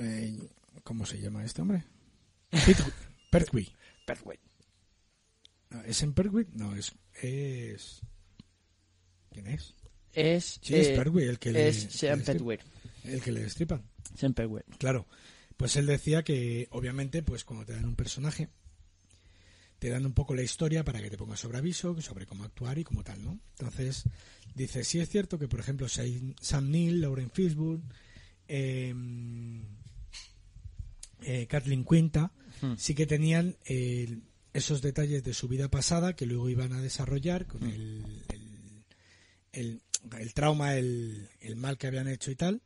Speaker 7: eh, ¿Cómo se llama este hombre? Pit- Pertwee.
Speaker 6: Pathway.
Speaker 7: No, ¿Es en Pertwee? No, es... es... ¿Quién es?
Speaker 1: Es, eh,
Speaker 7: Sí, es Pertwee el que le-
Speaker 1: es Sean
Speaker 7: le destripa.
Speaker 1: Pertwee.
Speaker 7: El que le destripan.
Speaker 1: Sean Pertwee.
Speaker 7: Claro, pues él decía que obviamente pues cuando te dan un personaje te dan un poco la historia para que te pongas sobre aviso, sobre cómo actuar y como tal, ¿no? Entonces, dice, sí es cierto que, por ejemplo, Sam Sam Neill, Lauren Fishburne, eh, eh, Kathleen Quinta, sí que tenían eh, esos detalles de su vida pasada que luego iban a desarrollar con el, el, el- el trauma, el, el mal que habían hecho y tal,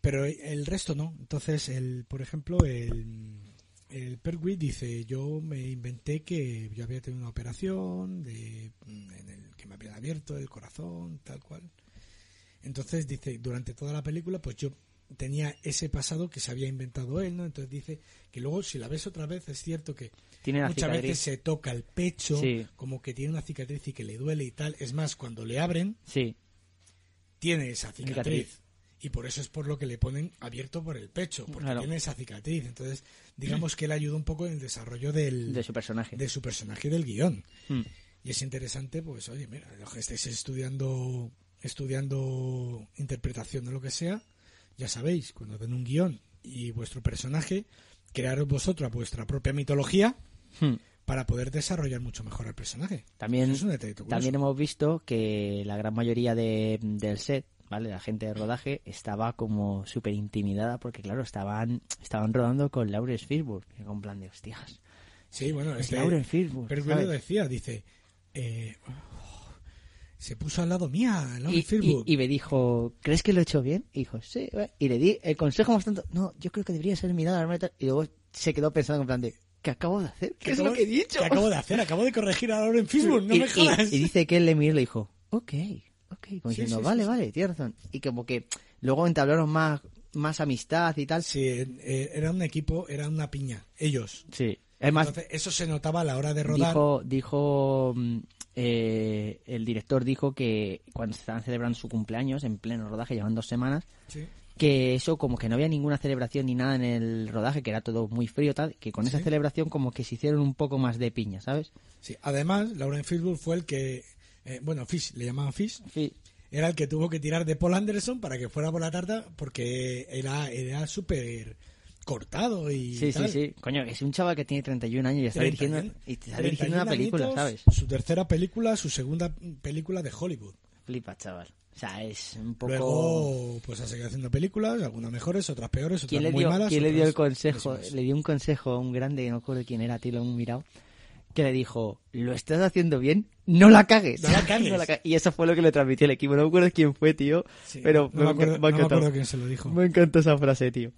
Speaker 7: pero el resto no. Entonces, el, por ejemplo, el, el Pertwee dice, yo me inventé que yo había tenido una operación de, en el que me habían abierto el corazón, tal cual. Entonces dice, durante toda la película, pues yo tenía ese pasado que se había inventado él, ¿no? Entonces dice que luego, si la ves otra vez, es cierto que
Speaker 1: Tiene la
Speaker 7: muchas
Speaker 1: cicatriz.
Speaker 7: veces se toca el pecho,
Speaker 1: Sí.
Speaker 7: como que tiene una cicatriz y que le duele y tal. Es más, cuando le abren,
Speaker 1: Sí,
Speaker 7: tiene esa cicatriz.
Speaker 1: Cicatriz.
Speaker 7: Y por eso es por lo que le ponen abierto por el pecho, porque
Speaker 1: Claro.
Speaker 7: tiene esa cicatriz. Entonces, digamos que él ayuda un poco en el desarrollo del,
Speaker 1: de su personaje.
Speaker 7: de su personaje y del guión.
Speaker 1: Mm.
Speaker 7: Y es interesante, pues, oye, mira, los que estéis estudiando, estudiando interpretación de lo que sea, ya sabéis, cuando den un guión y vuestro personaje, crearos vosotros vuestra propia mitología
Speaker 1: Hmm.
Speaker 7: para poder desarrollar mucho mejor al personaje.
Speaker 1: También,
Speaker 7: Es un detallito curioso.
Speaker 1: también hemos visto que la gran mayoría de, del set, ¿vale? La gente de rodaje estaba como súper intimidada porque, claro, estaban, estaban rodando con Laurel Fishburne. que Con plan de hostias.
Speaker 7: Sí, bueno,
Speaker 1: Es
Speaker 7: este-
Speaker 1: Laurel Fishburne.
Speaker 7: Pero
Speaker 1: ¿sabes?
Speaker 7: lo decía, dice, eh, se puso al lado mía, ¿no?
Speaker 1: Y,
Speaker 7: El Firbu.
Speaker 1: y- y me dijo, ¿crees que lo he hecho bien? Y dijo, sí. eh". Y le di el consejo más tanto. No, yo creo que debería ser mirado al meta. Y luego se quedó pensando en plan de, ¿qué acabo de hacer? ¿Qué, es
Speaker 7: acabo-
Speaker 1: lo que he dicho?
Speaker 7: que acabo de hacer? Acabo de corregir a Lauren Fishburne, no
Speaker 1: y,
Speaker 7: me
Speaker 1: y-
Speaker 7: jodas.
Speaker 1: y dice que él le miró y le dijo, ok, ok, como
Speaker 7: Sí,
Speaker 1: diciendo,
Speaker 7: sí, sí,
Speaker 1: vale,
Speaker 7: sí.
Speaker 1: vale, tienes razón. Y como que luego entablaron más, más amistad y tal.
Speaker 7: Sí, eh, era un equipo, era una piña, ellos.
Speaker 1: Sí. Además,
Speaker 7: Entonces, eso se notaba a la hora de rodar.
Speaker 1: dijo, dijo mm, eh, el director dijo que cuando se estaban celebrando su cumpleaños, en pleno rodaje, llevan dos semanas,
Speaker 7: Sí.
Speaker 1: que eso como que no había ninguna celebración ni nada en el rodaje, que era todo muy frío tal, que con esa
Speaker 7: Sí.
Speaker 1: celebración como que se hicieron un poco más de piña, ¿sabes?
Speaker 7: Sí, Además, Lauren Fishburne fue el que, eh, bueno, Fish, le llamaban Fish,
Speaker 1: Sí.
Speaker 7: era el que tuvo que tirar de Paul Anderson para que fuera por la tarta porque era, era súper cortado y
Speaker 1: Sí, sí,
Speaker 7: tal.
Speaker 1: sí. Coño, es un chaval que tiene 31 años y está
Speaker 7: 30
Speaker 1: dirigiendo,
Speaker 7: años.
Speaker 1: y está
Speaker 7: 31
Speaker 1: dirigiendo una película,
Speaker 7: añitos,
Speaker 1: ¿sabes?
Speaker 7: Su tercera película, su segunda película de Hollywood.
Speaker 1: Flipa, chaval. O sea, es un poco...
Speaker 7: Luego, pues ha seguido haciendo películas, algunas mejores, otras peores, otras
Speaker 1: ¿Quién le
Speaker 7: muy
Speaker 1: dio,
Speaker 7: malas.
Speaker 1: quién le dio
Speaker 7: otras
Speaker 1: el consejo?
Speaker 7: pésimas.
Speaker 1: Le dio un consejo a un grande, no recuerdo quién era, tío, un mirado, que le dijo, lo estás haciendo bien, no la cagues.
Speaker 7: No la cagues.
Speaker 1: ca- y eso fue lo que le transmitió el equipo. No me acuerdo quién fue, tío,
Speaker 7: Sí,
Speaker 1: pero
Speaker 7: no me,
Speaker 1: enca-
Speaker 7: acuerdo,
Speaker 1: ha
Speaker 7: no me
Speaker 1: encantado.
Speaker 7: acuerdo quién se lo dijo.
Speaker 1: Me encanta esa frase, tío.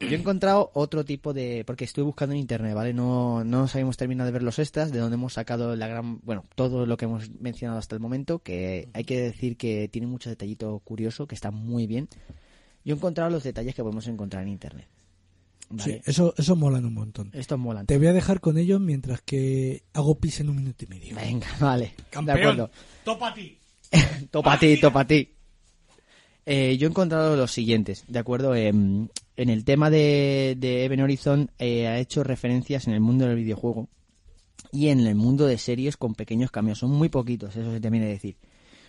Speaker 1: Yo he encontrado otro tipo de... Porque estoy buscando en internet, ¿vale? No, no nos habíamos terminado de ver los extras, de donde hemos sacado la gran... Bueno, todo lo que hemos mencionado hasta el momento, que hay que decir que tiene mucho detallito curioso, que está muy bien. Yo he encontrado los detalles que podemos encontrar en internet.
Speaker 7: Sí,
Speaker 1: ¿Vale?
Speaker 7: eso, eso molan un montón.
Speaker 1: Estos molan.
Speaker 7: Te voy a dejar con ellos mientras que hago pis en un minuto y medio.
Speaker 1: Venga, vale. De
Speaker 7: Campeón,
Speaker 1: acuerdo.
Speaker 7: tópate.
Speaker 1: topa a ti, topa a ti. Eh, yo he encontrado los siguientes, ¿de acuerdo? Em, en el tema de, de Even Horizon eh, ha hecho referencias en el mundo del videojuego y en el mundo de series con pequeños cambios. Son muy poquitos, eso se termina de decir.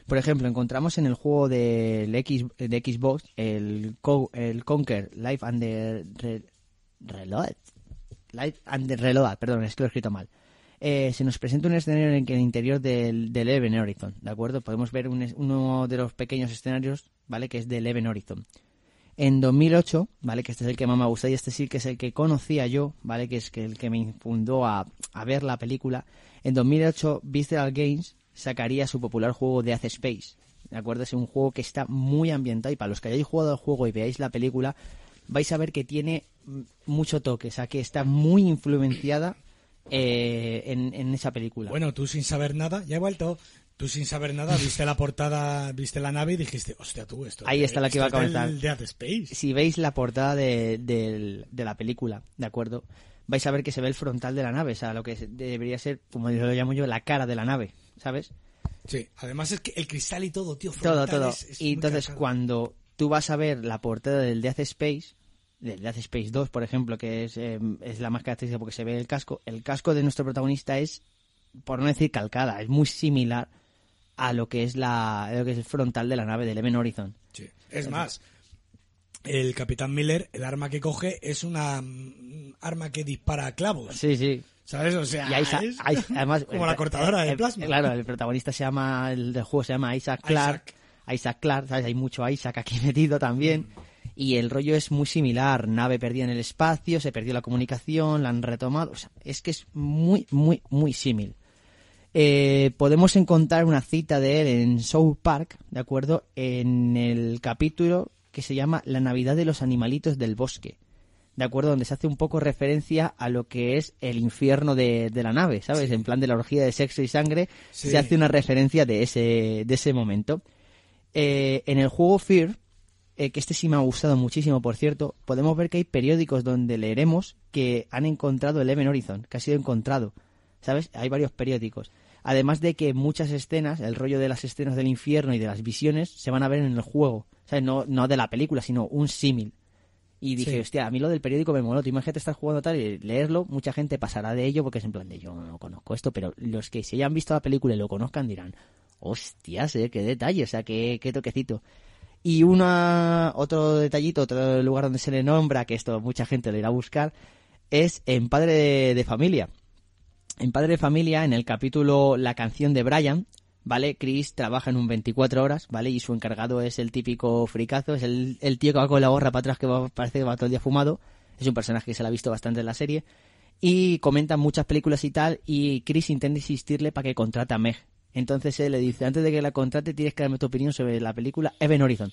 Speaker 1: Por ejemplo, encontramos en el juego del X, de Xbox el, Co- el Conquer Life Under Re- Reload. Life Under Reload, perdón, es que lo he escrito mal. Eh, se nos presenta un escenario en el que el interior del, del Even Horizon, ¿de acuerdo? Podemos ver un es- uno de los pequeños escenarios, ¿vale? Que es del Even Horizon. En 2008, ¿vale? Que este es el que más me gusta y este sí que es el que conocía yo, ¿vale? Que es que el que me infundó a, a ver la película. En 2008, Visceral Games sacaría su popular juego de Hace Space. ¿De acuerdo? Es un juego que está muy ambientado y para los que hayáis jugado al juego y veáis la película, vais a ver que tiene mm, mucho toque, o sea, que está muy influenciada eh, en, en esa película.
Speaker 7: Bueno, tú sin saber nada, ya he vuelto. Tú sin saber nada, viste la portada, viste la nave y dijiste, hostia, tú, esto.
Speaker 1: Ahí está la que iba a
Speaker 7: esto es del-
Speaker 1: comentar.
Speaker 7: De Dead Space.
Speaker 1: si veis la portada de, del- de la película, ¿de acuerdo? Vais a ver que se ve el frontal de la nave, o sea, lo que se- debería ser, como yo lo llamo yo, la cara de la nave, ¿sabes?
Speaker 7: Sí, además es que el cristal y todo, tío.
Speaker 1: Todo,
Speaker 7: frontal
Speaker 1: todo.
Speaker 7: es- es
Speaker 1: y
Speaker 7: muy
Speaker 1: entonces
Speaker 7: cagado.
Speaker 1: cuando tú vas a ver la portada del Death Space, del Death Space 2, por ejemplo, que es, eh, es la más característica porque se ve el casco, el casco de nuestro protagonista es, por no decir calcada, es muy similar a lo que es, la, a lo que es el frontal de la nave del Event Horizon.
Speaker 7: Sí. Es más, el Capitán Miller, el arma que coge es una mm, arma que dispara a clavos.
Speaker 1: Sí, sí.
Speaker 7: ¿Sabes? O sea,
Speaker 1: Y a Isaac-
Speaker 7: es
Speaker 1: a- además,
Speaker 7: como
Speaker 1: el-
Speaker 7: la cortadora de
Speaker 1: el-
Speaker 7: plasma.
Speaker 1: Claro, el protagonista se llama, el del juego se llama Isaac Clark.
Speaker 7: Isaac.
Speaker 1: Isaac, Clark, ¿sabes? Hay mucho Isaac aquí metido también. Y el rollo es muy similar. Nave perdida en el espacio, se perdió la comunicación, la han retomado. O sea, es que es muy, muy, muy símil. Eh, podemos encontrar una cita de él en South Park, ¿de acuerdo? En el capítulo que se llama La Navidad de los Animalitos del Bosque, ¿de acuerdo? Donde se hace un poco referencia a lo que es el infierno de, de la nave, ¿sabes? En plan de la orgía de sexo y sangre,
Speaker 7: Sí.
Speaker 1: se hace una referencia de ese, de ese momento. Eh, en el juego Fear, eh, que este sí me ha gustado muchísimo, por cierto, podemos ver que hay periódicos donde leeremos que han encontrado el Event Horizon, que ha sido encontrado. ¿Sabes? Hay varios periódicos. Además de que muchas escenas, el rollo de las escenas del infierno y de las visiones, se van a ver en el juego. ¿Sabes? No, no de la película, sino un símil. Y dije,
Speaker 7: Sí.
Speaker 1: hostia, a mí lo del periódico me moló. Tú imagínate estar jugando tal y leerlo, mucha gente pasará de ello porque es en plan de yo no conozco esto, pero los que se hayan visto la película y lo conozcan dirán, hostias, eh, qué detalle, o sea, qué, qué toquecito. Y una, otro detallito, otro lugar donde se le nombra, que esto mucha gente lo irá a buscar, es en Padre de, de Familia. En Padre de Familia, en el capítulo La canción de Brian, ¿vale? Chris trabaja en un 24 horas, ¿vale? Y su encargado es el típico fricazo, es el, el tío que va con la gorra para atrás que va- parece que va todo el día fumado. Es un personaje que se le ha visto bastante en la serie. Y comentan muchas películas y tal, y Chris intenta insistirle para que contrate a Meg. Entonces él le dice, antes de que la contrate tienes que darme tu opinión sobre la película Even Horizon.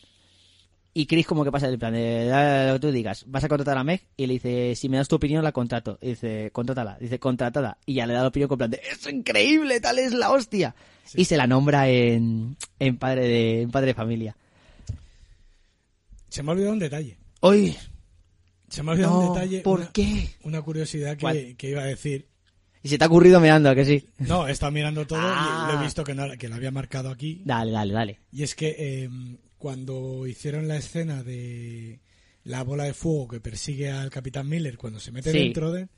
Speaker 1: Y Chris como que pasa el plan de "Da lo que tú digas, vas a contratar a Meg y le dice, si me das tu opinión la contrato. Y dice, contrátala, dice, contratada. Y ya le da la opinión con plan de, es increíble, tal es la hostia. Y se la nombra en, en, padre, de, en padre de familia.
Speaker 7: Se me ha olvidado un detalle.
Speaker 1: Hoy,
Speaker 7: Se me ha olvidado
Speaker 1: no,
Speaker 7: un detalle.
Speaker 1: ¿por
Speaker 7: una,
Speaker 1: qué?
Speaker 7: Una curiosidad que,
Speaker 1: ¿Cuál?
Speaker 7: que iba a decir.
Speaker 1: Y se te ha ocurrido mirando, ¿a que sí?
Speaker 7: No, he estado mirando todo
Speaker 1: Ah.
Speaker 7: y lo he visto que, no- que lo había marcado aquí.
Speaker 1: Dale, dale, dale.
Speaker 7: Y es que eh, cuando hicieron la escena de la bola de fuego que persigue al Capitán Miller cuando se mete
Speaker 1: Sí.
Speaker 7: dentro de...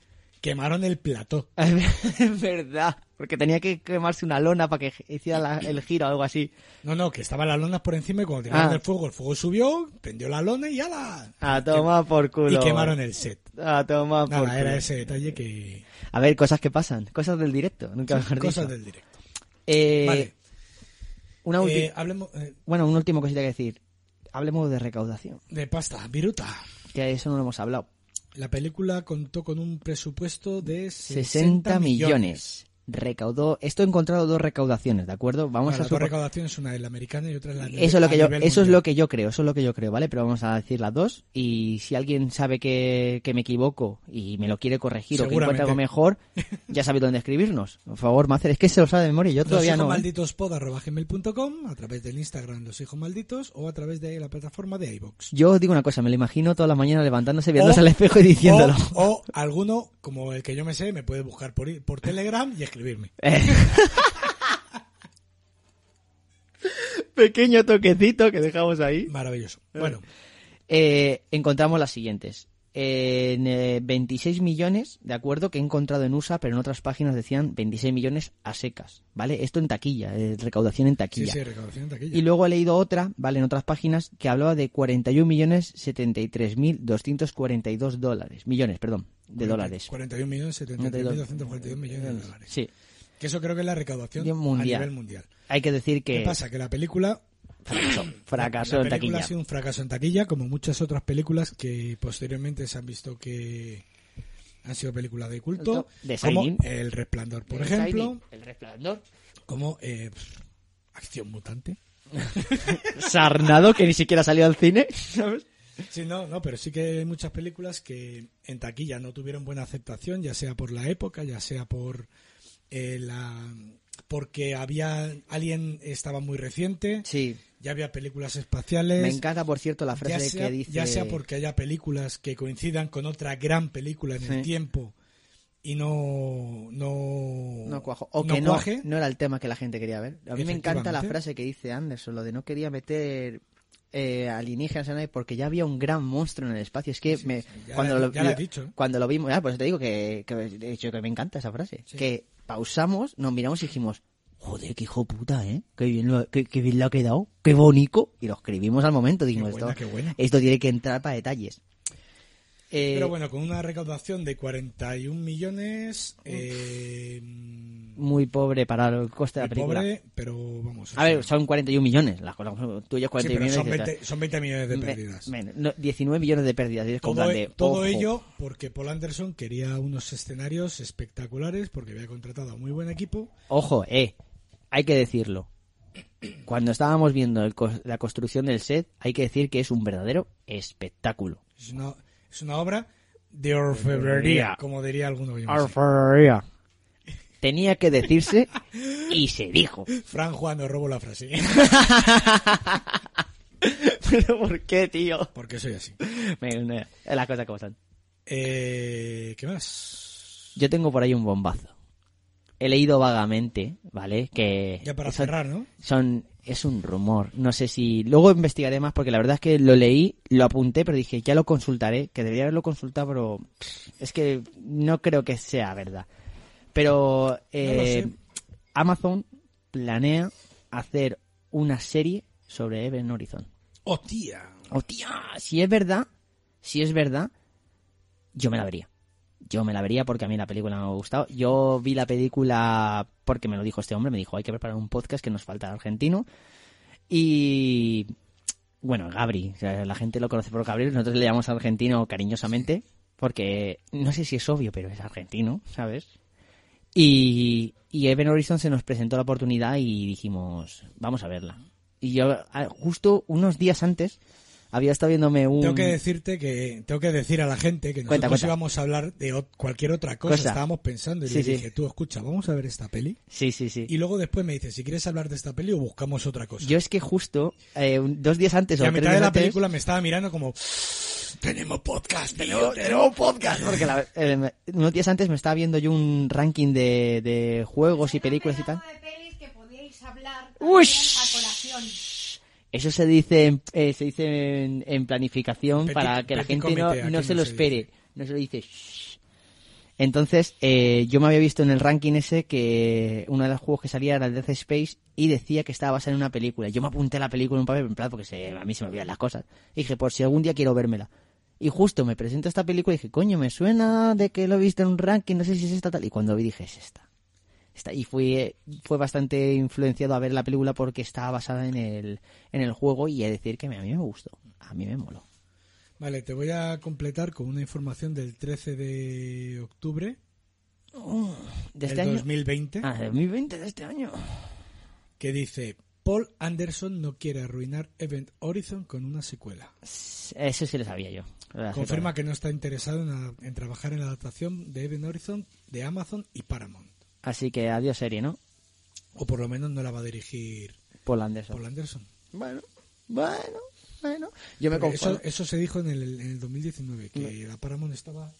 Speaker 7: Quemaron el plató.
Speaker 1: Es verdad, porque tenía que quemarse una lona para que hiciera la- el giro o algo así.
Speaker 7: No, no, que estaban las lonas por encima y cuando tiraron
Speaker 1: Ah.
Speaker 7: el fuego, el fuego subió, prendió la lona y ala.
Speaker 1: A tomar por
Speaker 7: Y
Speaker 1: culo.
Speaker 7: quemaron el set.
Speaker 1: A tomar por
Speaker 7: Nada, era
Speaker 1: culo.
Speaker 7: ese detalle que...
Speaker 1: A ver, cosas que pasan, cosas del directo, nunca mejor
Speaker 7: Cosas
Speaker 1: dicho.
Speaker 7: del directo.
Speaker 1: Eh,
Speaker 7: Vale,
Speaker 1: una ulti-
Speaker 7: eh, hablemos eh,
Speaker 1: Bueno, una última cosita que decir. Hablemos de recaudación,
Speaker 7: de pasta. Viruta.
Speaker 1: que eso no lo hemos hablado.
Speaker 7: La película contó con un presupuesto de 60,
Speaker 1: 60 millones. Recaudó, esto he encontrado dos recaudaciones, ¿de acuerdo? Vamos
Speaker 7: Ahora,
Speaker 1: a
Speaker 7: las dos
Speaker 1: suponer
Speaker 7: recaudaciones, una es la americana y otra es la
Speaker 1: eso es lo
Speaker 7: a
Speaker 1: que yo
Speaker 7: nivel
Speaker 1: eso es
Speaker 7: mundial.
Speaker 1: lo que yo creo eso es lo que yo creo vale pero vamos a decir las dos y si alguien sabe que, que me equivoco y me lo quiere corregir o que encuentra algo
Speaker 7: Seguramente.
Speaker 1: mejor ya sabe dónde escribirnos por favor Macer es que se lo sabe de memoria yo todavía no ¿eh?
Speaker 7: Loshijomalditospod.com, a través del Instagram Los Hijos Malditos o a través de la plataforma de iBox.
Speaker 1: yo os digo una cosa me lo imagino toda la mañana levantándose viéndose
Speaker 7: Oh,
Speaker 1: al espejo y diciéndolo
Speaker 7: O, o alguno, como el que yo me sé, me puede buscar por, i-
Speaker 1: Eh.
Speaker 7: por Telegram y escribirme.
Speaker 1: pequeño toquecito que dejamos ahí.
Speaker 7: Maravilloso. Bueno,
Speaker 1: Eh, encontramos las siguientes. En eh, 26 millones, de acuerdo, que he encontrado en USA, pero en otras páginas decían 26 millones a secas, ¿vale? Esto en taquilla, eh, recaudación en
Speaker 7: sí,
Speaker 1: taquilla.
Speaker 7: sí, recaudación de taquilla.
Speaker 1: Y luego he leído otra, ¿vale? En otras páginas, que hablaba de 41 millones 73 mil 242 dólares. Millones, perdón, de dólares.
Speaker 7: 41 millones, 73.242 millones de dólares.
Speaker 1: eh, Sí.
Speaker 7: Que eso creo que es la recaudación
Speaker 1: Bien mundial.
Speaker 7: a nivel mundial.
Speaker 1: Hay que decir
Speaker 7: ¿Qué
Speaker 1: que
Speaker 7: pasa? Que la película
Speaker 1: fracasó, fracasó
Speaker 7: la
Speaker 1: en
Speaker 7: película ha
Speaker 1: taquilla.
Speaker 7: sido un fracaso en taquilla, como muchas otras películas que posteriormente se han visto que han sido películas de culto,
Speaker 1: De
Speaker 7: como
Speaker 1: Shining.
Speaker 7: El Resplandor, por
Speaker 1: El
Speaker 7: ejemplo,
Speaker 1: Shining, El resplandor.
Speaker 7: como eh, pff, Acción Mutante.
Speaker 1: Sarnado, que ni siquiera salió al cine, ¿sabes?
Speaker 7: Sí, no, no, pero sí que hay muchas películas que en taquilla no tuvieron buena aceptación, ya sea por la época, ya sea por eh, la porque había alguien estaba muy reciente,
Speaker 1: Sí.
Speaker 7: ya había películas espaciales.
Speaker 1: Me encanta, por cierto, la
Speaker 7: ya
Speaker 1: frase
Speaker 7: sea,
Speaker 1: que dice...
Speaker 7: ya sea porque haya películas que coincidan con otra gran película en
Speaker 1: Sí.
Speaker 7: el tiempo y no no
Speaker 1: No cuajo. O
Speaker 7: no
Speaker 1: que no,
Speaker 7: cuaje.
Speaker 1: no era el tema que la gente quería ver. A mí me encanta la
Speaker 7: Efectivamente.
Speaker 1: frase que dice Anderson, lo de no quería meter eh, alienígenas en ahí porque ya había un gran monstruo en el espacio. Es que me,
Speaker 7: ya
Speaker 1: cuando,
Speaker 7: la-
Speaker 1: lo,
Speaker 7: ya la he
Speaker 1: lo-
Speaker 7: dicho, ¿eh?
Speaker 1: cuando lo vimos, ah, pues te digo que, que de hecho que me encanta esa frase.
Speaker 7: Sí.
Speaker 1: Que pausamos, nos miramos y dijimos, joder, qué hijo puta, ¿eh? Qué bien lo, qué, qué bien lo ha quedado, qué bonito. Y lo escribimos al momento, dijimos,
Speaker 7: buena,
Speaker 1: esto, Eh,
Speaker 7: qué buena.
Speaker 1: esto tiene que entrar para detalles. Eh,
Speaker 7: pero bueno con una recaudación de 41 millones eh,
Speaker 1: Muy pobre para el coste de la
Speaker 7: muy
Speaker 1: película.
Speaker 7: pobre pero vamos
Speaker 1: A ver, son 41 millones. Las cosas como son. tú y yo
Speaker 7: sí,
Speaker 1: 41
Speaker 7: pero
Speaker 1: millones.
Speaker 7: son,
Speaker 1: y
Speaker 7: 20, son 20 millones de
Speaker 1: Me-
Speaker 7: pérdidas
Speaker 1: men, no, 19 millones de pérdidas. y es como
Speaker 7: todo, e-
Speaker 1: en plan de,
Speaker 7: todo
Speaker 1: ojo.
Speaker 7: ello porque Paul Anderson quería unos escenarios espectaculares porque había contratado a muy buen equipo
Speaker 1: Ojo, eh. Hay que decirlo. Cuando estábamos viendo el cos- la construcción del set, hay que decir que es un verdadero espectáculo.
Speaker 7: es una, es una obra de orfebrería como diría alguno que yo no sé.
Speaker 1: Tenía que decirse y se dijo.
Speaker 7: Fran Juan, no robo la frase.
Speaker 1: ¿Pero por qué, tío?
Speaker 7: Porque soy así.
Speaker 1: Men, eh, Las cosas como son.
Speaker 7: Eh, ¿Qué más?
Speaker 1: Yo tengo por ahí un bombazo. He leído vagamente, ¿vale? Que
Speaker 7: Ya para
Speaker 1: eso-
Speaker 7: cerrar, ¿no?
Speaker 1: son es un rumor no sé si luego investigaré más porque la verdad es que lo leí lo apunté pero dije ya lo consultaré que debería haberlo consultado pero es que no creo que sea verdad pero eh, Amazon planea hacer una serie sobre Event Horizon
Speaker 7: ¡Hostia!
Speaker 1: hostia si es verdad si es verdad yo me la vería yo me la vería porque a mí la película me ha gustado. Yo vi la película porque me lo dijo este hombre, me dijo, hay que preparar un podcast que nos falta al argentino. Y bueno, Gabri, o sea, la gente lo conoce por Gabriel, nosotros le llamamos argentino cariñosamente, porque no sé si es obvio, pero es argentino, ¿sabes? Y, y Event Horizon se nos presentó la oportunidad y dijimos, vamos a verla. Y yo, ah, justo unos días antes, había estado viéndome un...
Speaker 7: Tengo que decirte que tengo que decir a la gente que nosotros
Speaker 1: Mm. Cuenta, cuenta.
Speaker 7: íbamos a hablar de ot- cualquier otra cosa.
Speaker 1: Cosa.
Speaker 7: Estábamos pensando y
Speaker 1: Sí,
Speaker 7: le
Speaker 1: sí.
Speaker 7: dije, tú escucha, vamos a ver esta peli.
Speaker 1: Sí, sí, sí.
Speaker 7: Y luego después me dices, si quieres hablar de esta peli o buscamos otra cosa.
Speaker 1: Yo es que justo eh, un- dos días antes
Speaker 7: y
Speaker 1: o
Speaker 7: a
Speaker 1: tres
Speaker 7: mitad de
Speaker 1: días
Speaker 7: la
Speaker 1: antes-
Speaker 7: película me estaba mirando como, tenemos podcast, tenemos, tenemos podcast.
Speaker 1: porque la- eh, me- unos días antes me estaba viendo yo un ranking de, de juegos y películas y tal.
Speaker 8: Este de pelis que podíais hablar
Speaker 1: Uy.
Speaker 8: también a colación.
Speaker 1: Eso se dice en, eh, se dice en, en planificación
Speaker 7: Petit-
Speaker 1: para que la
Speaker 7: petit
Speaker 1: gente no,
Speaker 7: comité, aquí
Speaker 1: no
Speaker 7: no
Speaker 1: se lo
Speaker 7: se
Speaker 1: espere. No se lo dice. "Shh". Entonces, eh, yo me había visto en el ranking ese que uno de los juegos que salía era el Death Space y decía que estaba basado en una película. Yo me apunté a la película en un papel en plan porque se- a mí se me olvidan las cosas. Y dije, por si algún día quiero vérmela. Y justo me presento esta película y dije, coño, me suena de que lo he visto en un ranking, no sé si es esta tal. Y cuando vi dije, es esta. Está- y fui, eh, fue bastante influenciado a ver la película porque estaba basada en el, en el juego y he de decir que me- a mí me gustó, a mí me moló.
Speaker 7: Vale, te voy a completar con una información del 13 de octubre
Speaker 1: ¿De este
Speaker 7: del
Speaker 1: año?
Speaker 7: 2020.
Speaker 1: Ah, de 2020 de este año.
Speaker 7: que dice Paul Anderson no quiere arruinar Event Horizon con una secuela.
Speaker 1: Eso sí lo sabía yo. Lo
Speaker 7: Confirma que no está interesado en, a- en trabajar en la adaptación de Event Horizon de Amazon y Paramount.
Speaker 1: Así que adiós serie, ¿no?
Speaker 7: O por lo menos no la va a dirigir
Speaker 1: Paul Anderson.
Speaker 7: Paul Anderson.
Speaker 1: Bueno, bueno, bueno. Yo me
Speaker 7: Porque
Speaker 1: confundo.
Speaker 7: Eso, eso se dijo en el, en el 2019, que la Paramount estaba...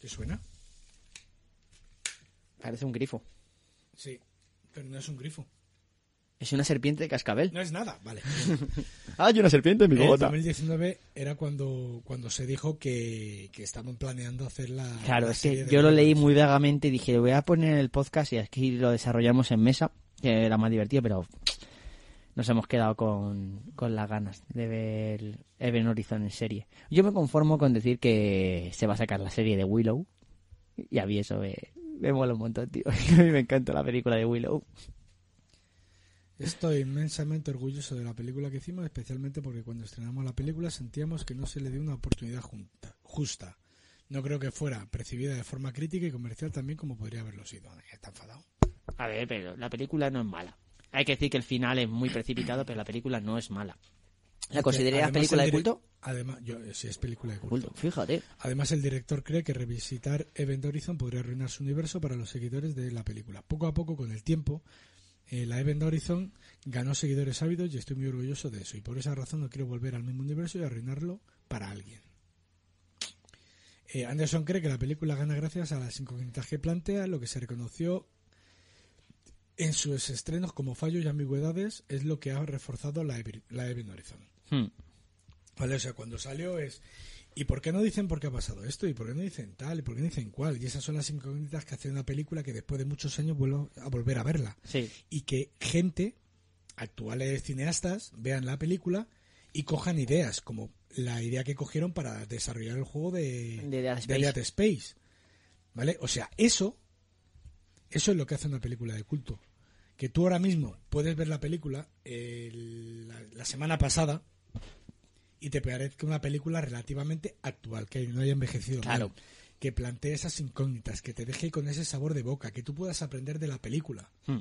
Speaker 7: ¿Te suena?
Speaker 1: Parece un grifo.
Speaker 7: Sí, pero no es un grifo.
Speaker 1: Es una serpiente de cascabel.
Speaker 7: No es nada, vale.
Speaker 1: ¡Hay una serpiente en mi
Speaker 7: En
Speaker 1: bota!
Speaker 7: 2019 era cuando, cuando se dijo que, que estaban planeando hacer la.
Speaker 1: Claro,
Speaker 7: la
Speaker 1: es
Speaker 7: serie
Speaker 1: que
Speaker 7: de
Speaker 1: yo lo
Speaker 7: Marvel.
Speaker 1: leí muy vagamente y dije, lo voy a poner en el podcast y aquí lo desarrollamos en mesa, que era más divertido, pero nos hemos quedado con, con las ganas de ver Even Horizon en serie. Yo me conformo con decir que se va a sacar la serie de Willow y a mí eso me, me mola un montón, tío. A mí me encanta la película de Willow.
Speaker 7: Estoy inmensamente orgulloso de la película que hicimos, especialmente porque cuando estrenamos la película sentíamos que no se le dio una oportunidad junta- justa. No creo que fuera percibida de forma crítica y comercial también como podría haberlo sido. Está enfadado.
Speaker 1: A ver, pero la película no es mala. Hay que decir que el final es muy precipitado, pero la película no es mala. ¿La consideras
Speaker 7: Además,
Speaker 1: película
Speaker 7: el
Speaker 1: de
Speaker 7: dire-
Speaker 1: culto?
Speaker 7: Además, yo, sí, es película de culto.
Speaker 1: Culto, fíjate.
Speaker 7: Además, el director cree que revisitar Event Horizon podría arruinar su universo para los seguidores de la película. Poco a poco, con el tiempo, eh, la Event Horizon ganó seguidores ávidos y estoy muy orgulloso de eso. Y por esa razón no quiero volver al mismo universo y arruinarlo para alguien. Eh, Anderson cree que la película gana gracias a las incógnitas que plantea, lo que se reconoció en sus estrenos como fallos y ambigüedades es lo que ha reforzado la, Ever- la Event Horizon.
Speaker 1: Hmm.
Speaker 7: Vale, o sea, cuando salió es. ¿Y por qué no dicen por qué ha pasado esto? ¿Y por qué no dicen tal? ¿Y por qué no dicen cuál? Y esas son las incógnitas que hace una película que después de muchos años vuelvo a volver a verla.
Speaker 1: Sí.
Speaker 7: Y que gente, actuales cineastas, vean la película y cojan ideas, como la idea que cogieron para desarrollar el juego de,
Speaker 1: De Dead Space.
Speaker 7: Dead Space. ¿Vale? O sea, eso, eso es lo que hace una película de culto. Que tú ahora mismo puedes ver la película eh, la- la semana pasada, y te parezca una película relativamente actual, que no haya envejecido
Speaker 1: Claro.
Speaker 7: mal, que plantee esas incógnitas, que te deje con ese sabor de boca, que tú puedas aprender de la película.
Speaker 1: Hmm.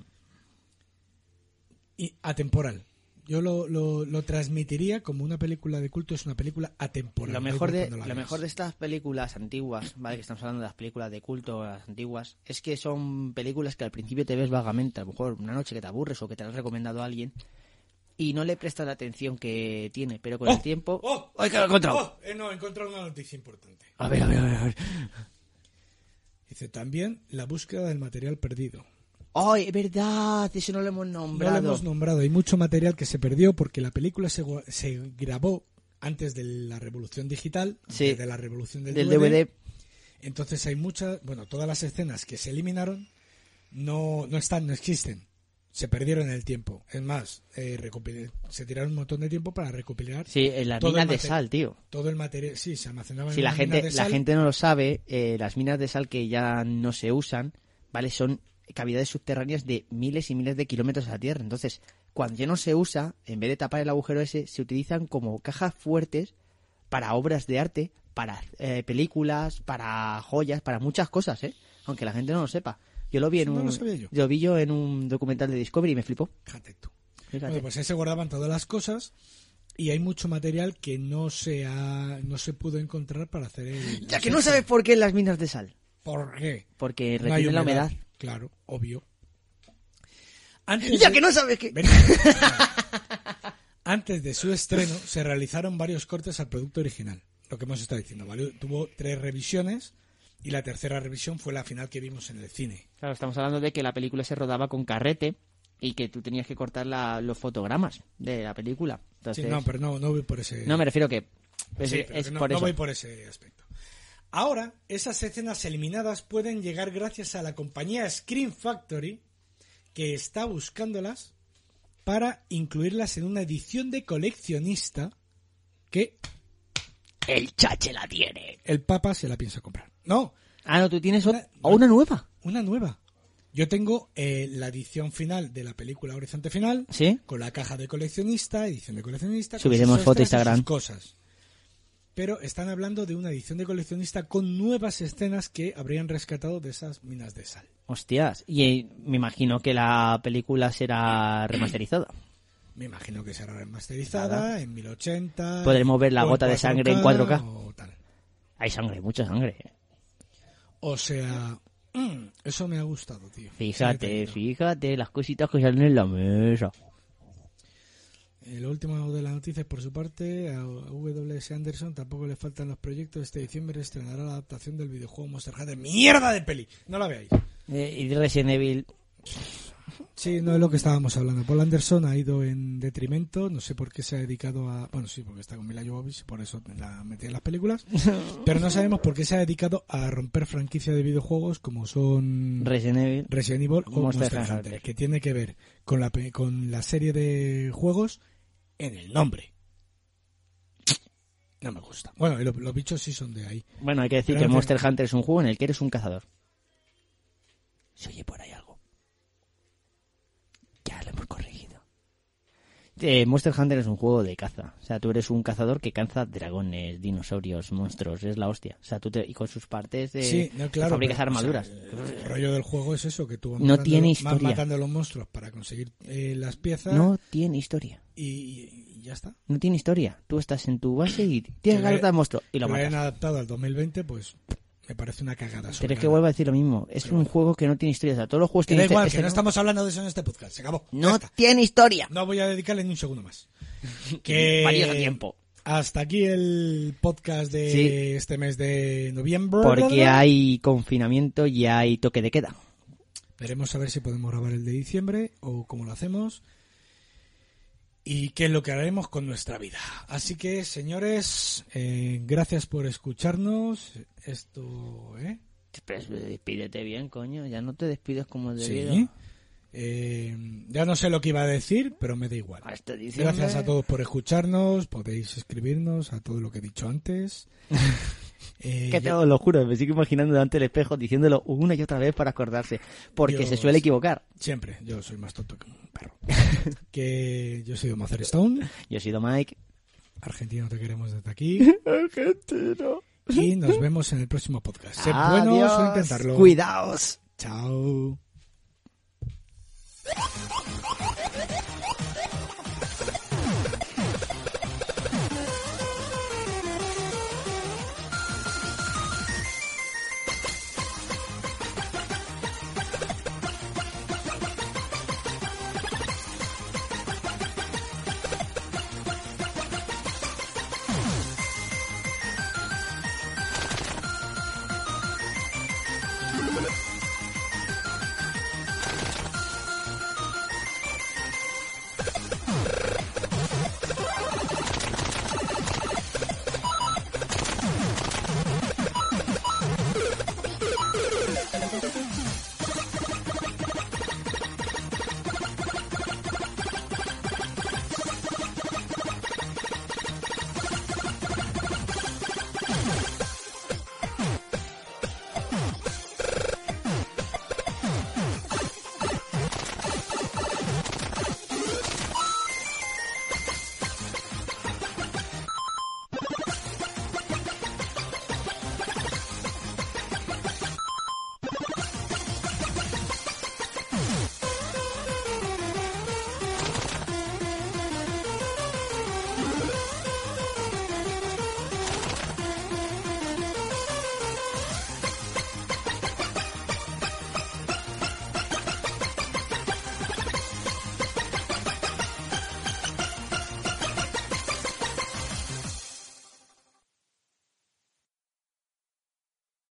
Speaker 7: Y atemporal. Yo lo, lo- lo transmitiría como una película de culto, es una película atemporal.
Speaker 1: lo
Speaker 7: da
Speaker 1: mejor
Speaker 7: igual
Speaker 1: de
Speaker 7: cuando la
Speaker 1: lo
Speaker 7: veas.
Speaker 1: mejor de estas películas antiguas vale que estamos hablando de las películas de culto las antiguas es que son películas que al principio te ves vagamente a lo mejor una noche que te aburres o que te la has recomendado a alguien y no le prestas la atención que tiene pero con el tiempo
Speaker 7: ¡Oh!
Speaker 1: ¡Ay, que lo he encontrado!
Speaker 7: ¡Oh! Eh, no, he encontrado una noticia importante.
Speaker 1: a ver a ver a ver, a ver.
Speaker 7: Dice también la búsqueda del material perdido.
Speaker 1: ay es verdad eso no lo hemos
Speaker 7: No lo
Speaker 1: nombrado
Speaker 7: hemos nombrado. Hay mucho material que se perdió porque la película se, gua- se grabó antes de la revolución digital,
Speaker 1: Sí.
Speaker 7: antes de la revolución del,
Speaker 1: del
Speaker 7: DVD.
Speaker 1: DVD
Speaker 7: Entonces hay muchas, bueno, todas las escenas que se eliminaron no, no están, no existen. Se perdieron en el tiempo. Es más, eh, recopil- se tiraron un montón de tiempo para recopilar
Speaker 1: sí en las
Speaker 7: Todo el
Speaker 1: minas de
Speaker 7: material.
Speaker 1: sal tío
Speaker 7: todo el material. Sí, se almacenaba en
Speaker 1: Si la
Speaker 7: una mina
Speaker 1: gente,
Speaker 7: de
Speaker 1: la
Speaker 7: sal.
Speaker 1: gente no lo sabe, eh, las minas de sal que ya no se usan, ¿vale? Son cavidades subterráneas de miles y miles de kilómetros a la Tierra. Entonces, cuando ya no se usa, en vez de tapar el agujero ese, se utilizan como cajas fuertes para obras de arte, para eh, películas, para joyas, para muchas cosas, ¿eh? Aunque la gente no lo sepa. Yo lo vi en
Speaker 7: No
Speaker 1: un,
Speaker 7: lo sabía yo.
Speaker 1: vi yo en un documental de Discovery y me flipó.
Speaker 7: Fíjate tú.
Speaker 1: Fíjate.
Speaker 7: Bueno, pues ahí se guardaban todas las cosas y hay mucho material que no se ha, no se pudo encontrar para hacer el.
Speaker 1: ya que no sabes por qué las minas de sal.
Speaker 7: por qué.
Speaker 1: Porque
Speaker 7: No hay
Speaker 1: retienen la humedad.
Speaker 7: Claro, obvio. Antes
Speaker 1: Ya
Speaker 7: de-
Speaker 1: que no sabes que...
Speaker 7: Ven. Antes de su estreno se realizaron varios cortes al producto original, lo que hemos estado diciendo, ¿vale? Tuvo tres revisiones y la tercera revisión fue la final que vimos en el cine.
Speaker 1: Claro, estamos hablando de que la película se rodaba con carrete y que tú tenías que cortar la- los fotogramas de la película. Entonces,
Speaker 7: Sí, no, pero no, no voy por ese.
Speaker 1: no me refiero que es,
Speaker 7: Sí, pero
Speaker 1: es
Speaker 7: que no,
Speaker 1: por
Speaker 7: no
Speaker 1: eso.
Speaker 7: voy por ese aspecto. Ahora, esas escenas eliminadas pueden llegar gracias a la compañía Screen Factory, que está buscándolas para incluirlas en una edición de coleccionista que
Speaker 1: El chache la tiene.
Speaker 7: el Papa se la piensa comprar. No,
Speaker 1: Ah, no, tú tienes ot-
Speaker 7: Una-
Speaker 1: o una nueva.
Speaker 7: una nueva. Yo tengo eh, la edición final de la película Horizonte Final,
Speaker 1: ¿Sí?
Speaker 7: con la caja de coleccionista, edición de coleccionista. con
Speaker 1: Subiremos
Speaker 7: sus
Speaker 1: foto a
Speaker 7: extras y
Speaker 1: Instagram.
Speaker 7: sus cosas. Pero están hablando de una edición de coleccionista con nuevas escenas que habrían rescatado de esas minas de sal.
Speaker 1: Hostias. Y eh, me imagino que la película será remasterizada.
Speaker 7: Me imagino que será remasterizada
Speaker 1: Nada.
Speaker 7: en 1080.
Speaker 1: Podremos ver la
Speaker 7: o en
Speaker 1: gota de sangre en 4K.
Speaker 7: O, tal.
Speaker 1: Hay sangre, mucha sangre.
Speaker 7: O sea, mm, eso me ha gustado, tío.
Speaker 1: Fíjate,
Speaker 7: Fíjate.
Speaker 1: fíjate las cositas que salen en la mesa.
Speaker 7: El último de las noticias, por su parte, a W.S. Anderson tampoco le faltan los proyectos. Este diciembre estrenará la adaptación del videojuego Monster Hunter. ¡Mierda de peli! No la veáis.
Speaker 1: Eh, y Resident Evil.
Speaker 7: Sí, no es lo que estábamos hablando. Paul Anderson ha ido en detrimento, no sé por qué se ha dedicado a... Bueno, sí, porque está con Mila Jovovich, y por eso la metí en las películas. Pero no sabemos por qué se ha dedicado a romper franquicias de videojuegos como son
Speaker 1: Resident Evil.
Speaker 7: Resident Evil o
Speaker 1: Monster
Speaker 7: Monster,
Speaker 1: Hunter.
Speaker 7: Hunter, que tiene que ver con la, pe- con la serie de juegos en el nombre. No me gusta. Bueno, y lo- los bichos sí son de ahí.
Speaker 1: Bueno, hay que decir
Speaker 7: Pero
Speaker 1: que
Speaker 7: en fin.
Speaker 1: Monster Hunter es un juego en el que eres un cazador. Se oye por ahí algo. Ya lo hemos corregido. Eh, Monster Hunter es un juego de caza. O sea, tú eres un cazador que caza dragones, dinosaurios, monstruos. Es la hostia. O sea, tú te- y con sus partes de
Speaker 7: sí, no,
Speaker 1: te
Speaker 7: claro.
Speaker 1: fabricas
Speaker 7: pero, o sea,
Speaker 1: armaduras.
Speaker 7: el rollo del juego es eso, que tú vas,
Speaker 1: No
Speaker 7: matando,
Speaker 1: tiene
Speaker 7: vas
Speaker 1: historia.
Speaker 7: matando a los monstruos para conseguir eh, las piezas
Speaker 1: no tiene historia.
Speaker 7: y, y ya está.
Speaker 1: No tiene historia. Tú estás en tu base y tienes
Speaker 7: Que
Speaker 1: ganas de
Speaker 7: lo-
Speaker 1: monstruo y lo
Speaker 7: lo hayan
Speaker 1: matas.
Speaker 7: adaptado al 2020, pues me parece una
Speaker 1: Pero
Speaker 7: cagada.
Speaker 1: es que
Speaker 7: sobrada.
Speaker 1: vuelvo a decir lo mismo. Es un juego que no tiene historia. O sea, todos los juegos
Speaker 7: Que
Speaker 1: que
Speaker 7: da
Speaker 1: dices,
Speaker 7: igual,
Speaker 1: "Este
Speaker 7: que no estamos hablando de eso en este podcast. Se acabó. Ya
Speaker 1: no
Speaker 7: está.
Speaker 1: tiene historia.
Speaker 7: No voy a dedicarle ni un segundo más. Que
Speaker 1: Valioso tiempo.
Speaker 7: Hasta aquí el podcast de
Speaker 1: Sí.
Speaker 7: este mes de noviembre.
Speaker 1: Porque hay confinamiento y hay toque de queda.
Speaker 7: Veremos a ver si podemos grabar el de diciembre o cómo lo hacemos. Y qué es lo que haremos con nuestra vida. Así que, señores, eh, gracias por escucharnos. Esto, ¿eh?
Speaker 1: Pues despídete bien, coño. Ya no te despides como debido.
Speaker 7: Sí. Eh, ya no sé lo que iba a decir, pero me da igual.
Speaker 1: Hasta diciembre.
Speaker 7: Gracias a todos por escucharnos. Podéis escribirnos a todo lo que he dicho antes. Eh,
Speaker 1: Que te lo juro, me sigo imaginando delante del espejo diciéndolo una y otra vez para acordarse. Porque se
Speaker 7: Dios.
Speaker 1: suele equivocar.
Speaker 7: Siempre, yo soy más tonto que un perro. que yo soy Mazer Stone.
Speaker 1: Yo he sido Mike.
Speaker 7: Argentino, te queremos desde aquí.
Speaker 1: Argentino.
Speaker 7: Y nos vemos en el próximo podcast. Sé
Speaker 1: Adiós.
Speaker 7: buenos o intentarlo.
Speaker 1: Cuidaos.
Speaker 7: Chao.